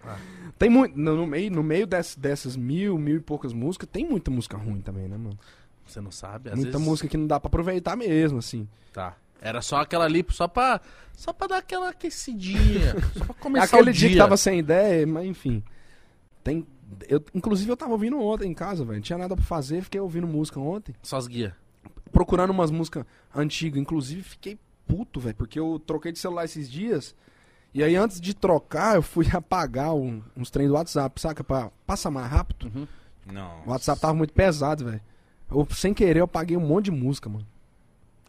Speaker 1: Ah.
Speaker 2: Tem muito. No, no meio, no meio dess- dessas mil, mil e poucas músicas, tem muita música ruim também, né, mano?
Speaker 1: Você não sabe? Às
Speaker 2: muita
Speaker 1: vezes...
Speaker 2: música que não dá pra aproveitar mesmo, assim.
Speaker 1: Tá. Era só aquela ali, só pra, só pra dar aquela aquecidinha. só pra começar
Speaker 2: Aquele
Speaker 1: o
Speaker 2: dia.
Speaker 1: dia.
Speaker 2: que tava sem ideia, mas enfim. Tem. Eu, inclusive eu tava ouvindo ontem em casa, velho. Não tinha nada pra fazer, fiquei ouvindo música ontem.
Speaker 1: Só as guias.
Speaker 2: procurando umas músicas antigas. Inclusive, fiquei puto, velho, porque eu troquei de celular esses dias. E aí, antes de trocar, eu fui apagar um- uns trem do WhatsApp, saca? Pra passar mais rápido.
Speaker 3: Uhum. Não.
Speaker 2: O WhatsApp tá tava muito pesado, velho. Eu, sem querer, eu apaguei um monte de música, mano.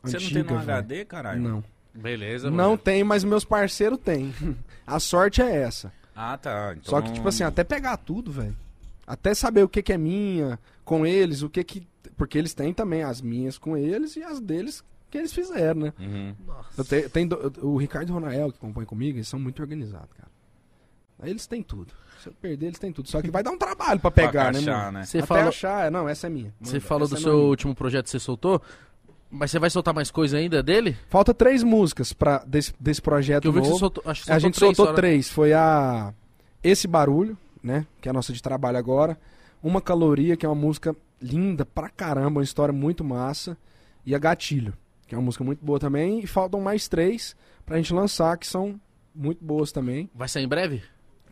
Speaker 3: Você não tem no
Speaker 2: Antiga, velho.
Speaker 3: HD, caralho?
Speaker 2: Não.
Speaker 1: Beleza,
Speaker 2: Não tem, mas meus parceiros têm. A sorte é essa.
Speaker 3: Ah, tá. Então
Speaker 2: Só que, tipo assim, até pegar tudo, velho. Até saber o que, que é minha com eles, o que que. Porque eles têm também as minhas com eles e as deles que eles fizeram, né?
Speaker 3: Uhum.
Speaker 2: Eu te- tem do- eu- o Ricardo e o Ronael que compõem comigo, eles são muito organizados, cara. Aí eles têm tudo. Se eu perder, eles têm tudo. Só que vai dar um trabalho pra pegar, né,
Speaker 3: Pra
Speaker 2: mano?
Speaker 3: cachar, né?
Speaker 1: Você
Speaker 2: Até
Speaker 1: falou,
Speaker 2: achar, é, não, essa é minha.
Speaker 1: você
Speaker 2: Manda,
Speaker 1: falou do
Speaker 2: essa não é
Speaker 1: seu
Speaker 2: minha.
Speaker 1: último projeto que você soltou, mas você vai soltar mais coisa ainda dele?
Speaker 2: Falta três músicas pra, desse, desse projeto
Speaker 1: Que eu vi que
Speaker 2: novo.
Speaker 1: você soltou. Acho que
Speaker 2: Tá a gente soltou
Speaker 1: horas.
Speaker 2: três. Foi a Esse Barulho, né? Que é a nossa de trabalho agora. Uma Caloria, que é uma música linda pra caramba, uma história muito massa. E a Gatilho, que é uma música muito boa também. E faltam mais três pra gente lançar, que são muito boas também.
Speaker 1: Vai sair em breve?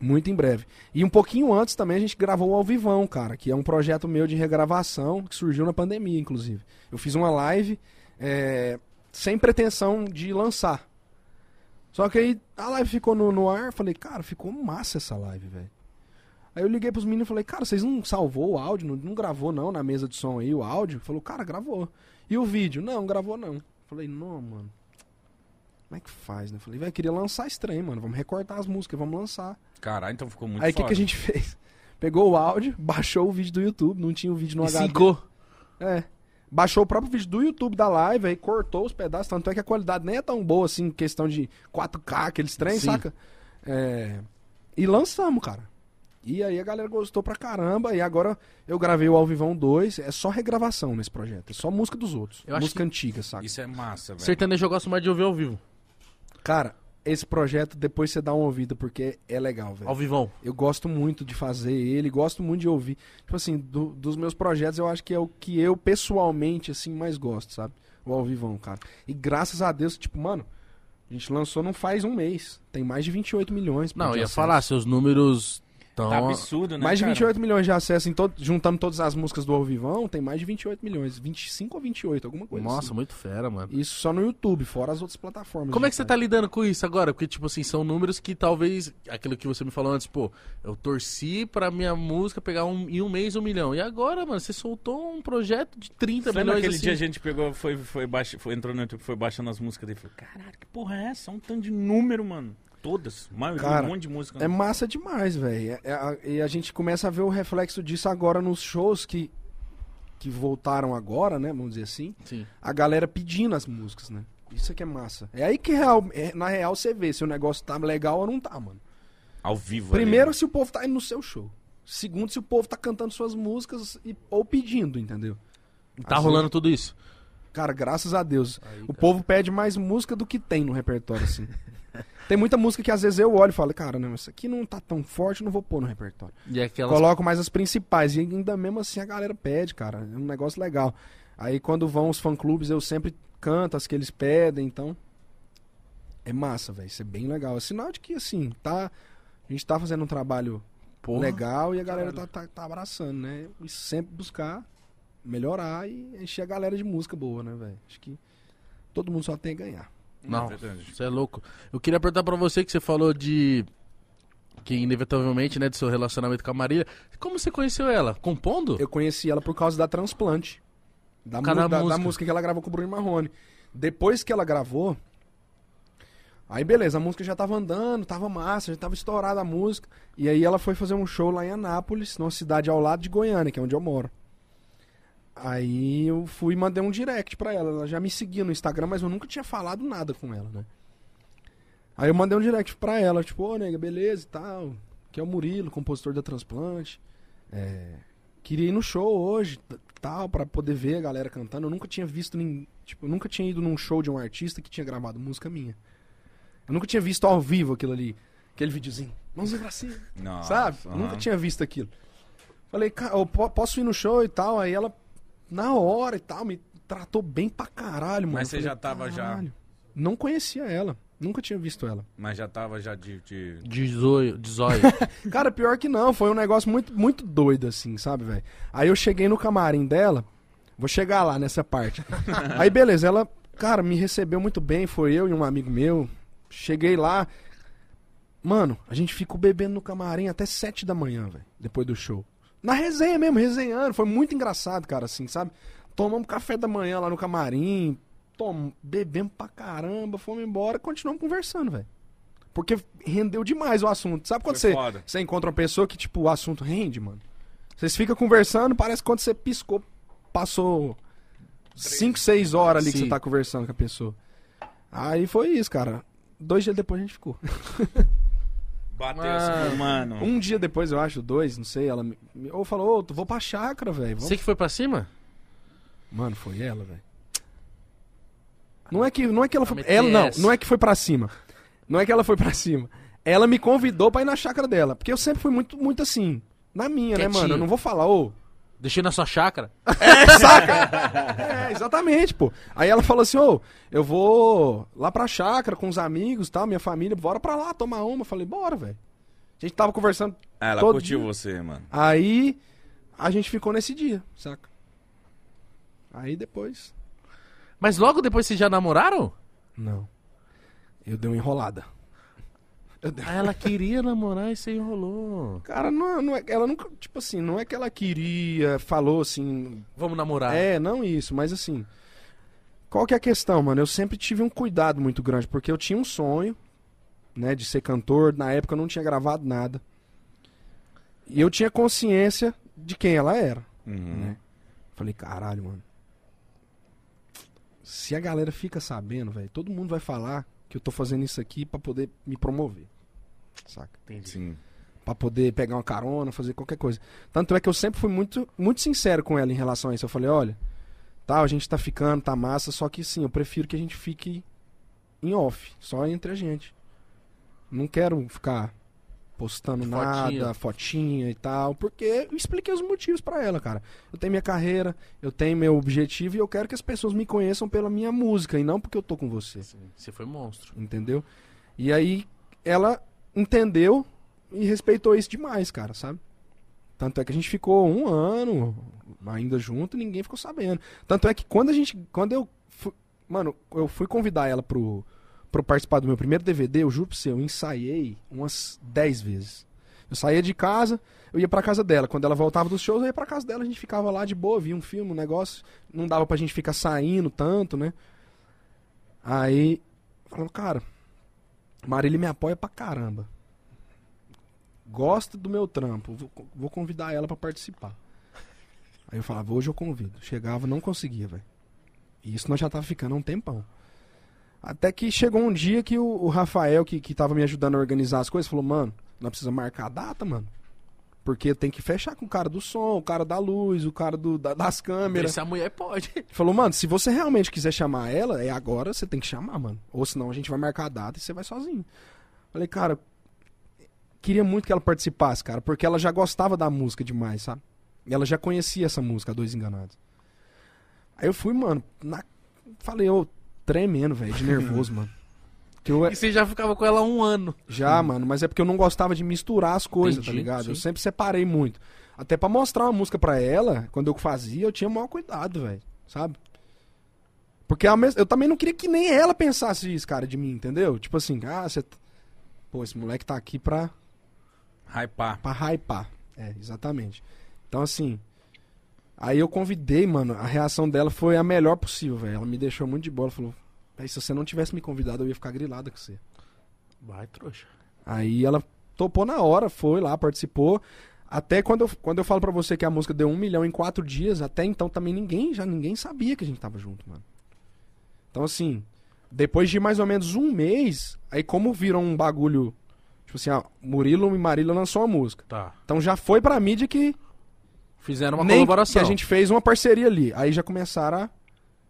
Speaker 2: Muito em breve. E um pouquinho antes também a gente gravou o Ao Vivão, cara, que é um projeto meu de regravação que surgiu na pandemia, inclusive. Eu fiz uma live é, sem pretensão de lançar. Só que aí a live ficou no, no ar, falei, cara, ficou massa essa live, velho. Aí eu liguei pros meninos e falei, cara, vocês não salvou o áudio? Não, não gravou não na mesa de som aí o áudio? Falou, cara, gravou. E o vídeo? Não, gravou não. Falei, não, mano. Como é que faz, né? Falei, velho, queria lançar esse trem, mano. Vamos recortar as músicas, vamos lançar.
Speaker 3: Caralho, então ficou muito
Speaker 2: Aí o que, que
Speaker 3: foda.
Speaker 2: a gente fez? Pegou o áudio, baixou o vídeo do YouTube, não tinha o vídeo no
Speaker 1: E
Speaker 2: HD.
Speaker 1: cincou.
Speaker 2: É. Baixou o próprio vídeo do YouTube da live, aí cortou os pedaços, tanto é que a qualidade nem é tão boa assim, em questão de 4K, aqueles trem,
Speaker 1: Sim.
Speaker 2: saca? É, E lançamos, cara. E aí a galera gostou pra caramba, e agora eu gravei o Alvivão 2, é só regravação nesse projeto, é só música dos outros,
Speaker 1: Eu acho
Speaker 2: música
Speaker 1: que-
Speaker 2: antiga, saca?
Speaker 3: Isso é massa, velho.
Speaker 1: Sertanejo eu gosto mais de ouvir ao vivo.
Speaker 2: Cara, esse projeto depois você dá uma ouvida, porque é legal, velho.
Speaker 1: Ao vivão.
Speaker 2: Eu gosto muito de fazer ele, gosto muito de ouvir. Tipo assim, do- dos meus projetos, eu acho que é o que eu pessoalmente, assim, mais gosto, sabe? O ao vivão, cara. E graças a Deus, tipo, mano, a gente lançou não faz um mês. Tem mais de 28 milhões. pô,
Speaker 1: Não,
Speaker 2: de
Speaker 1: eu ia
Speaker 2: acessos.
Speaker 1: falar, assim, seus números estão.
Speaker 3: Tá absurdo, né?
Speaker 2: mais de
Speaker 3: cara?
Speaker 2: 28 milhões de acessos, em todo, juntando todas as músicas do ao vivão, tem mais de 28 milhões. 25 ou 28, alguma coisa
Speaker 1: Nossa,
Speaker 2: assim.
Speaker 1: muito fera, mano.
Speaker 2: Isso só no YouTube, fora as outras plataformas.
Speaker 1: Como é que você tá
Speaker 2: digitais.
Speaker 1: lidando com isso agora? Porque, tipo assim, são números que talvez. Aquilo que você me falou antes, pô, eu torci pra minha música pegar um, em um mês um milhão. E agora, mano, você soltou um projeto de 30
Speaker 3: Lembra
Speaker 2: né,
Speaker 1: milhões
Speaker 3: aquele
Speaker 1: assim.
Speaker 3: dia a gente pegou, foi, foi, baixa, foi, entrou no YouTube, foi baixando as músicas dele e falou, caralho, que porra é essa? Um tanto de número, mano. Todas. Maioria,
Speaker 2: Cara,
Speaker 3: um monte de música.
Speaker 2: É massa demais, velho. É- é a- e a gente começa a ver o reflexo disso agora nos shows que, que voltaram agora, né? Vamos dizer assim.
Speaker 1: Sim.
Speaker 2: A galera pedindo as músicas, né? Isso é que é massa. É aí que real, é- na real você vê se o negócio tá legal ou não tá, mano.
Speaker 3: Ao vivo. ali,
Speaker 2: Primeiro,
Speaker 3: né?
Speaker 2: se o povo tá indo no seu show. Segundo, se o povo tá cantando suas músicas e- ou pedindo, entendeu?
Speaker 1: Tá
Speaker 2: Assim,
Speaker 1: rolando tudo isso.
Speaker 2: Cara, graças a Deus. o
Speaker 1: cara.
Speaker 2: povo pede mais música do que tem no repertório, assim. tem muita música que às vezes eu olho e falo, cara, não, isso aqui não tá tão forte, não vou pôr no repertório.
Speaker 1: E aquelas.
Speaker 2: Coloco mais as principais. E ainda mesmo assim a galera pede, cara. É um negócio legal. Aí quando vão os fã-clubes, eu sempre canto as que eles pedem, então. É massa, velho. Isso é bem legal. É sinal de que, assim, tá. A gente tá fazendo um trabalho
Speaker 1: Porra.
Speaker 2: legal e a galera tá, tá, tá abraçando, né? E sempre buscar melhorar e encher a galera de música boa, né, velho? Acho que todo mundo só tem a ganhar.
Speaker 1: Não,
Speaker 3: verdade.
Speaker 1: você é louco. Eu queria perguntar pra você que você falou de. Que inevitavelmente, né, do seu relacionamento com a Marília. Como você conheceu ela? Compondo?
Speaker 2: Eu conheci ela por causa da Transplante. Da,
Speaker 1: Por causa
Speaker 2: mu-
Speaker 1: da
Speaker 2: da- da música.
Speaker 1: música.
Speaker 2: que ela gravou com o Bruno Marrone. Depois que ela gravou. Aí beleza, a música já tava andando, tava massa, já tava estourada a música. E aí ela foi fazer um show lá em Anápolis, numa cidade ao lado de Goiânia, que é onde eu moro. Aí eu fui e mandei um direct pra ela. Ela já me seguia no Instagram, mas eu nunca tinha falado nada com ela, né? Aí eu mandei um direct pra ela, tipo, ô nega, beleza e tal. Que é o Murilo, compositor da Transplante. É, queria ir no show hoje, t- tal, pra poder ver a galera cantando. Eu nunca tinha visto nem, tipo, eu nunca tinha ido num show de um artista que tinha gravado música minha. Eu nunca tinha visto ao vivo aquilo ali, aquele videozinho. Mãozinha pra cima,
Speaker 3: Nossa,
Speaker 2: sabe? Eu
Speaker 3: aham.
Speaker 2: Nunca tinha visto aquilo. Falei, cara, eu po- posso ir no show e tal. Aí ela, na hora e tal, me tratou bem pra caralho, mano.
Speaker 3: Mas
Speaker 2: Eu falei,
Speaker 3: você já tava já-
Speaker 2: "Caralho". Não conhecia ela, nunca tinha visto ela.
Speaker 3: Mas já tava já de... de-
Speaker 1: De zoio, de zóio.
Speaker 2: Cara, pior que não, foi um negócio muito, muito doido, assim, sabe, velho? Aí eu cheguei no camarim dela, vou chegar lá nessa parte. Aí beleza, ela, cara, me recebeu muito bem, foi eu e um amigo meu. Cheguei lá, mano, a gente ficou bebendo no camarim até sete da manhã, velho, depois do show. Na resenha mesmo, resenhando, foi muito engraçado, cara, assim, sabe? Tomamos café da manhã lá no camarim, tom, bebemos pra caramba, fomos embora, continuamos conversando, velho. Porque rendeu demais o assunto. Sabe quando
Speaker 3: Foi
Speaker 2: você,
Speaker 3: foda.
Speaker 2: você encontra uma pessoa que, tipo, o assunto rende, mano? Vocês ficam conversando, parece que quando você piscou, passou 5, 6 horas ali que
Speaker 1: Sim.
Speaker 2: você tá conversando com a pessoa. Aí foi isso, cara. Dois dias depois a gente ficou.
Speaker 3: Bateu
Speaker 1: Mano.
Speaker 3: assim, falou, mano.
Speaker 2: Um dia depois, eu acho, dois, não sei, ela me... me- ou falou, ô, tu vou pra chácara, velho. vamos-
Speaker 1: você que foi pra cima?
Speaker 2: Mano, foi ela, velho. Não é que não é que ela foi,
Speaker 1: meteu
Speaker 2: ela não,
Speaker 1: essa.
Speaker 2: não é que foi pra cima. Não é que ela foi pra cima. Ela me convidou pra ir na chácara dela, porque eu sempre fui muito muito assim, na minha, né, mano?
Speaker 1: Quietinho.
Speaker 2: Eu não vou falar, ô,
Speaker 1: Deixei na sua chácara?
Speaker 2: É, exatamente, pô. Aí ela falou assim, ô, eu vou lá pra chácara com os amigos e tal, minha família, bora pra lá tomar uma. Eu falei, bora, velho. A gente tava conversando.
Speaker 3: Ah, ela
Speaker 2: todo
Speaker 3: curtiu
Speaker 2: dia.
Speaker 3: você, mano.
Speaker 2: Aí a gente ficou nesse dia, saca? Aí depois.
Speaker 1: Mas logo depois vocês já namoraram?
Speaker 2: Não. Eu dei uma enrolada. Eu dei...
Speaker 1: Ah, ela queria namorar e você enrolou.
Speaker 2: Cara, não, não é, ela nunca. Tipo assim, não é que ela queria, falou assim,
Speaker 1: Vamos namorar.
Speaker 2: É, não isso, mas assim. Qual que é a questão, mano? Eu sempre tive um cuidado muito grande, porque eu tinha um sonho, né, de ser cantor. Na época eu não tinha gravado nada. E eu tinha consciência de quem ela era.
Speaker 3: Uhum.
Speaker 2: Né? Falei, caralho, mano. Se a galera fica sabendo, velho, todo mundo vai falar que eu tô fazendo isso aqui pra poder me promover. Saca?
Speaker 1: Entendi.
Speaker 3: Sim.
Speaker 2: Pra poder pegar uma carona, fazer qualquer coisa. Tanto é que eu sempre fui muito, muito sincero com ela em relação a isso. Eu falei, olha, tá, a gente tá ficando, tá massa, só que sim, eu prefiro que a gente fique em off, só entre a gente. Não quero ficar postando
Speaker 1: Fotinho.
Speaker 2: nada, fotinha e tal, porque eu expliquei os motivos pra ela, cara. Eu tenho minha carreira, eu tenho meu objetivo e eu quero que as pessoas me conheçam pela minha música e não porque eu tô com você.
Speaker 1: Sim. Você foi monstro.
Speaker 2: Entendeu? E aí ela entendeu e respeitou isso demais, cara, sabe? Tanto é que a gente ficou um ano ainda junto e ninguém ficou sabendo. Tanto é que quando a gente. Quando eu. Fui, mano, eu fui convidar ela pro, pro participar do meu primeiro DVD, eu juro pra você, eu ensaiei umas 10 vezes. Eu saía de casa, eu ia pra casa dela. Quando ela voltava dos shows, eu ia pra casa dela, a gente ficava lá de boa, via um filme, um negócio. Não dava pra gente ficar saindo tanto, né? Aí. Falando, cara, Marília me apoia pra caramba. Gosta do meu trampo. Vou, co- vou convidar ela pra participar. Aí eu falava, hoje eu convido. Chegava, não conseguia, velho. E isso nós já tava ficando há um tempão. Até que chegou um dia que o, o Rafael, que, que tava me ajudando a organizar as coisas, falou, mano, nós precisamos marcar a data, mano. Porque tem que fechar com o cara do som, o cara da luz, o cara do, da- das câmeras.
Speaker 1: Essa mulher pode.
Speaker 2: Falou, mano, se você realmente quiser chamar ela, é agora, você tem que chamar, mano. Ou senão a gente vai marcar a data e você vai sozinho. Falei, cara, queria muito que ela participasse, cara, porque ela já gostava da música demais, sabe? E ela já conhecia essa música, Dois Enganados. Aí eu fui, mano, na... falei, eu tremendo, velho, de nervoso, mano. Que eu,
Speaker 1: E você já ficava com ela há um ano.
Speaker 2: já, mano, mas é porque eu não gostava de misturar as coisas, tá
Speaker 1: Entendi,
Speaker 2: ligado? Eu
Speaker 1: sim.
Speaker 2: sempre separei muito. Até pra mostrar uma música pra ela, quando eu fazia, eu tinha o maior cuidado, velho, sabe? Porque ao mesmo- eu também não queria que nem ela pensasse isso, cara, de mim, entendeu? Tipo assim, ah, você. t- Pô, esse moleque tá aqui pra,
Speaker 3: Hypar.
Speaker 2: pra hypar. É, exatamente. Então, assim. Aí eu convidei, mano, a reação dela foi a melhor possível, velho. Ela me deixou muito de bola, falou: "Véi, se você não tivesse me convidado, eu ia ficar grilada com você.
Speaker 1: Vai, trouxa.
Speaker 2: Aí ela topou na hora, foi lá, participou. Até quando eu, quando eu falo pra você que a música deu um milhão em quatro dias, até então também ninguém, já ninguém sabia que a gente tava junto, mano. Então assim, depois de mais ou menos um mês, aí como viram um bagulho, tipo assim, ah, Murilo e Marília lançou a música.
Speaker 1: Tá.
Speaker 2: Então já foi pra mídia que
Speaker 1: Fizeram uma
Speaker 2: nem
Speaker 1: colaboração.
Speaker 2: Que a gente fez uma parceria ali. Aí já começaram a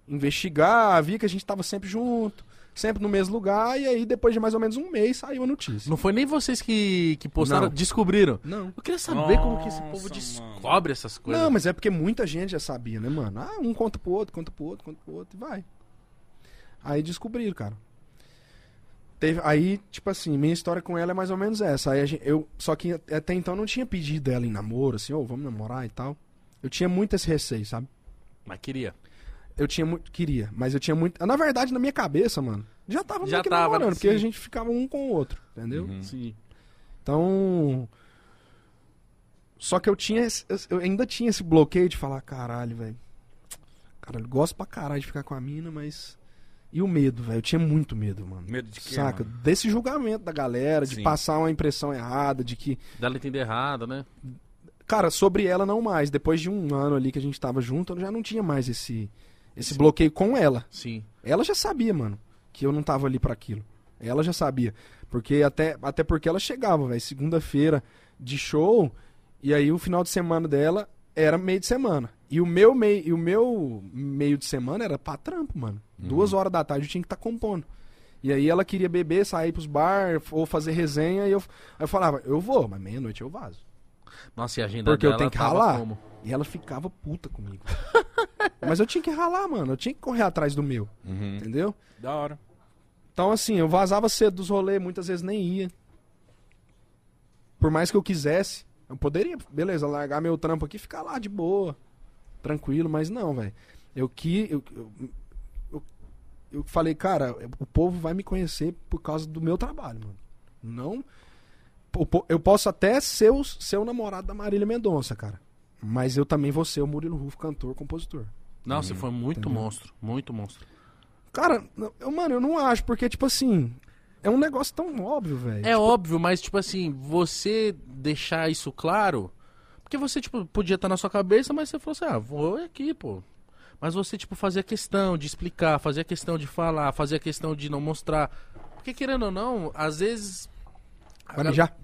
Speaker 2: investigar, vi que a gente tava sempre junto, sempre no mesmo lugar, e aí depois de mais ou menos um mês saiu a notícia.
Speaker 1: Não foi nem vocês que, que postaram,
Speaker 2: Não.
Speaker 1: descobriram.
Speaker 2: Não.
Speaker 1: Eu queria saber como que esse
Speaker 3: Nossa,
Speaker 1: povo
Speaker 3: mano.
Speaker 1: descobre essas coisas.
Speaker 2: Não, mas é porque muita gente já sabia, né, mano? Ah, um conta pro outro, conta pro outro, conta pro outro e vai. Aí descobriram, cara. Teve, aí, tipo assim, minha história com ela é mais ou menos essa. Aí a gen- eu, só que até então não tinha pedido ela em namoro, assim, ô, vamos namorar e tal. Eu tinha muito esse receio, sabe?
Speaker 1: Mas queria.
Speaker 2: Eu tinha muito. Queria, mas eu tinha muito. Na verdade, na minha cabeça, mano, já tava
Speaker 1: Já
Speaker 2: meio que
Speaker 1: tava,
Speaker 2: namorando, porque
Speaker 1: sim.
Speaker 2: a gente ficava um com o outro, entendeu?
Speaker 3: Uhum.
Speaker 1: Sim.
Speaker 2: Então. Só que eu tinha. esse- eu- Eu ainda tinha esse bloqueio de falar, caralho, velho. Caralho, gosto pra caralho de ficar com a mina, mas. E o medo, velho. Eu tinha muito medo, mano.
Speaker 3: Medo de quê,
Speaker 2: Saca?
Speaker 3: mano?
Speaker 2: Desse julgamento da galera, de
Speaker 3: Sim.
Speaker 2: passar uma impressão errada, de que.
Speaker 1: Dá-lhe entender errado, né?
Speaker 2: Cara, sobre ela não mais. Depois de um ano ali que a gente tava junto, eu já não tinha mais esse. Esse bloqueio com ela.
Speaker 1: Sim.
Speaker 2: Ela já sabia, mano, que eu não tava ali pra aquilo. Ela já sabia. Porque até, até porque ela chegava, velho, segunda-feira de show, e aí o final de semana dela era meio de semana. E o meu meio, e o meu meio de semana era pra trampo, mano. Duas horas da tarde eu tinha que estar compondo. E aí ela queria beber, sair pros bar, ou fazer resenha, e eu, eu falava, eu vou, mas meia-noite eu vazo.
Speaker 1: Nossa, e a agenda
Speaker 2: Porque eu
Speaker 1: dela
Speaker 2: tenho que
Speaker 1: tava
Speaker 2: ralar.
Speaker 1: como?
Speaker 2: E ela ficava puta comigo. mas eu tinha que ralar, mano. Eu tinha que correr atrás do meu.
Speaker 3: Uhum.
Speaker 2: Entendeu?
Speaker 3: Da hora.
Speaker 2: Então, assim, eu vazava cedo dos rolês, muitas vezes nem ia. Por mais que eu quisesse, eu poderia, beleza, largar meu trampo aqui e ficar lá de boa, tranquilo, mas não, velho. Eu que. Eu, eu, eu, eu falei, cara, o povo vai me conhecer por causa do meu trabalho, mano. Não. o po- Eu posso até ser o, ser o namorado da Marília Mendonça, cara. Mas eu também vou ser o Murilo Rufo, cantor, compositor.
Speaker 1: Não,
Speaker 2: Hum.
Speaker 1: você foi muito
Speaker 2: Entendeu?
Speaker 1: monstro. Muito monstro.
Speaker 2: Cara, eu, mano, eu não acho, porque, tipo assim. é um negócio tão óbvio, velho.
Speaker 1: É óbvio, mas, tipo assim, você deixar isso claro. Porque você, tipo, podia estar na sua cabeça, mas você falou assim, ah, vou aqui, pô. Mas você, tipo, fazia questão de explicar, fazia questão de falar, fazia questão de não mostrar. Porque, querendo ou não, às vezes. a
Speaker 2: Vai
Speaker 1: gal-
Speaker 2: mijar?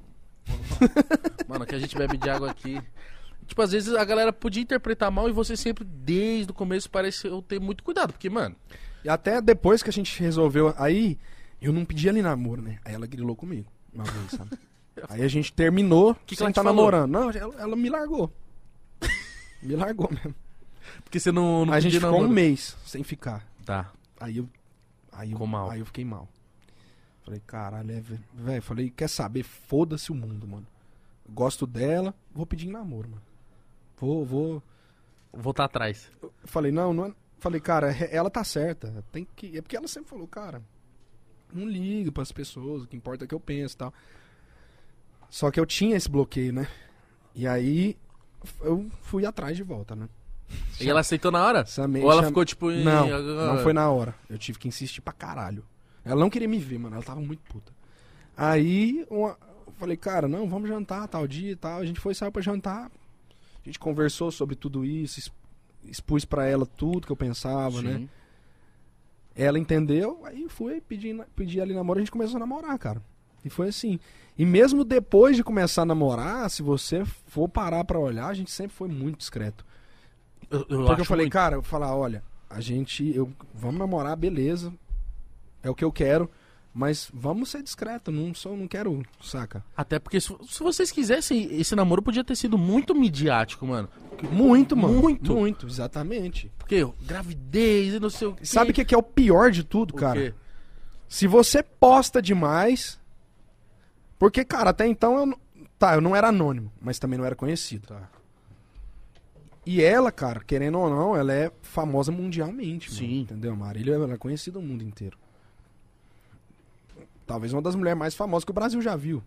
Speaker 1: Mano, que a gente bebe de água aqui. Tipo, às vezes a galera podia interpretar mal e você sempre, desde o começo, pareceu ter muito cuidado. Porque, mano,
Speaker 2: E até depois que a gente resolveu, aí eu não pedi ali namoro, né? Aí ela grilou comigo, uma vez, sabe? aí a gente terminou, que
Speaker 1: que
Speaker 2: sem
Speaker 1: ela te
Speaker 2: tá
Speaker 1: falou?
Speaker 2: namorando. Não, ela, ela me largou. me largou mesmo.
Speaker 1: É porque você não, não
Speaker 2: a gente
Speaker 1: podia
Speaker 2: ficou
Speaker 1: namoro.
Speaker 2: um mês sem ficar.
Speaker 1: Tá.
Speaker 2: Aí eu. Aí eu,
Speaker 1: Ficou mal.
Speaker 2: aí eu fiquei mal. Falei, caralho, é, velho. Velho, falei, quer saber? Foda-se o mundo, mano. Gosto dela, vou pedir em namoro, mano. Vou, vou.
Speaker 1: Voltar atrás.
Speaker 2: Falei, não, não é... Falei, cara, é- ela tá certa. Tem que. É porque ela sempre falou, cara, não liga pras pessoas, o que importa é o que eu penso e tal. Só que eu tinha esse bloqueio, né? E aí eu fui atrás de volta, né?
Speaker 1: E ela aceitou na hora?
Speaker 2: Essa mente- é
Speaker 1: Ou ela ficou tipo. em-
Speaker 2: Não, não foi na hora. Eu tive que insistir pra caralho. Ela não queria me ver, mano. Ela tava muito puta. Aí uma- eu falei, cara, não, vamos jantar tal dia e tal. A gente foi, saiu pra jantar. A gente conversou sobre tudo isso. ex- Expus pra ela tudo que eu pensava,
Speaker 1: Sim.
Speaker 2: né? Ela entendeu, aí eu fui pedi, na- pedi ali namoro, a gente começou a namorar, cara. E foi assim. E mesmo depois de começar a namorar, se você for parar pra olhar, a gente sempre foi muito discreto.
Speaker 1: Eu, eu
Speaker 2: Porque
Speaker 1: acho
Speaker 2: eu falei,
Speaker 1: muito.
Speaker 2: cara, eu falar, olha, a gente, eu, vamos namorar, beleza. É o que eu quero, mas vamos ser discreto, não sou, não quero, saca?
Speaker 1: Até porque se, se vocês quisessem, esse namoro podia ter sido muito midiático, mano.
Speaker 2: Muito, mano.
Speaker 1: Muito.
Speaker 2: muito, exatamente.
Speaker 1: Porque gravidez e não sei o que.
Speaker 2: Sabe o que, que é o pior de tudo,
Speaker 1: O
Speaker 2: cara?
Speaker 1: quê?
Speaker 2: Se você posta demais, porque cara, até então eu, n- tá, eu não era anônimo, mas também não era conhecido. E ela, cara, querendo ou não, ela é famosa mundialmente. mano,
Speaker 1: Sim.
Speaker 2: entendeu? Marília ela é conhecida no mundo inteiro. Talvez uma das mulheres mais famosas que o Brasil já viu.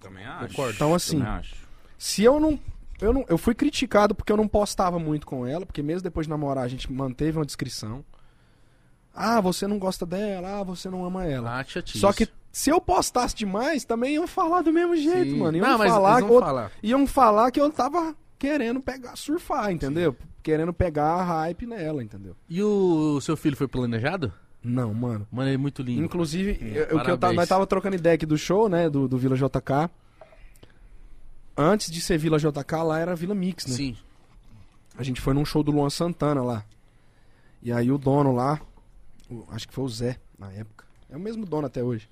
Speaker 3: Também acho.
Speaker 2: Concordo. Então, assim,
Speaker 3: Também acho.
Speaker 2: Se eu não. Eu, não, eu fui criticado porque eu não postava muito com ela, porque mesmo depois de namorar a gente manteve uma descrição. Ah, você não gosta dela, ah, você não ama ela.
Speaker 1: Ela acha disso.
Speaker 2: Só que se eu postasse demais, também iam falar do mesmo jeito,
Speaker 1: Sim.
Speaker 2: mano. Iam,
Speaker 1: Não, mas
Speaker 2: falar
Speaker 1: eles
Speaker 2: que
Speaker 1: vão
Speaker 2: eu,
Speaker 1: falar.
Speaker 2: iam falar que eu tava querendo pegar, surfar, entendeu? Querendo pegar a hype nela, entendeu?
Speaker 1: E o seu filho foi planejado?
Speaker 2: Não, mano.
Speaker 1: Mano, ele é muito lindo.
Speaker 2: Inclusive, eu- eu, que eu
Speaker 1: parabéns.
Speaker 2: tava, nós tava trocando ideia aqui do show, né? Do, do Vila JK. Antes de ser Vila JK, lá era Vila Mix, né?
Speaker 1: Sim.
Speaker 2: A gente foi num show do Luan Santana lá. E aí o dono lá, o- acho que foi o Zé na época. É o mesmo dono até hoje.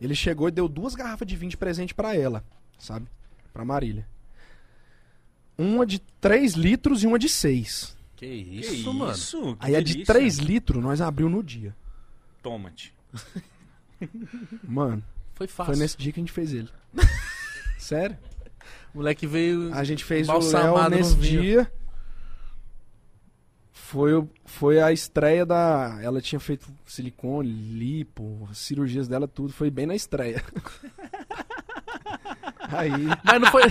Speaker 2: Ele chegou e deu duas garrafas de vinho de presente pra ela, sabe? Pra Marília. Uma de 3 litros e uma de 6.
Speaker 1: Que
Speaker 3: Que
Speaker 1: isso,
Speaker 3: isso,
Speaker 1: mano.
Speaker 3: Que
Speaker 2: Aí a de
Speaker 3: delícia.
Speaker 2: 3 litros nós abriu no dia.
Speaker 3: Tomate.
Speaker 2: Mano,
Speaker 1: Foi fácil.
Speaker 2: foi nesse dia que a gente fez ele. Sério?
Speaker 1: O moleque veio.
Speaker 2: A gente fez o
Speaker 1: Balsamado
Speaker 2: Léo
Speaker 1: no
Speaker 2: nesse
Speaker 1: vinho.
Speaker 2: dia. Foi, o- foi a estreia da. Ela tinha feito silicone, lipo, as cirurgias dela, tudo. Foi bem na estreia. Aí.
Speaker 1: Mas não foi.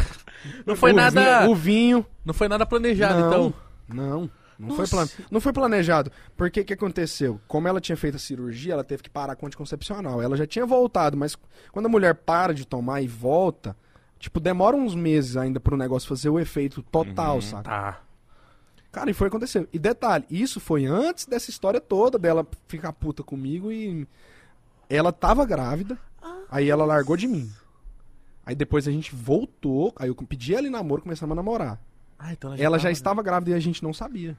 Speaker 1: Não foi
Speaker 2: o
Speaker 1: nada.
Speaker 2: vinho- o vinho.
Speaker 1: Não foi nada planejado,
Speaker 2: não,
Speaker 1: então.
Speaker 2: Não. Não foi,
Speaker 1: Nossa.
Speaker 2: plane- não foi planejado. Porque o que aconteceu? Como ela tinha feito a cirurgia, ela teve que parar com o anticoncepcional. Ela já tinha voltado, mas quando a mulher para de tomar e volta, tipo, demora uns meses ainda pro negócio fazer o efeito total, saca?
Speaker 1: Tá.
Speaker 2: Cara, e foi acontecendo. E detalhe, isso foi antes dessa história toda dela ficar puta comigo e. Ela tava grávida,
Speaker 3: Ah,
Speaker 2: aí ela largou de mim. Aí depois a gente voltou, aí eu pedi ela em namoro, começamos a namorar.
Speaker 1: Ah, então
Speaker 2: Ela já
Speaker 1: tava-
Speaker 2: estava grávida e a gente não sabia.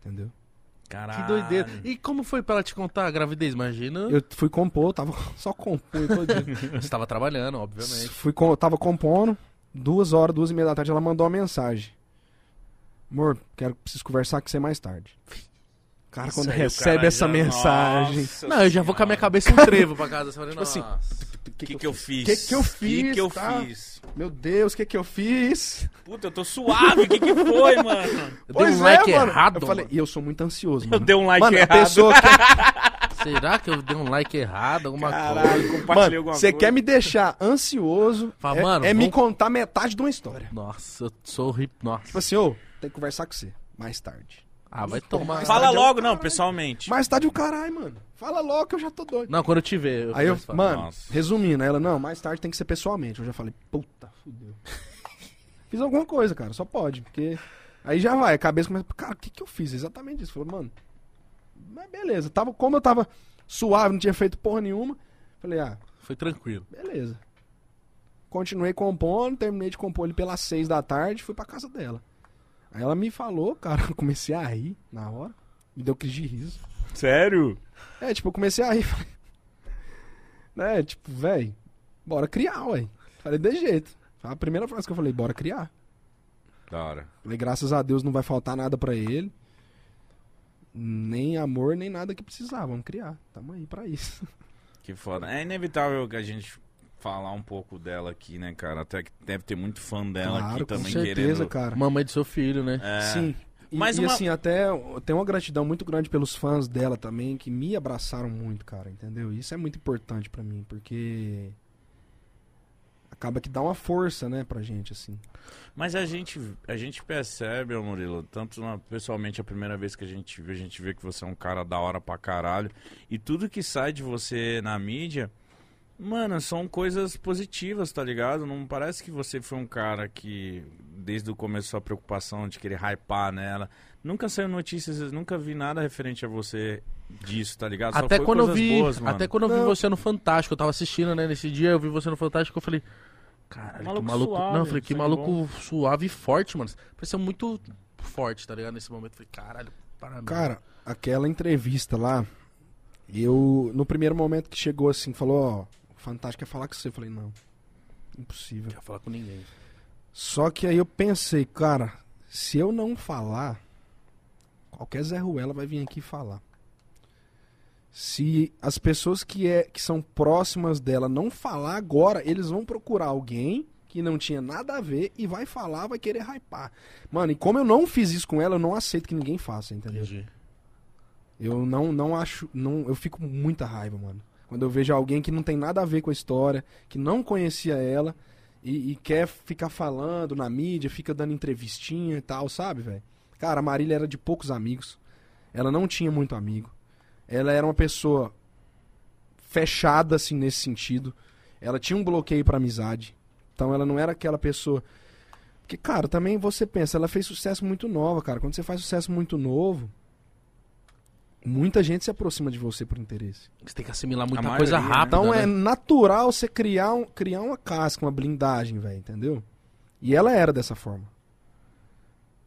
Speaker 2: Entendeu?
Speaker 3: Caralho.
Speaker 1: Que doideira. E como foi pra ela te contar a gravidez? Imagina.
Speaker 2: Eu fui compor, tava só compondo todo dia.
Speaker 1: Você tava trabalhando, obviamente.
Speaker 2: fui, com- tava compondo, duas horas, duas e meia da tarde, ela mandou uma mensagem. Amor, quero, preciso conversar com você mais tarde. Cara, quando
Speaker 3: Isso aí, o
Speaker 2: recebe
Speaker 3: cara
Speaker 2: essa
Speaker 3: já-
Speaker 2: mensagem.
Speaker 3: Nossa
Speaker 1: Não, eu já vou com a minha cabeça um trevo pra casa. Tipo
Speaker 2: assim,
Speaker 3: O que, que eu fiz?
Speaker 2: Que que eu fiz,
Speaker 3: O que, que eu
Speaker 2: tá?
Speaker 3: fiz?
Speaker 2: Meu Deus, o que que eu fiz?
Speaker 3: Puta, eu tô suave. O que, que foi, mano?
Speaker 1: Eu dei um like errado.
Speaker 2: é, Eu falei,
Speaker 1: mano.
Speaker 2: e eu sou muito ansioso,
Speaker 3: Eu
Speaker 2: mano.
Speaker 3: dei um like
Speaker 2: mano, a
Speaker 3: errado.
Speaker 2: pessoa quer...
Speaker 1: Será que eu dei um like errado? Alguma coisa?
Speaker 3: Caralho, compartilhei
Speaker 2: Mano,
Speaker 3: alguma
Speaker 2: você
Speaker 3: coisa.
Speaker 2: quer me deixar ansioso,
Speaker 1: Fala,
Speaker 2: é,
Speaker 1: mano,
Speaker 2: é me
Speaker 1: vamos-
Speaker 2: contar metade de uma história.
Speaker 1: Nossa, eu sou hip. Nossa.
Speaker 2: Tipo assim, ô, tem que conversar com você mais tarde.
Speaker 1: Ah, vai tomar.
Speaker 3: Fala
Speaker 2: tarde eu-
Speaker 3: logo, não, pessoalmente.
Speaker 2: Mais tarde o caralho, mano. Fala logo que eu já tô doido.
Speaker 1: Não, quando eu te ver.
Speaker 2: Aí eu,
Speaker 1: faço-
Speaker 2: mano,
Speaker 3: Nossa.
Speaker 2: resumindo, ela, não, mais tarde tem que ser pessoalmente. Eu já falei, puta, fudeu. fiz alguma coisa, cara, só pode, porque. Aí já vai, a cabeça começa, cara, o que que eu fiz? Exatamente isso. Falei, mano, mas beleza. Tava, como eu tava suave, não tinha feito porra nenhuma, falei, ah,
Speaker 1: Foi tranquilo.
Speaker 2: beleza. Continuei compondo, terminei de compor ele pelas seis da tarde, fui pra casa dela. Aí ela me falou, cara, eu comecei a rir na hora, me deu crise de riso.
Speaker 3: Sério?
Speaker 2: É, tipo, eu comecei a rir. falei, Né, tipo, velho, bora criar, ué. Falei, de jeito. Foi a primeira frase que eu falei, bora criar.
Speaker 3: Da hora.
Speaker 2: Falei, graças a Deus não vai faltar nada pra ele. Nem amor, nem nada que precisar. Vamos criar. Tamo aí pra isso.
Speaker 3: Que foda. É inevitável que a gente falar um pouco dela aqui, né, cara? Até que deve ter muito fã dela aqui
Speaker 2: com
Speaker 3: também
Speaker 2: certeza,
Speaker 3: querendo.
Speaker 2: cara.
Speaker 1: Mamãe do seu filho, né?
Speaker 3: É.
Speaker 2: Sim. E,
Speaker 3: Mas
Speaker 2: e
Speaker 3: uma-
Speaker 2: assim, até tem uma gratidão muito grande pelos fãs dela também, que me abraçaram muito, cara, entendeu? Isso é muito importante pra mim, porque acaba que dá uma força, né, pra gente, assim.
Speaker 3: Mas a gente, a gente percebe, ô Murilo, tanto na- pessoalmente a primeira vez que a gente vê, a gente vê que você é um cara da hora pra caralho. E tudo que sai de você na mídia, mano, são coisas positivas, tá ligado? Não parece que você foi um cara que, desde o começo, sua preocupação de querer hypar nela. Nunca saiu notícias, nunca vi nada referente a você disso, tá ligado? Só
Speaker 1: Até
Speaker 3: foi
Speaker 1: quando, eu
Speaker 3: coisas
Speaker 1: vi,
Speaker 3: boas, mano.
Speaker 1: até quando eu vi
Speaker 2: Não.
Speaker 1: você no Fantástico, eu tava assistindo, né? Nesse dia eu vi você no Fantástico, eu falei, caralho,
Speaker 3: Maluco
Speaker 1: que maluco.
Speaker 3: suave,
Speaker 1: não, eu falei, que
Speaker 3: sangue
Speaker 1: maluco
Speaker 3: bom."
Speaker 1: suave e forte, mano. Pareceu muito forte, tá ligado? Nesse momento, eu falei, caralho, parabéns.
Speaker 2: Cara, aquela entrevista lá, eu, no primeiro momento que chegou assim, falou, ó, o Fantástico ia falar com você. Eu falei, não, impossível.
Speaker 1: não quero falar com ninguém.
Speaker 2: Só que aí eu pensei, cara, se eu não falar, qualquer Zé Ruela vai vir aqui falar. Se as pessoas que, é, que são próximas dela não falar agora, eles vão procurar alguém que não tinha nada a ver e vai falar, vai querer hypar. Mano, e como eu não fiz isso com ela, eu não aceito que ninguém faça, entendeu?
Speaker 1: Entendi.
Speaker 2: Eu não, não acho. Não, eu fico com muita raiva, mano. Quando eu vejo alguém que não tem nada a ver com a história, que não conhecia ela e, e quer ficar falando na mídia, fica dando entrevistinha e tal, sabe, velho? Cara, a Marília era de poucos amigos. Ela não tinha muito amigo. Ela era uma pessoa fechada, assim, nesse sentido. Ela tinha um bloqueio pra amizade. Então ela não era aquela pessoa. Porque, cara, também você pensa, ela fez sucesso muito nova, cara. Quando você faz sucesso muito novo, muita gente se aproxima de você por interesse.
Speaker 1: Você tem que assimilar muita
Speaker 3: maioria,
Speaker 1: coisa
Speaker 3: né?
Speaker 1: rápida.
Speaker 2: Então
Speaker 1: né?
Speaker 2: é natural você criar, um, criar uma casca, uma blindagem, velho, entendeu? E ela era dessa forma.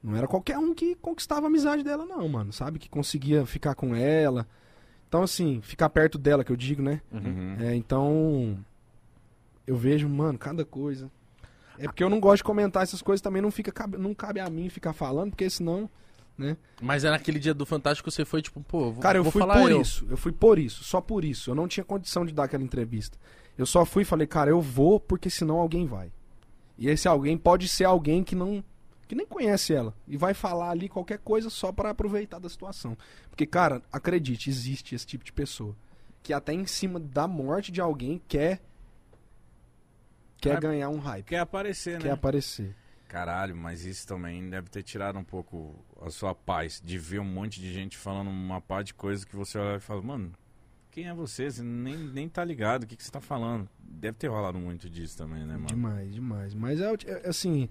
Speaker 2: Não era qualquer um que conquistava a amizade dela, não, mano. Sabe? Que conseguia ficar com ela. Então, assim, ficar perto dela, que eu digo, né?
Speaker 3: Uhum.
Speaker 2: É, então. Eu vejo, mano, cada coisa. É porque eu não gosto de comentar essas coisas também, não, fica, cabe- não cabe a mim ficar falando, porque senão.
Speaker 1: Mas é naquele dia do Fantástico você foi tipo, pô, vou,
Speaker 2: Cara, eu
Speaker 1: vou
Speaker 2: fui
Speaker 1: falar
Speaker 2: por
Speaker 1: eu.
Speaker 2: isso, eu fui por isso, só por isso. Eu não tinha condição de dar aquela entrevista. Eu só fui e falei, cara, eu vou, porque senão alguém vai. E esse alguém pode ser alguém que não. que nem conhece ela. E vai falar ali qualquer coisa só pra aproveitar da situação. Porque, cara, acredite, existe esse tipo de pessoa. Que até em cima da morte de alguém quer. Quer
Speaker 3: Ah,
Speaker 2: ganhar um hype.
Speaker 3: Quer aparecer,
Speaker 2: Quer
Speaker 3: né?
Speaker 2: aparecer.
Speaker 3: Caralho, mas isso também deve ter tirado um pouco a sua paz de ver um monte de gente falando uma pá de coisa que você olha e fala, mano, quem é você? Você nem, nem tá ligado, o que, que você tá falando? Deve ter rolado muito disso também, né, mano?
Speaker 2: Demais, demais. Mas é, o ti- é, assim.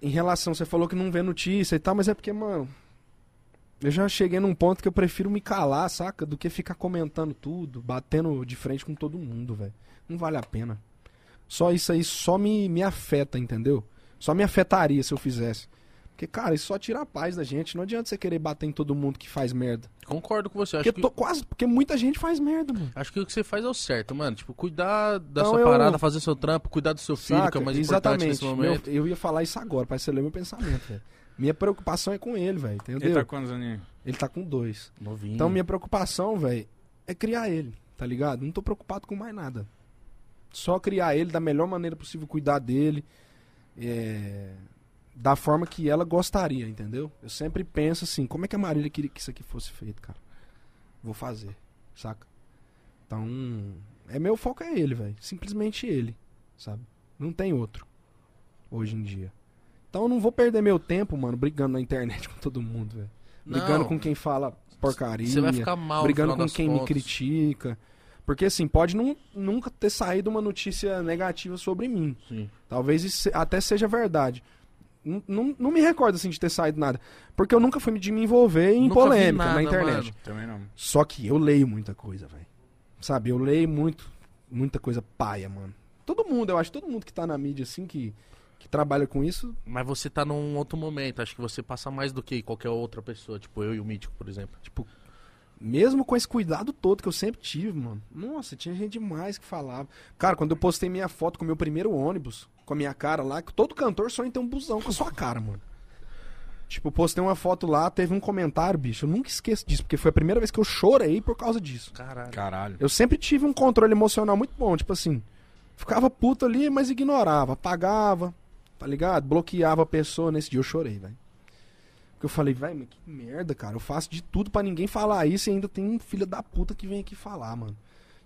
Speaker 2: Em relação, você falou que não vê notícia e tal, mas é porque, mano. Eu já cheguei num ponto que eu prefiro me calar, saca? Do que ficar comentando tudo, batendo de frente com todo mundo, velho. Não vale a pena. Só isso aí só me, me afeta, entendeu? Só me afetaria se eu fizesse. Porque, cara, isso só tira a paz da gente. Não adianta você querer bater em todo mundo que faz merda.
Speaker 1: Concordo com você. Acho
Speaker 2: Porque,
Speaker 1: que,
Speaker 2: tô quase, porque muita gente faz merda, mano.
Speaker 1: acho que o que você faz é o certo, mano. Tipo, cuidar da
Speaker 2: Então
Speaker 1: sua
Speaker 2: eu-
Speaker 1: parada, fazer seu trampo, cuidar do seu filho, que é o mais importante nesse
Speaker 2: Meu,
Speaker 1: momento.
Speaker 2: eu ia falar isso agora, parece que você leu meu pensamento, velho. Minha preocupação é com ele, velho, entendeu?
Speaker 3: Ele tá quantos aninhos?
Speaker 2: com dois.
Speaker 1: Novinho.
Speaker 2: Então minha preocupação, velho, é criar ele, tá ligado? Não tô preocupado com mais nada. Só criar ele da melhor maneira possível, cuidar dele, é, da forma que ela gostaria, entendeu? Eu sempre penso assim, como é que a Marília queria que isso aqui fosse feito, cara? Vou fazer, saca? Então, é meu foco é ele, velho. Simplesmente ele, sabe? Não tem outro hoje em dia. Então eu não vou perder meu tempo, mano, brigando na internet com todo mundo, velho.
Speaker 1: Não.
Speaker 2: Brigando com quem fala porcaria.
Speaker 1: Você vai ficar mal no
Speaker 2: Brigando
Speaker 1: final
Speaker 2: com
Speaker 1: das
Speaker 2: quem me
Speaker 1: contas.
Speaker 2: critica. Porque assim, pode nun- nunca ter saído uma notícia negativa sobre mim.
Speaker 1: Sim.
Speaker 2: Talvez isso se- até seja verdade. N- Não, não me recordo assim de ter saído nada. Porque eu nunca fui de me envolver em
Speaker 1: Nunca vi
Speaker 2: polêmica
Speaker 1: nada,
Speaker 2: na internet.
Speaker 1: mano.
Speaker 3: Também não.
Speaker 2: Só que eu leio muita coisa, velho. Sabe, eu leio muito, muita coisa paia, mano. Todo mundo, eu acho, todo mundo que tá na mídia, assim, que, que trabalha com isso,
Speaker 1: Mas você tá num outro momento. Acho que você passa mais do que qualquer outra pessoa. Tipo eu e o Mítico, por exemplo.
Speaker 2: tipo, mesmo com esse cuidado todo que eu sempre tive, mano. Nossa, tinha gente demais que falava. Cara, quando eu postei minha foto com o meu primeiro ônibus, com a minha cara lá, que todo cantor sonha em ter um busão com a sua cara, mano. Tipo, eu postei uma foto lá, teve um comentário, bicho. Eu nunca esqueço disso, porque foi a primeira vez que eu chorei por causa disso.
Speaker 1: Caralho.
Speaker 3: Caralho.
Speaker 2: Eu sempre tive um controle emocional muito bom, tipo assim, ficava puto ali, mas ignorava, apagava, tá ligado? Bloqueava a pessoa. Nesse dia eu chorei, velho. Porque eu falei, velho, mas que merda, cara. Eu faço de tudo pra ninguém falar isso e ainda tem um filho da puta que vem aqui falar, mano.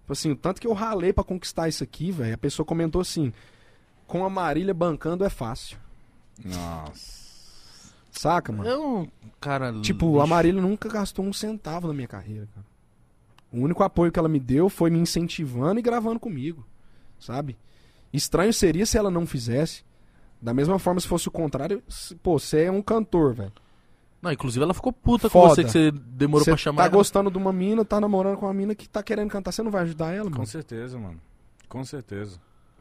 Speaker 2: Tipo assim, o tanto que eu ralei pra conquistar isso aqui, velho, a pessoa comentou assim: com a Marília bancando é fácil.
Speaker 3: Nossa.
Speaker 2: Saca, mano?
Speaker 1: Eu, um cara.
Speaker 2: Tipo, a Marília nunca gastou um centavo na minha carreira, cara. O único apoio que ela me deu foi me incentivando e gravando comigo, sabe? Estranho seria se ela não fizesse. Da mesma forma, se fosse o contrário, se- pô, você é um cantor, velho.
Speaker 1: Não, inclusive ela ficou puta com
Speaker 2: Foda.
Speaker 1: você que você demorou
Speaker 2: Você
Speaker 1: pra chamar.
Speaker 2: tá
Speaker 1: ela.
Speaker 2: gostando de uma mina, tá namorando com uma mina que tá querendo cantar, você não vai ajudar ela,
Speaker 3: Com
Speaker 2: mano.
Speaker 3: certeza, mano. Com certeza.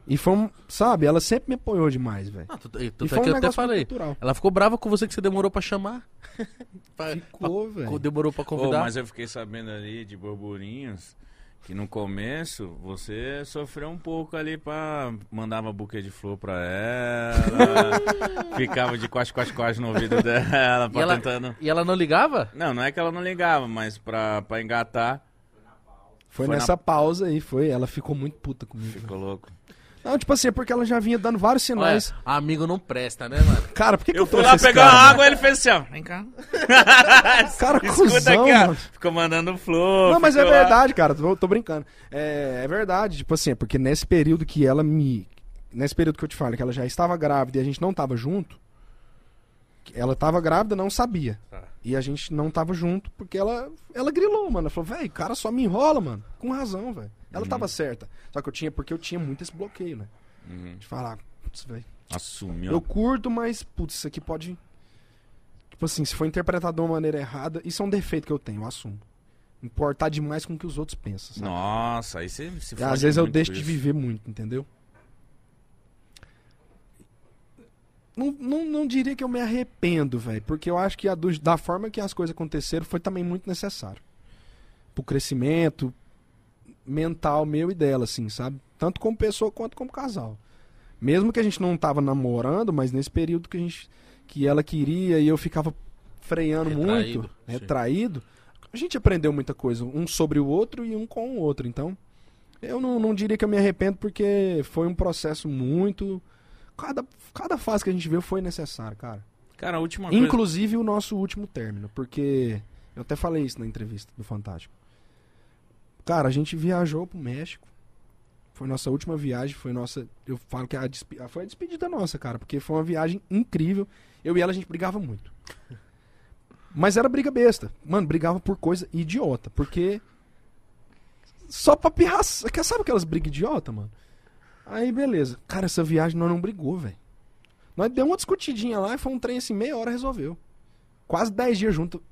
Speaker 2: E foi um, sabe, ela sempre me apoiou demais, velho.
Speaker 1: Ah, tu- e-
Speaker 2: E
Speaker 1: tanto
Speaker 2: foi
Speaker 1: é
Speaker 2: um
Speaker 1: que eu até
Speaker 2: negócio muito
Speaker 1: falei.
Speaker 2: cultural.
Speaker 1: Ela ficou brava com você que você demorou pra chamar. Pra-
Speaker 2: Ficou,
Speaker 1: pra-
Speaker 2: velho.
Speaker 1: demorou pra
Speaker 3: Ô,
Speaker 1: convidar.
Speaker 3: mas eu fiquei sabendo ali de burburinhos que no começo você sofreu um pouco ali pra. Mandava buquê de flor pra ela. ficava de quase quase quase no ouvido dela,
Speaker 1: E
Speaker 3: pra
Speaker 1: ela,
Speaker 3: tentando.
Speaker 1: e ela não ligava?
Speaker 3: Não, não é que ela não ligava, mas pra, pra engatar,
Speaker 2: Foi,
Speaker 3: foi
Speaker 2: nessa pausa aí, foi. Ela ficou muito puta comigo.
Speaker 3: ficou louco.
Speaker 2: Não, tipo assim, é porque ela já vinha dando vários sinais.
Speaker 1: Ué, amigo não presta, né, mano?
Speaker 2: Cara, por que, que
Speaker 3: Eu fui
Speaker 2: trouxe
Speaker 3: lá
Speaker 2: esse
Speaker 3: pegar
Speaker 2: cara,
Speaker 3: uma
Speaker 2: mano?
Speaker 3: água ele fez assim, ó. Vem cá.
Speaker 2: Cara,
Speaker 3: Escuta
Speaker 2: cuzão,
Speaker 3: aqui, ó.
Speaker 2: mano.
Speaker 3: Ficou mandando flor.
Speaker 2: Não, mas é
Speaker 3: ficou lá.
Speaker 2: verdade, cara. Tô, tô brincando. É, é verdade, tipo assim, é porque nesse período que ela me. Nesse período que eu te falo, que ela já estava grávida e a gente não tava junto. que Ela tava grávida, não sabia.
Speaker 3: Tá.
Speaker 2: E a gente não tava junto porque ela, ela grilou, mano. Ela falou, velho, o cara só me enrola, mano. Com razão, velho. Ela tava certa. Só que eu tinha, porque eu tinha muito esse bloqueio, né?
Speaker 3: Uhum.
Speaker 2: De falar, putz, velho.
Speaker 3: Assumiu.
Speaker 2: Eu curto, mas, putz, isso aqui pode. Tipo assim, se for interpretado de uma maneira errada, isso é um defeito que eu tenho, eu assumo. Importar demais com o que os outros pensam. Sabe?
Speaker 3: Nossa, aí você se
Speaker 2: E às
Speaker 3: fode
Speaker 2: vezes eu
Speaker 3: muito
Speaker 2: deixo
Speaker 3: com
Speaker 2: de
Speaker 3: isso.
Speaker 2: viver muito, entendeu? Não, não, não diria que eu me arrependo, velho, porque eu acho que a do- da forma que as coisas aconteceram foi também muito necessário. Pro crescimento mental meu e dela, assim, sabe? Tanto como pessoa quanto como casal. Mesmo que a gente não tava namorando, mas nesse período que a gente que ela queria e eu ficava freando
Speaker 1: Retraído,
Speaker 2: muito,
Speaker 1: sim.
Speaker 2: retraído, a gente aprendeu muita coisa, um sobre o outro e um com o outro, então eu não, não diria que eu me arrependo porque foi um processo muito. Cada, cada fase que a gente viu foi necessária, cara.
Speaker 3: Cara, a última coisa.
Speaker 2: Inclusive o nosso último término, porque eu até falei isso na entrevista do Fantástico. Cara, a gente viajou pro México. Foi nossa última viagem, foi nossa, eu falo que a despe- foi a despedida nossa, cara, porque foi uma viagem incrível. Eu e ela a gente brigava muito. Mas era briga besta. Mano, brigava por coisa idiota, porque só pra pirraça. Quer- Sabe aquelas brigas idiota, mano? Aí beleza. Cara, essa viagem nós não brigou, velho. Nós deu uma discutidinha lá e foi um trem assim, meia hora resolveu. Quase 10 dias junto.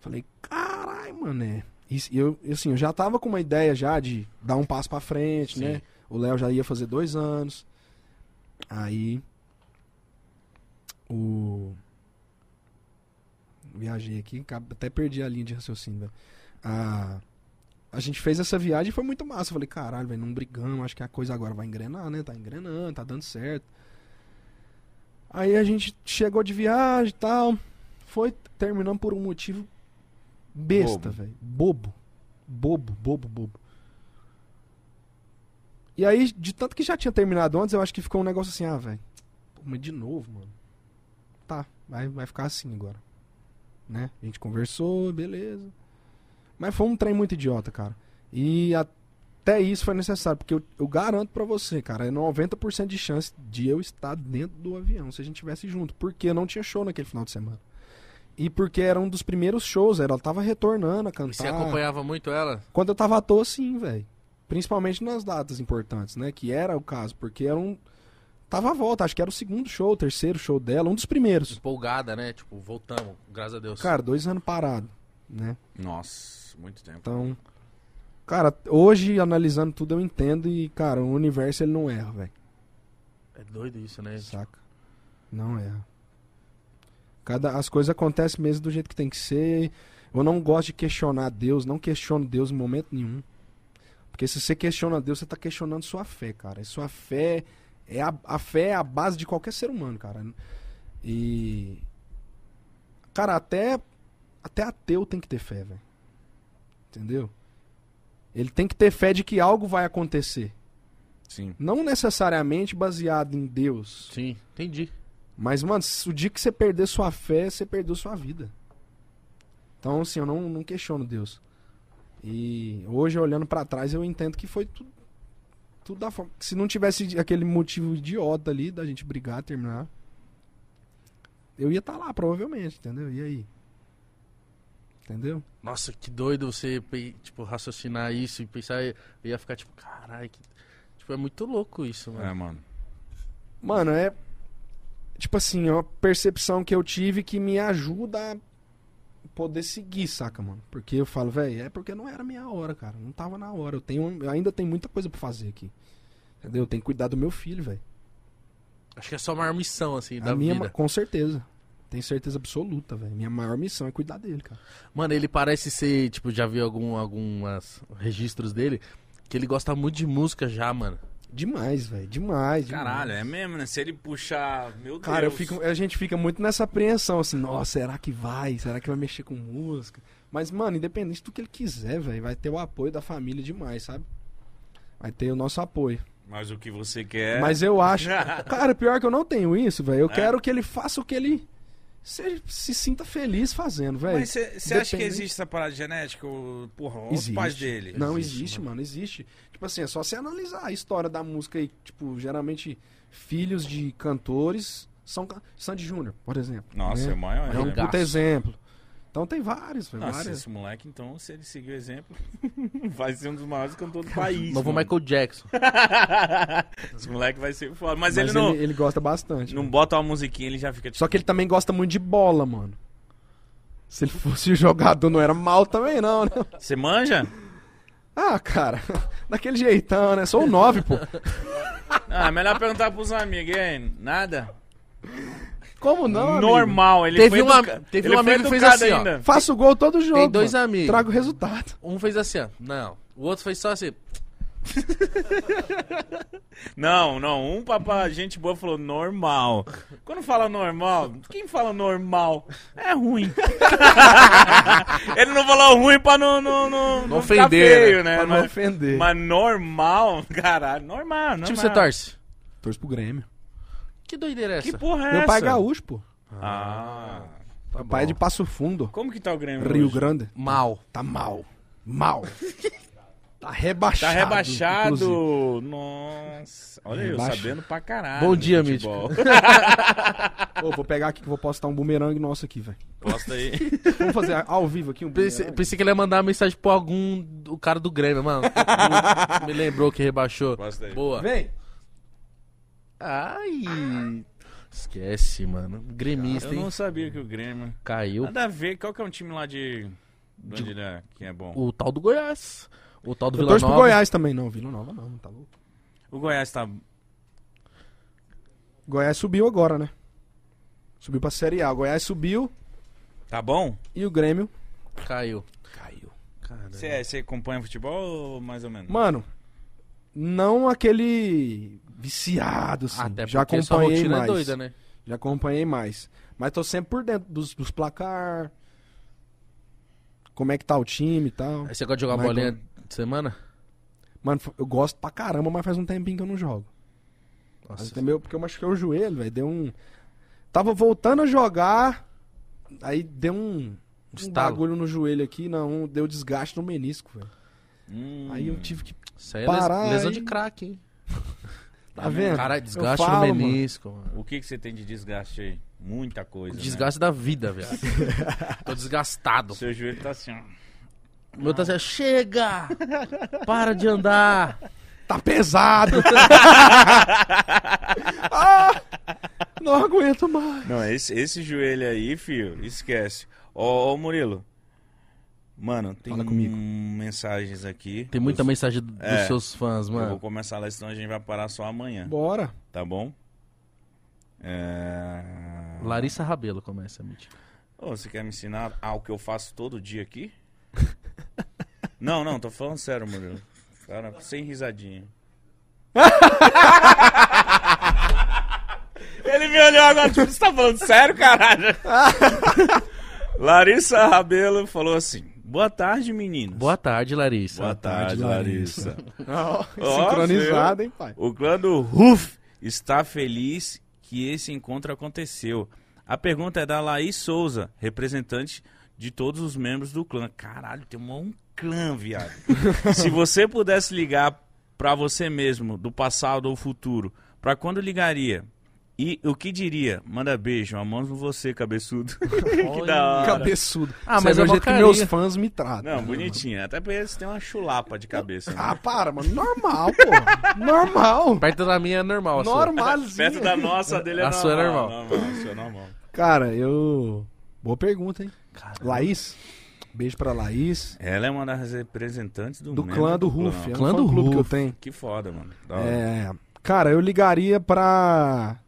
Speaker 2: Falei, carai, mané. E se- eu, eu, assim, eu já tava com uma ideia já de dar um passo pra frente,
Speaker 1: Sim.
Speaker 2: né? O Léo já ia fazer dois anos. Aí. O. Viajei aqui, acab- até perdi a linha de raciocínio, velho. A, a gente fez essa viagem e foi muito massa. Eu falei, caralho, velho, não brigamos, acho que a coisa agora vai engrenar, né? Tá engrenando, tá dando certo. Aí a gente chegou de viagem e tal. Foi terminando por um motivo besta,
Speaker 3: Bobo.
Speaker 2: velho. Bobo. Bobo, bobo, bobo. E aí, de tanto que já tinha terminado antes, eu acho que ficou um negócio assim, ah, velho. Pô, mas de novo, mano. Tá, vai, vai ficar assim agora. Né? A gente conversou, beleza. Mas foi um trem muito idiota, cara. E até até isso foi necessário, porque eu, eu garanto pra você, cara, é 90% de chance de eu estar dentro do avião se a gente tivesse junto, porque não tinha show naquele final de semana. E porque era um dos primeiros shows, ela tava retornando a
Speaker 1: E você
Speaker 2: cantar.
Speaker 1: acompanhava muito ela?
Speaker 2: Quando eu tava à toa, sim, velho. Principalmente nas datas importantes, né? Que era o caso, porque era um. Tava à volta, acho que era o segundo show, o terceiro show dela, um dos primeiros.
Speaker 1: Empolgada, né? Tipo, voltamos, graças a Deus.
Speaker 2: Cara, dois anos parado, né?
Speaker 3: Nossa, muito tempo.
Speaker 2: Então. Cara, hoje, analisando tudo, eu entendo e, cara, o universo ele não erra, velho.
Speaker 1: é doido isso, né?
Speaker 2: Saca? Não erra. Cada, as coisas acontecem mesmo do jeito que tem que ser. Eu não gosto de questionar Deus, não questiono Deus em momento nenhum. Porque se você questiona Deus, você tá questionando sua fé, cara. E sua fé é a, a fé é a base de qualquer ser humano, cara. E cara, até até ateu tem que ter fé, velho. Entendeu? Ele tem que ter fé de que algo vai acontecer,
Speaker 3: Sim.
Speaker 2: não necessariamente baseado em Deus.
Speaker 1: Sim, entendi.
Speaker 2: Mas, mano, se- o dia que você perder sua fé, você perdeu sua vida. Então, assim, eu não, não questiono Deus. E hoje, olhando pra trás, eu entendo que foi tudo, tudo da forma. Se não tivesse aquele motivo idiota ali da gente brigar, terminar, eu ia estar lá, provavelmente, entendeu? E aí? Entendeu?
Speaker 1: Nossa, que doido você, pe- tipo, raciocinar isso e pensar... Eu ia ficar, tipo, caralho, que... Tipo, é muito louco isso, mano.
Speaker 3: É, mano.
Speaker 2: Mano, é. Tipo assim, é uma percepção que eu tive que me ajuda a poder seguir, saca, mano? Porque eu falo, velho, é porque não era minha hora, cara. Não tava na hora. Eu tenho. eu ainda tem muita coisa pra fazer aqui. Entendeu? Eu tenho que cuidar do meu filho, velho.
Speaker 1: Acho que é só uma missão, assim,
Speaker 2: A
Speaker 1: da
Speaker 2: minha, é
Speaker 1: vida.
Speaker 2: ma- com certeza. Tenho certeza absoluta, velho. Minha maior missão é cuidar dele, cara.
Speaker 1: Mano, ele parece ser, tipo, já vi algum, algumas registros dele, que ele gosta muito de música já, mano.
Speaker 2: Demais, velho. Demais, demais.
Speaker 3: Caralho, é mesmo, né? Se ele puxar. Meu
Speaker 2: Cara, eu
Speaker 3: Deus.
Speaker 2: fico, a gente fica muito nessa apreensão, assim, nossa, será que vai? Será que vai mexer com música? Mas, mano, independente do que ele quiser, velho, vai ter o apoio da família demais, sabe? Vai ter o nosso apoio.
Speaker 3: Mas o que você quer.
Speaker 2: Mas eu acho. Cara, pior que é eu não tenho isso, velho.
Speaker 3: É.
Speaker 2: Eu quero que ele faça o que ele se, se sinta feliz fazendo, velho.
Speaker 3: Mas você acha que
Speaker 2: Depende.
Speaker 3: existe essa parada genética? Ou, Porra, olha os
Speaker 2: Existe.
Speaker 3: pais dele.
Speaker 2: Não,
Speaker 1: Existe,
Speaker 2: existe, mano. existe. Tipo assim, é só você analisar a história da música aí. Tipo, geralmente, filhos de cantores são. ca- Sandy Júnior, por exemplo.
Speaker 3: Nossa,
Speaker 2: né?
Speaker 3: é maior.
Speaker 2: É um
Speaker 1: né?
Speaker 2: puta
Speaker 1: Gaço.
Speaker 2: exemplo. Então tem vários, foi
Speaker 3: Nossa,
Speaker 2: várias.
Speaker 3: esse moleque, então, se ele seguir o exemplo, vai ser um dos maiores cantores do país.
Speaker 1: Novo
Speaker 3: mano.
Speaker 1: Michael Jackson.
Speaker 3: esse moleque vai ser foda. Mas,
Speaker 2: Mas
Speaker 3: ele, não,
Speaker 2: ele, gosta bastante.
Speaker 3: não
Speaker 2: mano.
Speaker 3: bota uma musiquinha, ele já fica tipo.
Speaker 2: Só que ele também gosta muito de bola, mano. Se ele fosse jogador, não era mal também, não, né?
Speaker 3: Você manja?
Speaker 2: Ah, cara, daquele jeitão, né? Sou o 9, pô.
Speaker 3: Ah, melhor perguntar pros amigos, e aí? Nada?
Speaker 2: Como não? Normal.
Speaker 3: Normal, ele
Speaker 1: Teve
Speaker 3: foi
Speaker 1: um am-
Speaker 3: educa-
Speaker 1: teve
Speaker 3: ele
Speaker 1: um
Speaker 3: foi
Speaker 1: amigo que fez
Speaker 3: educado
Speaker 1: assim, ó.
Speaker 3: ainda.
Speaker 2: Faço gol todo jogo.
Speaker 1: dois
Speaker 2: mano.
Speaker 1: amigos.
Speaker 2: Trago resultado.
Speaker 1: Um fez assim, ó, não. O outro fez só assim,
Speaker 3: Não, não, um papá, gente boa, falou normal. Quando fala normal, quem fala normal é ruim. ele não falou ruim pra não, não, não, não ficar
Speaker 1: ofender,
Speaker 3: feio, né?
Speaker 2: pra não
Speaker 3: Mas,
Speaker 2: ofender.
Speaker 3: mas normal, caralho, normal, normal.
Speaker 2: Tá
Speaker 1: tipo, você torce.
Speaker 2: Torço pro Grêmio.
Speaker 1: Que doideira é essa?
Speaker 3: Que porra é
Speaker 2: Meu pai é
Speaker 3: essa?
Speaker 2: gaúcho, pô.
Speaker 3: Ah,
Speaker 1: Tá
Speaker 2: Meu pai é
Speaker 1: bom.
Speaker 2: de Passo Fundo.
Speaker 3: como que tá o Grêmio
Speaker 2: Rio
Speaker 3: hoje?
Speaker 2: Grande.
Speaker 1: Mal.
Speaker 2: Tá mal. Mal. tá rebaixado.
Speaker 3: Tá rebaixado.
Speaker 2: inclusive.
Speaker 3: Nossa, olha eu
Speaker 2: Rebaixa.
Speaker 3: sabendo pra caralho.
Speaker 1: Bom
Speaker 3: de
Speaker 1: dia,
Speaker 3: futebol.
Speaker 2: Ô, vou pegar aqui que eu vou postar um bumerangue nosso aqui, velho.
Speaker 3: Posta aí.
Speaker 2: Vamos fazer ao vivo aqui um
Speaker 1: Pensei,
Speaker 2: bumerangue?
Speaker 1: pensei que ele ia mandar uma mensagem pro algum, o cara do Grêmio, mano. Puta, Me lembrou que rebaixou.
Speaker 3: Gosta aí.
Speaker 1: Boa.
Speaker 2: Vem.
Speaker 1: Ai. Esquece, mano. Gremista,
Speaker 3: Eu não
Speaker 1: hein?
Speaker 3: sabia que o Grêmio.
Speaker 1: Caiu.
Speaker 3: Nada a ver, qual que é um time lá de. de onde ele é, que é bom?
Speaker 1: O tal do Goiás. O tal do
Speaker 2: Eu
Speaker 1: Vila
Speaker 2: torço pro
Speaker 1: Nova.
Speaker 2: Goiás também, não. Vila Nova não, tá louco.
Speaker 3: O Goiás tá.
Speaker 2: Goiás subiu agora, né? Subiu pra Série A. O Goiás subiu
Speaker 3: Tá bom?
Speaker 2: e o Grêmio
Speaker 1: Caiu.
Speaker 2: caiu. É.
Speaker 1: Caramba.
Speaker 3: Você você acompanha futebol ou mais ou menos?
Speaker 2: Mano, não aquele viciado, assim.
Speaker 1: Até
Speaker 2: Já
Speaker 1: porque sua
Speaker 2: acompanhei
Speaker 1: rotina
Speaker 2: mais.
Speaker 1: é doida, né?
Speaker 2: Já acompanhei mais. Mas tô sempre por dentro dos, dos placar. Como é que tá o time e tal.
Speaker 1: Aí você gosta de jogar
Speaker 2: Michael.
Speaker 1: bolinha de semana?
Speaker 2: Mano, eu gosto pra caramba, mas faz um tempinho que eu não jogo. Mas
Speaker 1: Nossa.
Speaker 2: também eu- porque eu machuquei o joelho, velho. Deu um. Tava voltando a jogar, aí deu um. Um
Speaker 1: Estalo.
Speaker 2: bagulho no joelho aqui, não. um- Deu desgaste no menisco, velho.
Speaker 3: Hum.
Speaker 2: Aí eu tive que. tá
Speaker 1: Isso aí é
Speaker 2: Parar,
Speaker 1: les- lesão
Speaker 2: hein?
Speaker 1: de crack, hein?
Speaker 2: Tá vendo?
Speaker 1: Caralho,
Speaker 2: Eu
Speaker 1: desgaste no
Speaker 2: falo, mano.
Speaker 1: menisco, mano.
Speaker 3: O que, que você tem de desgaste aí? Muita coisa. né?
Speaker 1: Desgaste da vida, velho. Tô desgastado.
Speaker 3: Seu joelho tá assim, ó.
Speaker 1: O Meu tá assim, chega! Para de andar!
Speaker 2: Tá pesado! Ah, não aguento mais.
Speaker 3: Não, esse, esse joelho aí, filho, esquece. Ô, ô Murilo. Mano, tem
Speaker 2: Fala comigo.
Speaker 3: mensagens aqui.
Speaker 1: Tem muita
Speaker 3: Eu-
Speaker 1: mensagem do- dos
Speaker 3: É.
Speaker 1: seus fãs,
Speaker 3: Eu vou
Speaker 1: mano.
Speaker 3: começar lá, senão a gente vai parar só amanhã,
Speaker 2: Bora.
Speaker 3: tá bom? É...
Speaker 1: Larissa Rabelo começa, Mitch.
Speaker 3: Ô, você quer me ensinar ao que eu faço todo dia aqui? não, não, tô falando sério, Murilo. Cara, sem risadinha. Ele me olhou agora, tipo, você tá falando sério, caralho? Larissa Rabelo falou assim: Boa tarde, meninos.
Speaker 1: Boa tarde, Larissa.
Speaker 3: Boa tarde, Larissa.
Speaker 2: Sincronizado, hein, pai?
Speaker 3: O clã do Ruf está feliz que esse encontro aconteceu. A pergunta é da Laís Souza, representante de todos os membros do clã. Caralho, tem um- um clã, viado. Se você pudesse ligar pra você mesmo, do passado ou futuro, pra quando ligaria? E o que diria? Manda beijo, amamos você, cabeçudo. que da hora.
Speaker 2: Cabeçudo.
Speaker 1: Ah,
Speaker 2: Isso
Speaker 1: mas
Speaker 2: é
Speaker 1: é
Speaker 2: o
Speaker 1: uma
Speaker 2: jeito que
Speaker 1: carinha.
Speaker 2: meus fãs me tratam.
Speaker 3: Não, bonitinha. Até porque você tem uma chulapa de cabeça. né?
Speaker 2: Ah, para, mano. Normal, pô. Normal.
Speaker 1: Perto da minha é normal. a sua.
Speaker 3: Perto
Speaker 2: Normalzinho.
Speaker 3: da nossa, a dele é
Speaker 1: A
Speaker 3: normal.
Speaker 1: sua é
Speaker 3: normal, a sua é normal.
Speaker 2: Cara, eu. Boa pergunta, hein?
Speaker 1: Caramba.
Speaker 2: Laís. Beijo pra Laís.
Speaker 3: Ela é uma das representantes do
Speaker 2: Do
Speaker 3: membro
Speaker 2: clã do Ruf. É
Speaker 3: clã.
Speaker 1: Clã
Speaker 2: um clã
Speaker 1: do
Speaker 2: do clube que eu
Speaker 1: Ruf.
Speaker 2: tenho.
Speaker 3: Que foda, mano. Da hora.
Speaker 2: É. Cara, eu ligaria pra.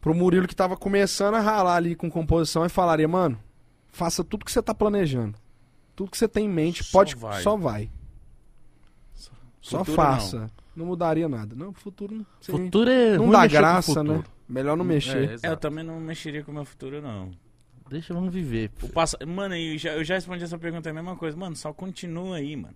Speaker 2: pro Murilo que tava começando a ralar ali com composição e falaria, mano, faça tudo que você tá planejando. Tudo que você tem em mente,
Speaker 3: Só
Speaker 2: pode.
Speaker 3: vai.
Speaker 2: Só vai. Só
Speaker 3: Futuro,
Speaker 2: faça. Não. mudaria nada. Não, pro futuro não. sei.
Speaker 1: Futuro é
Speaker 2: não
Speaker 1: ruim
Speaker 2: dá
Speaker 1: mexer com o
Speaker 2: graça,
Speaker 1: futuro.
Speaker 2: né? Melhor não
Speaker 1: É,
Speaker 2: mexer.
Speaker 3: É, eu
Speaker 1: exato.
Speaker 3: também não mexeria com o meu futuro, não.
Speaker 1: Deixa, vamos viver.
Speaker 3: O passo... Mano, eu já, eu já respondi essa pergunta, é a mesma coisa. Mano, só continua aí, mano.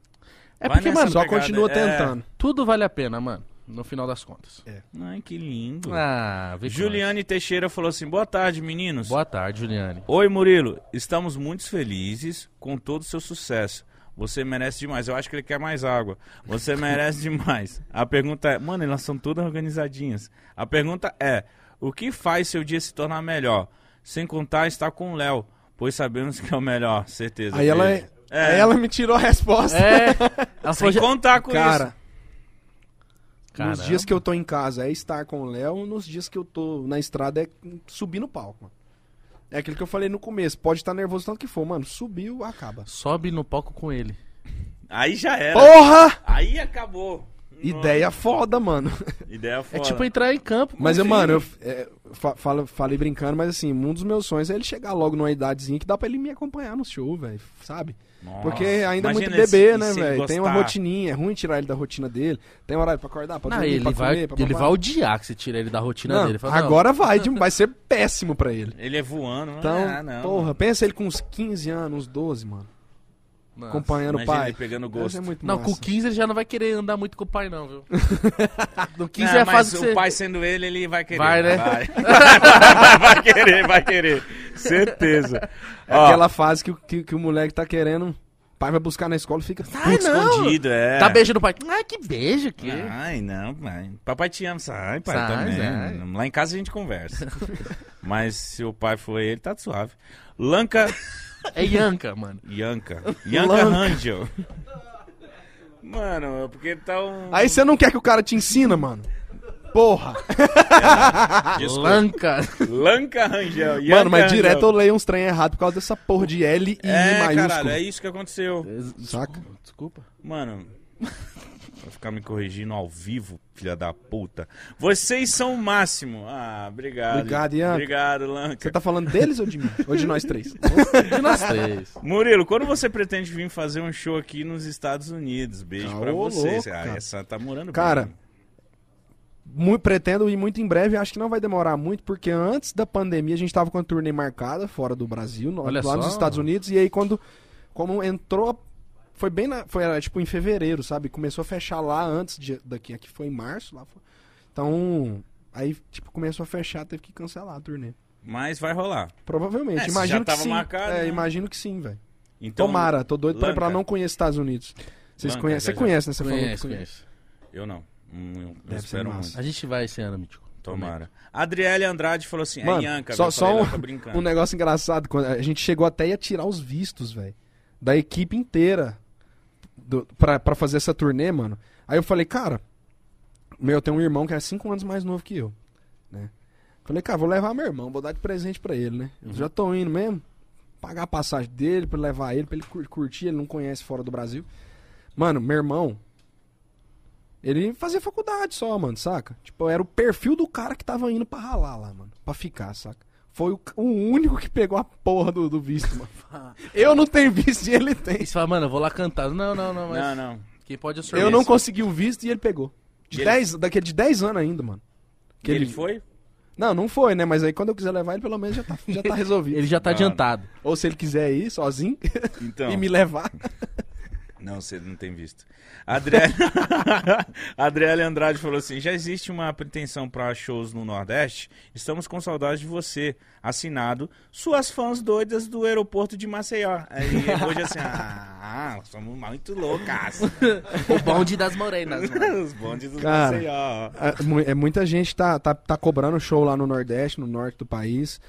Speaker 1: É
Speaker 3: Vai
Speaker 1: porque,
Speaker 3: nessa
Speaker 1: mano,
Speaker 2: Só
Speaker 3: pegada,
Speaker 2: continua
Speaker 3: é.
Speaker 2: tentando.
Speaker 1: tudo vale a pena, mano. No final das contas.
Speaker 3: Ai, que lindo.
Speaker 1: Ah, vem com
Speaker 3: Juliane Teixeira falou assim, boa tarde,
Speaker 1: nós.
Speaker 3: meninos.
Speaker 1: Boa tarde, Juliane.
Speaker 3: Oi, Murilo. Estamos muito felizes com todo o seu sucesso. Você merece demais. Eu acho que ele quer mais água. Você merece demais. A pergunta é... Mano, elas são todas organizadinhas. A pergunta é... O que faz seu dia se tornar melhor? Sem contar estar com o Léo. Pois sabemos que é o melhor. Certeza.
Speaker 2: Aí ela,
Speaker 3: Beijo. É.
Speaker 2: aí ela me tirou a resposta.
Speaker 1: É. Ela
Speaker 3: Sem
Speaker 1: falou, já-
Speaker 3: contar com isso.
Speaker 2: Cara,
Speaker 1: Caramba.
Speaker 2: nos dias que eu tô em casa é estar com o Léo, nos dias que eu tô na estrada é subir no palco, mano. É aquilo que eu falei no começo, pode estar nervoso tanto que for, mano, subiu, acaba.
Speaker 1: Sobe no palco com ele.
Speaker 3: Aí já era.
Speaker 2: Porra!
Speaker 3: Aí acabou.
Speaker 2: Ideia foda, mano.
Speaker 3: Nossa, Ideia
Speaker 1: É
Speaker 3: foda.
Speaker 1: tipo entrar em campo.
Speaker 2: Mas, eu,
Speaker 1: com
Speaker 2: mano, eu é, fa- falo- falei brincando, mas assim, um dos meus sonhos é ele chegar logo numa idadezinha que dá pra ele me acompanhar no show, velho, sabe?
Speaker 3: Nossa.
Speaker 2: Porque ainda é muito
Speaker 3: Imagina
Speaker 2: bebê,
Speaker 3: esse-
Speaker 2: né,
Speaker 3: esse
Speaker 2: velho? Tem uma
Speaker 3: gostar.
Speaker 2: rotininha, é ruim tirar ele da rotina dele. Tem horário pra acordar, pra
Speaker 1: Não,
Speaker 2: dormir,
Speaker 1: ele
Speaker 2: pra
Speaker 1: vai,
Speaker 2: comer, pra
Speaker 1: ele
Speaker 2: babar.
Speaker 1: vai odiar que você tira ele da rotina
Speaker 2: Não,
Speaker 1: dele. Fala, não,
Speaker 2: agora vai, de- vai ser péssimo pra ele.
Speaker 3: Ele é voando.
Speaker 2: Então,
Speaker 3: ah, não.
Speaker 2: porra, pensa ele com uns 15 anos, uns 12, mano.
Speaker 1: não.
Speaker 2: acompanhando o
Speaker 3: Imagina
Speaker 2: pai.
Speaker 3: ele pegando
Speaker 2: Deve ser
Speaker 3: gosto.
Speaker 2: muito
Speaker 1: Não,
Speaker 2: massa.
Speaker 1: com 15 ele já não vai querer andar muito com o pai, não, viu? No 15
Speaker 3: Não,
Speaker 1: é a
Speaker 3: mas
Speaker 1: fase que
Speaker 3: o
Speaker 1: você...
Speaker 3: pai sendo ele, ele vai querer.
Speaker 1: Vai, né?
Speaker 3: Vai, Vai- vai querer, vai querer. Certeza.
Speaker 2: É
Speaker 3: Ó,
Speaker 2: aquela fase que, o- que, que o moleque tá querendo. O pai vai buscar na escola e fica.
Speaker 1: Ai, não.
Speaker 3: escondido, é. Ah.
Speaker 1: Tá beijando o pai. Ai, que beijo, que...
Speaker 3: Ai, não, pai. Papai te ama. Sai, pai,
Speaker 1: Sai,
Speaker 3: também.
Speaker 1: sai.
Speaker 3: Lá em casa a gente conversa. Mas se o pai for ele, tá suave. Lanca
Speaker 1: É Yanka, mano.
Speaker 3: Yanka. Yanka
Speaker 2: Lanca.
Speaker 3: Rangel. Mano, porque tá um...
Speaker 2: Aí você não quer que o cara te ensina, mano? Porra!
Speaker 3: Desculpa.
Speaker 1: Ah, Lanka.
Speaker 3: Lanca Rangel. Yanka
Speaker 2: mano, mas
Speaker 3: Rangel.
Speaker 2: direto eu leio uns trem errado por causa dessa porra de L e I
Speaker 3: É,
Speaker 2: maiúsculo.
Speaker 3: caralho, é isso que aconteceu.
Speaker 2: Saca?
Speaker 1: Desculpa.
Speaker 3: Mano. Vai ficar me corrigindo ao vivo, filha da puta. Vocês são o máximo. Ah, obrigado.
Speaker 2: Obrigado, Ian.
Speaker 3: Obrigado, Lanca.
Speaker 2: Você tá falando deles ou de mim? ou de nós três?
Speaker 1: E nós três.
Speaker 2: tá-
Speaker 3: Murilo, quando você pretende vir fazer um show aqui nos Estados Unidos? Beijo
Speaker 2: Ah,
Speaker 3: pra
Speaker 2: ô,
Speaker 3: vocês.
Speaker 2: louco,
Speaker 3: ah,
Speaker 2: cara.
Speaker 3: essa tá morando
Speaker 2: Cara,
Speaker 3: bem.
Speaker 2: Muito, pretendo ir muito em breve, acho que não vai demorar muito, porque antes da pandemia a gente tava com a turnê marcada fora do Brasil, no-
Speaker 1: Olha
Speaker 2: lá nos
Speaker 1: só.
Speaker 2: Estados Unidos, e aí quando como entrou, a- foi bem na, foi era, tipo em fevereiro, sabe? Começou a fechar lá antes de- daqui, aqui foi em março, lá foi- Então, aí tipo começou a fechar, teve que cancelar a turnê.
Speaker 3: Mas vai rolar.
Speaker 2: Provavelmente,
Speaker 3: É, se
Speaker 2: imagino
Speaker 3: já tava
Speaker 2: que sim.
Speaker 3: marcado,
Speaker 2: é,
Speaker 3: né?
Speaker 2: imagino que sim, velho.
Speaker 3: Então,
Speaker 2: Tomara, tô doido pra ir pra
Speaker 3: Lanca.
Speaker 2: não conhecer Estados Unidos. Vocês
Speaker 3: Banca,
Speaker 2: conhecem,
Speaker 3: já,
Speaker 2: você
Speaker 3: já.
Speaker 2: conhece, né? Você falou que
Speaker 1: Conheço,
Speaker 2: conhece.
Speaker 1: conheço.
Speaker 3: Eu não. Hum, eu
Speaker 2: Deve ser
Speaker 3: espero
Speaker 2: massa.
Speaker 3: muito.
Speaker 1: A gente vai esse ano, Mítico.
Speaker 3: Tomara. Adriele Andrade falou assim:
Speaker 2: Mano,
Speaker 3: é Ianca,
Speaker 2: só,
Speaker 3: eu
Speaker 2: só
Speaker 3: falei,
Speaker 2: um,
Speaker 3: ela tá brincando.
Speaker 2: um negócio engraçado. quando A gente chegou até a tirar os vistos, velho. Da equipe inteira. Do, pra, pra fazer essa turnê, mano. Aí eu falei, cara, meu, eu tenho um irmão que é 5 anos mais novo que eu. Né? Falei, cara, vou levar meu irmão, vou dar de presente pra ele, né? Eu já tô indo mesmo. Pagar a passagem dele, pra levar ele, pra ele cur- curtir, ele não conhece fora do Brasil. Mano, meu irmão. Ele fazia faculdade só, mano, saca? Tipo, era o perfil do cara que tava indo pra ralar lá, mano. Pra ficar, saca? Foi o, o único que pegou a porra do, do visto, mano. Eu não tenho visto e ele tem.
Speaker 1: E você fala, mano, eu vou lá cantar. Não, não, não, mas
Speaker 3: Não, não.
Speaker 1: quem pode é o senhor.
Speaker 2: Eu não consegui o visto e ele pegou. De
Speaker 3: E ele-
Speaker 2: 10, daquele de 10 anos ainda, mano.
Speaker 3: Que ele foi?
Speaker 2: Não, não foi, né? Mas aí quando eu quiser levar ele, pelo menos já tá, já tá resolvido.
Speaker 1: Ele já tá
Speaker 3: Mano.
Speaker 1: adiantado.
Speaker 2: Ou se ele quiser ir sozinho
Speaker 3: Então.
Speaker 2: e me levar.
Speaker 3: Não, você não tem visto. Adriele... Adriele Andrade falou assim: já existe uma pretensão para shows no Nordeste? Estamos com saudade de você. Assinado, suas fãs doidas do aeroporto de Maceió. Aí hoje assim, ah, somos muito loucas.
Speaker 1: O bonde das morenas, mano.
Speaker 3: Os bondes do
Speaker 2: Cara.
Speaker 3: Maceió.
Speaker 2: Ah, mu- é, muita gente tá, tá, tá cobrando show lá no Nordeste, no norte do país.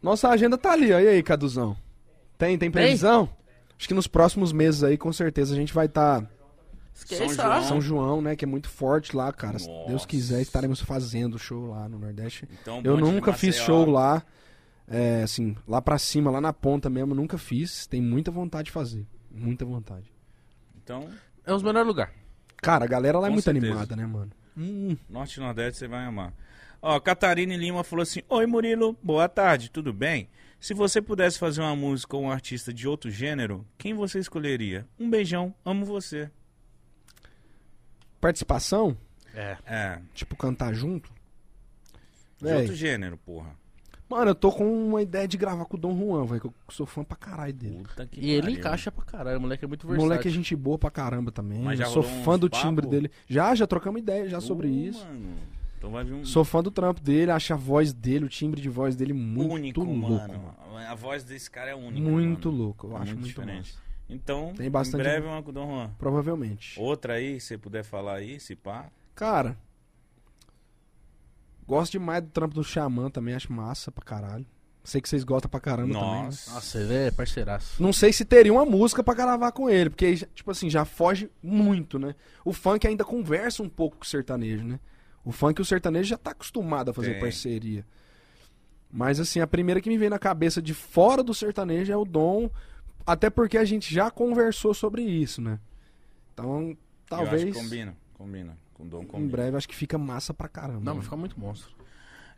Speaker 2: Nossa agenda tá ali, ó. E aí, Caduzão? Tem, tem previsão? Acho que nos próximos meses aí, com certeza, a gente vai estar.
Speaker 1: Esqueça.
Speaker 3: São João.
Speaker 2: São João, né? Que é muito forte lá, cara. Se
Speaker 3: Ah. Nossa.
Speaker 2: Deus quiser, estaremos fazendo show lá no Nordeste.
Speaker 3: Então,
Speaker 2: Eu
Speaker 3: bonde de
Speaker 2: nunca fiz
Speaker 3: Maceió.
Speaker 2: show lá. é, assim, lá pra cima, lá na ponta mesmo, nunca fiz. Tem muita vontade de fazer. Muita vontade.
Speaker 3: Então,
Speaker 1: É os melhores lugares.
Speaker 2: Cara, a galera lá é
Speaker 3: Com
Speaker 2: muito
Speaker 3: certeza.
Speaker 2: animada, né, mano?
Speaker 3: Norte e Nordeste você vai amar. Ó, Catarine Lima falou assim: Oi Murilo, boa tarde, tudo bem? Se você pudesse fazer uma música ou um artista de outro gênero, quem você escolheria? Um beijão, amo você.
Speaker 2: Participação,
Speaker 1: É.
Speaker 3: É,
Speaker 2: tipo, cantar junto.
Speaker 3: de
Speaker 2: Véi.
Speaker 3: outro gênero, porra.
Speaker 2: Mano, eu tô com uma ideia de gravar com o Dom Juan, velho, que eu sou fã pra caralho dele.
Speaker 3: Puta que
Speaker 1: E ele
Speaker 3: pariu.
Speaker 1: encaixa pra caralho. O moleque é muito versátil.
Speaker 2: Moleque é gente boa pra caramba também.
Speaker 3: Mas já
Speaker 2: eu sou
Speaker 3: rolou
Speaker 2: fã
Speaker 3: uns
Speaker 2: do timbre
Speaker 3: papo?
Speaker 2: dele. Já, já trocamos ideia já
Speaker 3: Uh,
Speaker 2: sobre isso.
Speaker 3: mano. Então vai vir um
Speaker 2: Sou fã do trampo dele, acho a voz dele, o timbre de voz dele muito
Speaker 3: único,
Speaker 2: louco.
Speaker 3: mano.
Speaker 2: mano.
Speaker 3: A voz desse cara é única.
Speaker 2: Muito
Speaker 3: mano. É
Speaker 2: louco, eu acho muito
Speaker 3: diferente.
Speaker 2: massa.
Speaker 3: Então,
Speaker 2: Tem bastante-
Speaker 3: em breve uma com o Dom Juan.
Speaker 2: Provavelmente.
Speaker 3: Outra aí, se você puder falar aí, se pá.
Speaker 2: Cara, gosto demais do trampo do Xamã também, acho massa pra caralho. Sei que vocês gostam pra caramba também. né?
Speaker 3: Nossa.
Speaker 1: Nossa, ele é parceiraço.
Speaker 2: Não sei se teria uma música pra gravar com ele, porque, aí, tipo assim, já foge muito, né? O funk ainda conversa um pouco com o sertanejo, né? O funk e o sertanejo já tá acostumado a fazer
Speaker 3: Tem.
Speaker 2: parceria. Mas, assim, a primeira que me veio na cabeça de fora do sertanejo é o Dom, até porque a gente já conversou sobre isso, né? Então,
Speaker 3: Eu acho
Speaker 2: talvez,
Speaker 3: que combina, combina. Com o Dom
Speaker 2: em
Speaker 3: combina.
Speaker 2: breve, acho que fica massa pra caramba.
Speaker 1: Não, mas
Speaker 2: né?
Speaker 1: fica muito monstro.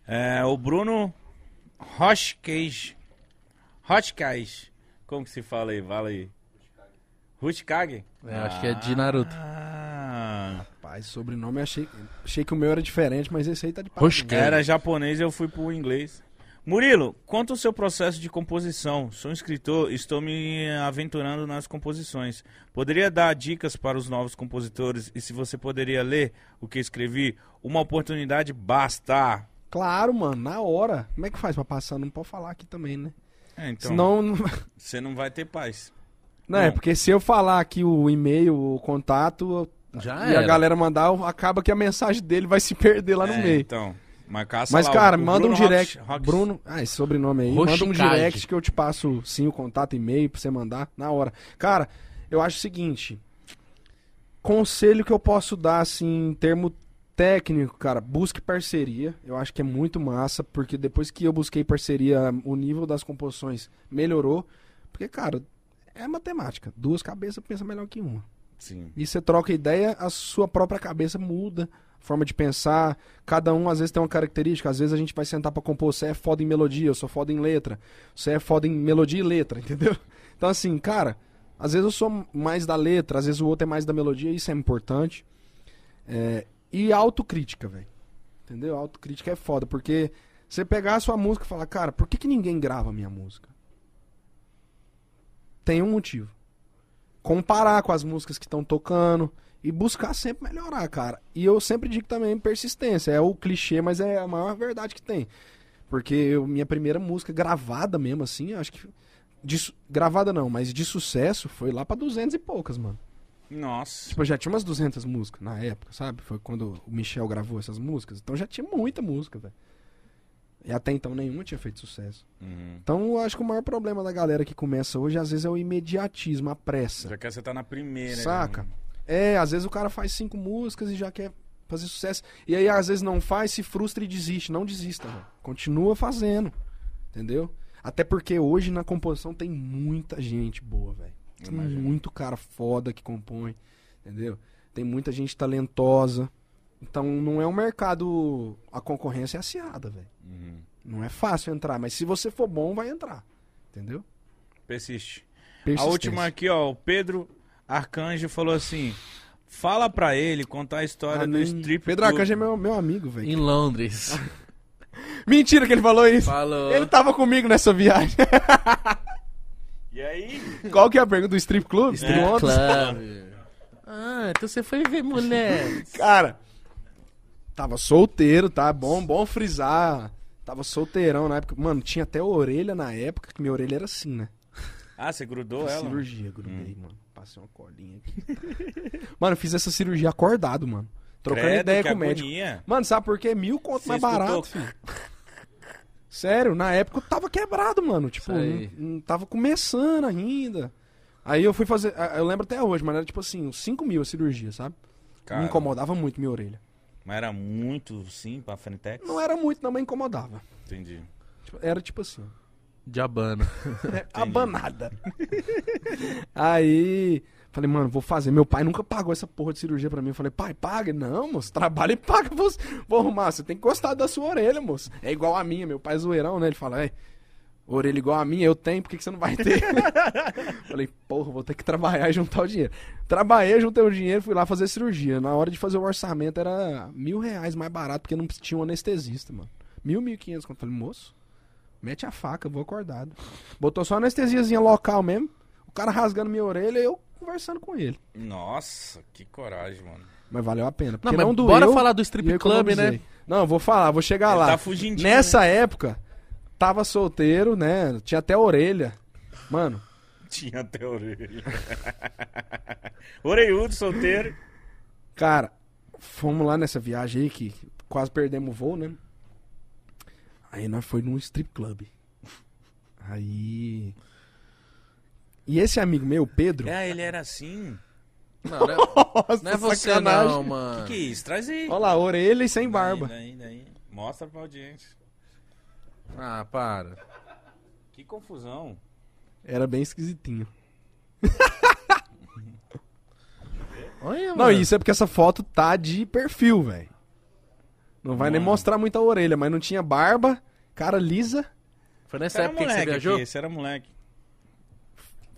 Speaker 3: É, o Bruno Rochkage. Rochkage. Como que se fala aí? Fala aí. Ruchkage?
Speaker 1: É, acho que é de Naruto.
Speaker 3: Ah,
Speaker 2: Rapaz, sobrenome, achei, achei que o meu era diferente, mas esse aí tá de
Speaker 1: Rochka.
Speaker 3: era japonês eu fui pro inglês. Murilo, quanto o seu processo de composição? Sou um escritor, estou me aventurando nas composições. Poderia dar dicas para os novos compositores e se você poderia ler o que escrevi? Uma oportunidade basta.
Speaker 2: Claro, mano, na hora. Como é que faz pra passar? Não pode falar aqui também, né?
Speaker 3: É, então,
Speaker 2: Senão. Não,
Speaker 3: você não vai ter paz.
Speaker 2: não, é
Speaker 3: Não.
Speaker 2: porque se eu falar aqui o e-mail, o contato,
Speaker 1: Já
Speaker 2: e
Speaker 1: Ah, era.
Speaker 2: a galera mandar, acaba que a mensagem dele vai se perder lá no
Speaker 3: É,
Speaker 2: meio.
Speaker 3: Então, mas caça
Speaker 2: Mas,
Speaker 3: lá,
Speaker 2: cara,
Speaker 3: o- o
Speaker 2: manda
Speaker 3: Bruno
Speaker 2: um direct.
Speaker 3: Rock- Rock-
Speaker 2: Bruno. Ah, esse sobrenome aí. Manda um
Speaker 1: Rochicard.
Speaker 2: direct que eu te passo sim o contato, e-mail pra você mandar na hora. Cara, eu acho o seguinte. Conselho que eu posso dar, assim, em termo técnico, cara, busque parceria. Eu acho que é muito massa, porque depois que eu busquei parceria, o nível das composições melhorou. Porque, cara, é matemática. Duas cabeças pensa melhor que uma.
Speaker 3: Sim.
Speaker 2: E você troca ideia, a sua própria cabeça muda, forma de pensar. Cada um às vezes tem uma característica, às vezes a gente vai sentar pra compor, você é foda em melodia, eu sou foda em letra. Você é foda em melodia e letra, entendeu? Então assim, cara, às vezes eu sou mais da letra, às vezes o outro é mais da melodia, isso é importante. É, e autocrítica, velho. Entendeu? Autocrítica é foda, porque você pegar a sua música e falar, cara, por que, que ninguém grava a minha música? Tem um motivo comparar com as músicas que estão tocando e buscar sempre melhorar, cara. E eu sempre digo também persistência, é o clichê, mas é a maior verdade que tem. Porque eu- minha primeira música gravada mesmo assim, eu acho que de su- gravada não, mas de sucesso foi lá pra 200 e poucas, mano.
Speaker 3: Nossa.
Speaker 2: Tipo, eu já tinha umas 200 músicas na época, sabe? Foi quando o Michel gravou essas músicas. Então já tinha muita música, velho. E até então nenhuma tinha feito sucesso.
Speaker 3: Uhum.
Speaker 2: Então eu acho que o maior problema da galera que começa hoje, às vezes, é o imediatismo, a pressa.
Speaker 3: Já que você tá na primeira. né?
Speaker 2: Saca? É, às vezes o cara faz cinco músicas e já quer fazer sucesso. E aí, às vezes, não faz, se frustra e desiste. Não desista, velho. Continua fazendo. Entendeu? Até porque hoje na composição tem muita gente boa, velho. Tem
Speaker 3: Imagino.
Speaker 2: muito cara foda que compõe. Entendeu? Tem muita gente talentosa. Então não é um mercado. A concorrência é acirrada, velho.
Speaker 3: Uhum.
Speaker 2: Não é fácil entrar, mas se você for bom, vai entrar. Entendeu?
Speaker 3: Persiste. A
Speaker 2: Persistência.
Speaker 3: última aqui, ó. O Pedro Arcanjo falou assim: fala pra ele contar a história
Speaker 2: Ah,
Speaker 3: do
Speaker 2: nem-
Speaker 3: strip.
Speaker 2: Pedro
Speaker 3: club."
Speaker 2: Arcanjo é meu, meu amigo, velho.
Speaker 1: Em Londres.
Speaker 2: Mentira que ele falou isso.
Speaker 1: Falou.
Speaker 2: Ele tava comigo nessa viagem.
Speaker 3: E aí?
Speaker 2: Qual que é a pergunta do strip club?
Speaker 1: Strip
Speaker 2: Londres?
Speaker 1: club. Ah, então você foi ver mulher.
Speaker 2: Cara, tava solteiro, tá? Bom, bom frisar. Tava solteirão na época. Mano, tinha até orelha na época, que minha orelha era assim, né?
Speaker 3: Ah, você grudou
Speaker 2: Fiz
Speaker 3: ela? Hum.
Speaker 2: Cirurgia, grudei, mano. Passei uma colinha aqui. mano, eu fiz essa cirurgia acordado, mano. Trocando
Speaker 3: Credo,
Speaker 2: ideia
Speaker 3: que
Speaker 2: com o médico.
Speaker 3: agonia.
Speaker 2: Mano, sabe por quê? Mil conto
Speaker 3: Você
Speaker 2: mais barato,
Speaker 3: escutou?
Speaker 2: filho. Sério, na época eu tava quebrado, mano. Tipo,
Speaker 1: Isso aí.
Speaker 2: não- não tava começando ainda. Aí eu fui fazer. ah, Eu lembro até hoje, mas era tipo assim, uns 5 mil a cirurgia, sabe?
Speaker 3: Cara,
Speaker 2: Me incomodava muito minha orelha.
Speaker 3: Mas era muito, sim, pra Frentex?
Speaker 2: Não era muito, não, mas incomodava.
Speaker 3: Entendi.
Speaker 2: Tipo, Era tipo assim.
Speaker 1: Diabana.
Speaker 2: É, abanada. Aí, falei, mano, vou fazer. Meu pai nunca pagou essa porra de cirurgia pra mim. Eu falei, pai, paga. Não, moço, trabalha e paga. Moço. Vou arrumar, você tem que gostar da sua orelha, moço. É igual a minha, meu pai é zoeirão, né? Ele fala, é, orelha igual a minha eu tenho, por que, que você não vai ter? falei, porra, vou ter que trabalhar e juntar o dinheiro. Trabalhei, juntei o dinheiro, fui lá fazer cirurgia. Na hora de fazer o orçamento era mil reais mais barato, porque não tinha um anestesista, mano. Mil, mil e quinhentos. Eu Falei, moço, mete a faca, eu vou acordado. Botou só anestesiazinha local mesmo. O cara rasgando minha orelha e eu conversando com ele.
Speaker 3: Nossa, que coragem, mano.
Speaker 2: Mas valeu a pena.
Speaker 1: Não,
Speaker 2: Porque
Speaker 1: mas
Speaker 2: não, doeu.
Speaker 1: bora falar do
Speaker 2: e
Speaker 1: strip
Speaker 2: eu
Speaker 1: club, né?
Speaker 2: economizei. Não, eu vou falar, vou chegar
Speaker 3: Ele
Speaker 2: lá.
Speaker 3: tá fugindo.
Speaker 2: Nessa época, tava solteiro, né? Tinha até orelha. Mano,
Speaker 3: Tinha até orelha. Oreiudo, solteiro.
Speaker 2: Cara, fomos lá nessa viagem aí que quase perdemos o voo, né? Aí nós foi num strip club. Aí. E esse amigo meu, Pedro.
Speaker 3: É, ele era assim.
Speaker 1: Não, não é, não é você não, mano.
Speaker 3: Que que é isso? Traz aí.
Speaker 2: Olha lá, orelha e sem Ah. barba.
Speaker 3: Daí, daí, daí. Mostra pra audiência.
Speaker 1: Ah, para.
Speaker 3: Que confusão.
Speaker 2: Era bem esquisitinho.
Speaker 1: Olha,
Speaker 2: Não, isso é porque essa foto tá de perfil, velho. Não vai nem
Speaker 3: Mano.
Speaker 2: mostrar muita orelha, mas não tinha barba, cara lisa.
Speaker 1: Foi nessa
Speaker 3: Você era
Speaker 1: época que
Speaker 3: moleque
Speaker 1: você viajou?
Speaker 3: aqui, você era moleque.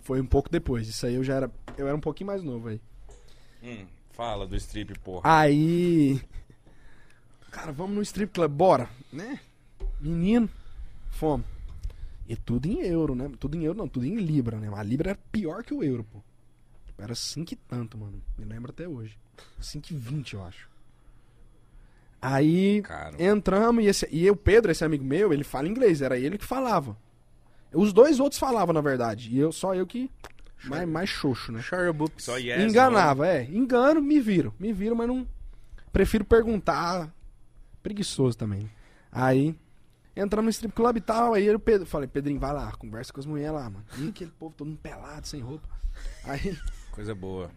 Speaker 2: Foi um pouco depois. Isso aí eu já era. Eu era um pouquinho mais novo aí.
Speaker 3: Hum, fala do strip, porra.
Speaker 2: Aí. Cara, vamos no strip club, bora, né? Menino, fomos. E tudo em euro, né? Tudo em euro não, tudo em libra, né? Mas a libra era pior que o euro, pô. Era 5 e tanto, mano. Me lembro até hoje. 5 e 20, eu acho. Aí
Speaker 3: Caro.
Speaker 2: entramos e, esse, e o Pedro, esse amigo meu, ele fala inglês, era ele que falava. Os dois outros falavam, na verdade. E eu, só eu que. Mais, mais xoxo, né?
Speaker 1: Share your boobs.
Speaker 3: Só yes,
Speaker 2: Enganava, é. Engano, me viro. Me viro, mas não. Prefiro perguntar. Preguiçoso também. Aí. Entramos no strip club e tal. Aí eu Pedro, falei, Pedrinho, vai lá, conversa com as mulheres lá, mano. E aquele povo todo mundo pelado, sem roupa. Aí.
Speaker 3: não. Coisa boa.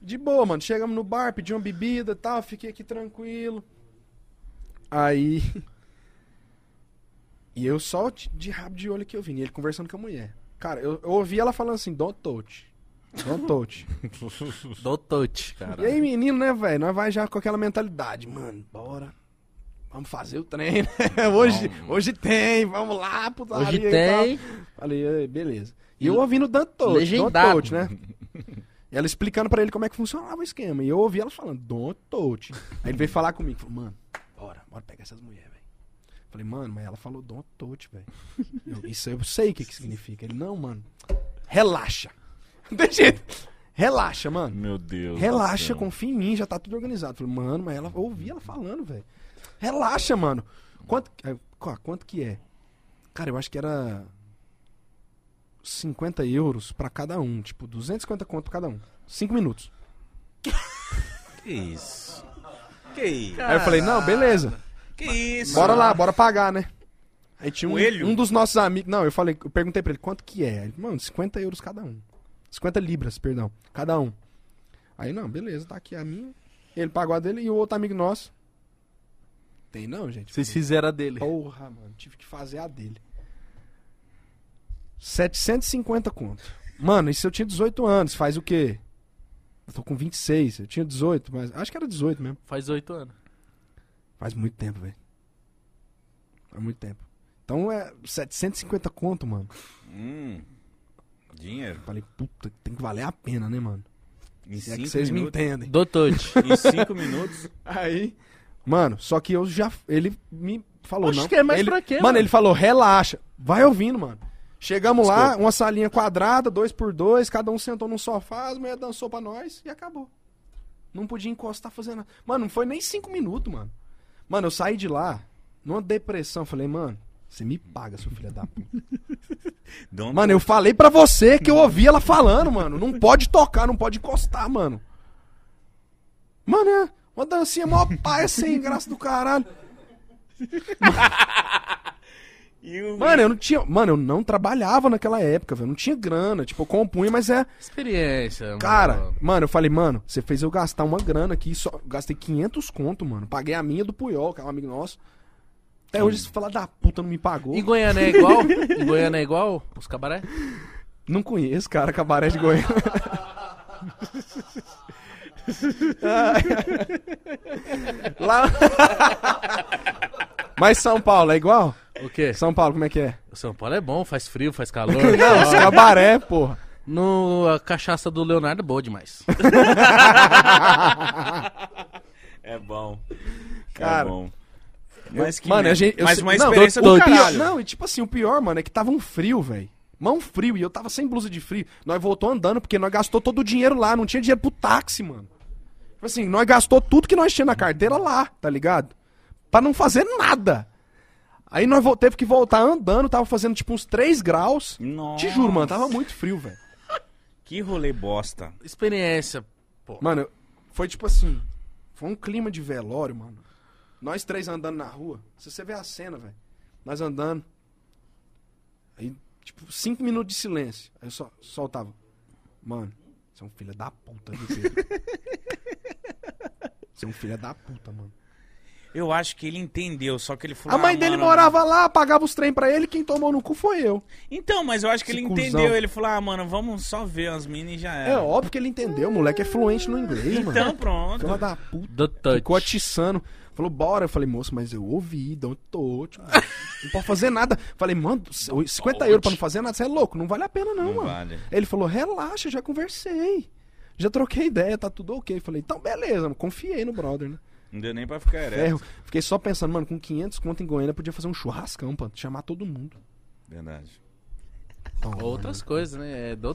Speaker 2: De boa, mano. Chegamos no bar, pedi uma bebida e tal, fiquei aqui tranquilo. Aí. E eu só de de rabo de olho que eu vi, e ele conversando com a mulher. Cara, eu, eu ouvi ela falando assim, don't touch. Don't touch.
Speaker 1: Do touch, cara.
Speaker 2: E aí, menino, né, velho? Nós vai já com aquela mentalidade, mano, bora. Vamos fazer o trem, né? Hoje, hoje tem, vamos lá, putaria
Speaker 1: Hoje
Speaker 2: e
Speaker 1: tem.
Speaker 2: tal. Falei, "Ei, beleza. E eu ouvindo o Dan Touch,
Speaker 1: Legendado.
Speaker 2: Don't Touch, né? E ela explicando pra ele como é que funcionava o esquema. E eu ouvi ela falando, Don't Touch. Aí ele veio falar comigo, falou, mano, bora, bora pegar essas mulheres, velho. Falei, mano, mas ela falou Don't Touch, velho. Eu, Isso eu sei o que que significa. Ele, não, mano, relaxa. Não tem jeito. Relaxa, mano.
Speaker 3: Meu Deus.
Speaker 2: Relaxa, confia em mim, já tá tudo organizado. Falei, mano, mas ela eu ouvi ela falando, velho. Relaxa, mano. ah, Quanto, é, qu- quanto que é? Cara, eu acho que era 50 euros pra cada um. Tipo, 250 conto pra cada um. Cinco minutos.
Speaker 3: Que isso? Que isso?
Speaker 2: Aí eu falei, não, beleza.
Speaker 3: Que isso?
Speaker 2: Bora lá, bora pagar, né? Aí tinha um,
Speaker 3: Coelho?
Speaker 2: um dos nossos amigos. Não, eu falei, eu perguntei pra ele quanto que é. Ele, mano, 50 euros cada um. 50 libras, perdão, cada um. Aí, não, beleza, tá aqui a minha. Ele pagou a dele e o outro amigo nosso. Tem não, gente.
Speaker 1: Vocês fizeram a dele.
Speaker 2: Porra, mano, tive que fazer a dele. 750 conto. Mano, isso eu tinha 18 anos, faz o quê? Eu tô com 26, eu tinha 18, mas acho que era 18 mesmo.
Speaker 1: Faz oito anos.
Speaker 2: Faz muito tempo, velho. Faz muito tempo. Então é 750 conto, mano.
Speaker 3: Hum. Dinheiro.
Speaker 2: Falei, puta, tem que valer a pena, né, mano?
Speaker 3: Em
Speaker 2: Se é
Speaker 3: cinco
Speaker 2: que vocês me
Speaker 3: minutos.
Speaker 2: entendem.
Speaker 1: Doutor.
Speaker 3: Em cinco minutos.
Speaker 2: Aí. Mano, só que eu já. Ele me falou,
Speaker 1: Oxe,
Speaker 2: não.
Speaker 1: que é mais
Speaker 2: ele,
Speaker 1: pra quê,
Speaker 2: Mano,
Speaker 1: mano?
Speaker 2: ele falou, relaxa. Vai ouvindo, mano. Chegamos lá, uma salinha quadrada, dois por dois, cada um sentou num sofá, as mulheres dançou pra nós e acabou. Não podia encostar fazendo nada. Mano, não foi nem cinco minutos, mano. Mano, eu saí de lá, numa depressão, falei, mano, você me paga, seu filho da puta.
Speaker 3: Don't
Speaker 2: Mano, eu falei pra você que eu ouvi ela falando, mano. Não pode tocar, não pode encostar, mano. Mano, é uma dancinha mó paia sem graça do caralho.
Speaker 3: E o-
Speaker 2: Mano, eu não tinha. Mano, eu não trabalhava naquela época, velho. Não tinha grana. Tipo, eu compunha, mas é.
Speaker 1: Experiência, mano.
Speaker 2: Cara, mano, eu falei, mano, você fez eu gastar uma grana aqui. Só... Gastei 500 conto, mano. Paguei a minha do Puyol, que é um amigo nosso. Até hoje, esse falar da puta não me pagou.
Speaker 1: Em Goiânia é igual? em Goiânia é igual? Os cabaré?
Speaker 2: Não conheço, cara, cabaré de Goiânia. Lá... Mas São Paulo é igual?
Speaker 1: O quê?
Speaker 2: São Paulo, como é que é?
Speaker 1: São Paulo é bom, faz frio, faz calor.
Speaker 2: Não, os cabaré, porra.
Speaker 1: No, a cachaça do Leonardo é boa demais.
Speaker 3: É bom.
Speaker 2: Cara.
Speaker 3: É bom. Mas que
Speaker 2: mano,
Speaker 3: merda.
Speaker 2: a gente. eu
Speaker 3: Mas
Speaker 2: sei-
Speaker 3: uma
Speaker 2: não,
Speaker 3: experiência
Speaker 2: eu-
Speaker 3: é do
Speaker 2: o pior-
Speaker 3: caralho.
Speaker 2: Não, e tipo assim, o pior, mano, é que tava um frio, velho. Mão frio, e eu tava sem blusa de frio. Nós voltou andando, porque nós gastou todo o dinheiro lá, não tinha dinheiro pro táxi, mano. Tipo assim, nós gastou tudo que nós tinha na carteira lá, tá ligado? Pra não fazer nada. Aí nós vol- teve que voltar andando, tava fazendo tipo uns 3 graus.
Speaker 3: Nossa.
Speaker 2: Te juro, mano, tava muito frio, velho.
Speaker 3: Que rolê bosta.
Speaker 1: Experiência.
Speaker 2: Mano, foi tipo assim. Foi um clima de velório, mano. Nós três andando na rua. Se você vê a cena, velho. Nós andando. Aí, tipo, cinco minutos de silêncio. Aí eu só soltava. Mano, você é um filho da puta, viu, Pedro? você é um filho da puta, mano.
Speaker 3: Eu acho que ele entendeu, só que ele falou.
Speaker 2: A mãe
Speaker 3: "Ah,
Speaker 2: dele
Speaker 3: mano,
Speaker 2: morava lá, pagava os trem pra ele. Quem tomou no cu foi eu.
Speaker 3: Então, mas eu acho que
Speaker 2: Esse
Speaker 3: ele
Speaker 2: cuzão.
Speaker 3: entendeu. Ele falou, ah, mano, vamos só ver as minas e já
Speaker 2: É,
Speaker 3: era.
Speaker 2: óbvio que ele entendeu. O moleque é fluente no inglês, mano.
Speaker 3: então, pronto.
Speaker 2: Filha da puta.
Speaker 1: Do touch.
Speaker 2: Ficou atiçando. Falou, bora. Eu falei, moço, mas eu ouvi, de onde tô, tipo, não pode fazer nada. Falei, mano, 50 euros pra não fazer nada, você é louco, não vale a pena não,
Speaker 3: Não
Speaker 2: mano.
Speaker 3: vale.
Speaker 2: Ele falou, relaxa, já conversei. Já troquei ideia, tá tudo ok. Falei, então beleza, mano. confiei no brother, né?
Speaker 3: Não deu nem pra ficar ereto.
Speaker 2: Ferro. Fiquei só pensando, mano, com 500 conto em Goiânia podia fazer um churrascão, pra chamar todo mundo.
Speaker 3: Verdade.
Speaker 2: Toma,
Speaker 1: Outras coisas, né? É do...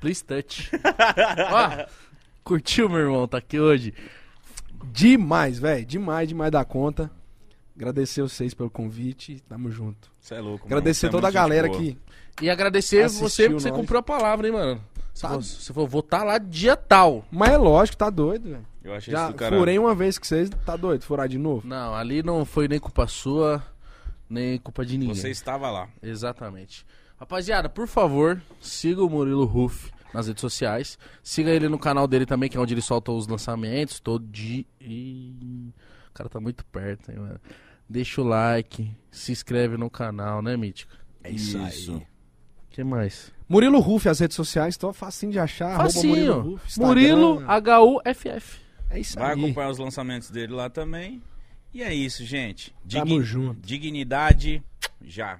Speaker 1: Please touch. Ó, curtiu, meu irmão? Tá aqui hoje.
Speaker 2: Demais, velho. Demais, demais da conta. Agradecer vocês pelo convite. Tamo junto.
Speaker 3: Você é louco.
Speaker 2: Agradecer
Speaker 3: mano. Cê é
Speaker 2: toda a
Speaker 3: muito gente
Speaker 2: galera
Speaker 3: boa.
Speaker 2: aqui.
Speaker 1: E agradecer
Speaker 2: Assistiu
Speaker 1: você porque você
Speaker 2: nós.
Speaker 1: cumpriu a palavra, hein, mano? Você
Speaker 2: Tá.
Speaker 1: falou, você falou, vou estar lá dia tal.
Speaker 2: Mas é lógico, tá doido, velho.
Speaker 3: Eu achei
Speaker 2: Já
Speaker 3: isso do caralho.
Speaker 2: furei uma vez que vocês, tá doido? Furar de novo?
Speaker 1: Não, ali não foi nem culpa sua, nem culpa de ninguém.
Speaker 3: Você estava lá.
Speaker 1: Exatamente. Rapaziada, por favor, siga o Murilo Ruff nas redes sociais. Siga ele no canal dele também, que é onde ele solta os lançamentos. Todo dia. Ih, O cara tá muito perto, hein, mano. Deixa o like, se inscreve no canal, né, Mítico?
Speaker 3: É isso, aí.
Speaker 1: que mais?
Speaker 2: Murilo Ruff, as redes sociais, tô facinho de achar. arroba
Speaker 1: Facinho.
Speaker 2: Murilo, Ruff,
Speaker 1: Murilo
Speaker 2: Instagram.
Speaker 1: HUFF.
Speaker 2: É isso
Speaker 3: Vai
Speaker 2: aí.
Speaker 3: acompanhar os lançamentos dele lá também. E é isso, gente.
Speaker 2: Tamo junto.
Speaker 3: Dignidade já.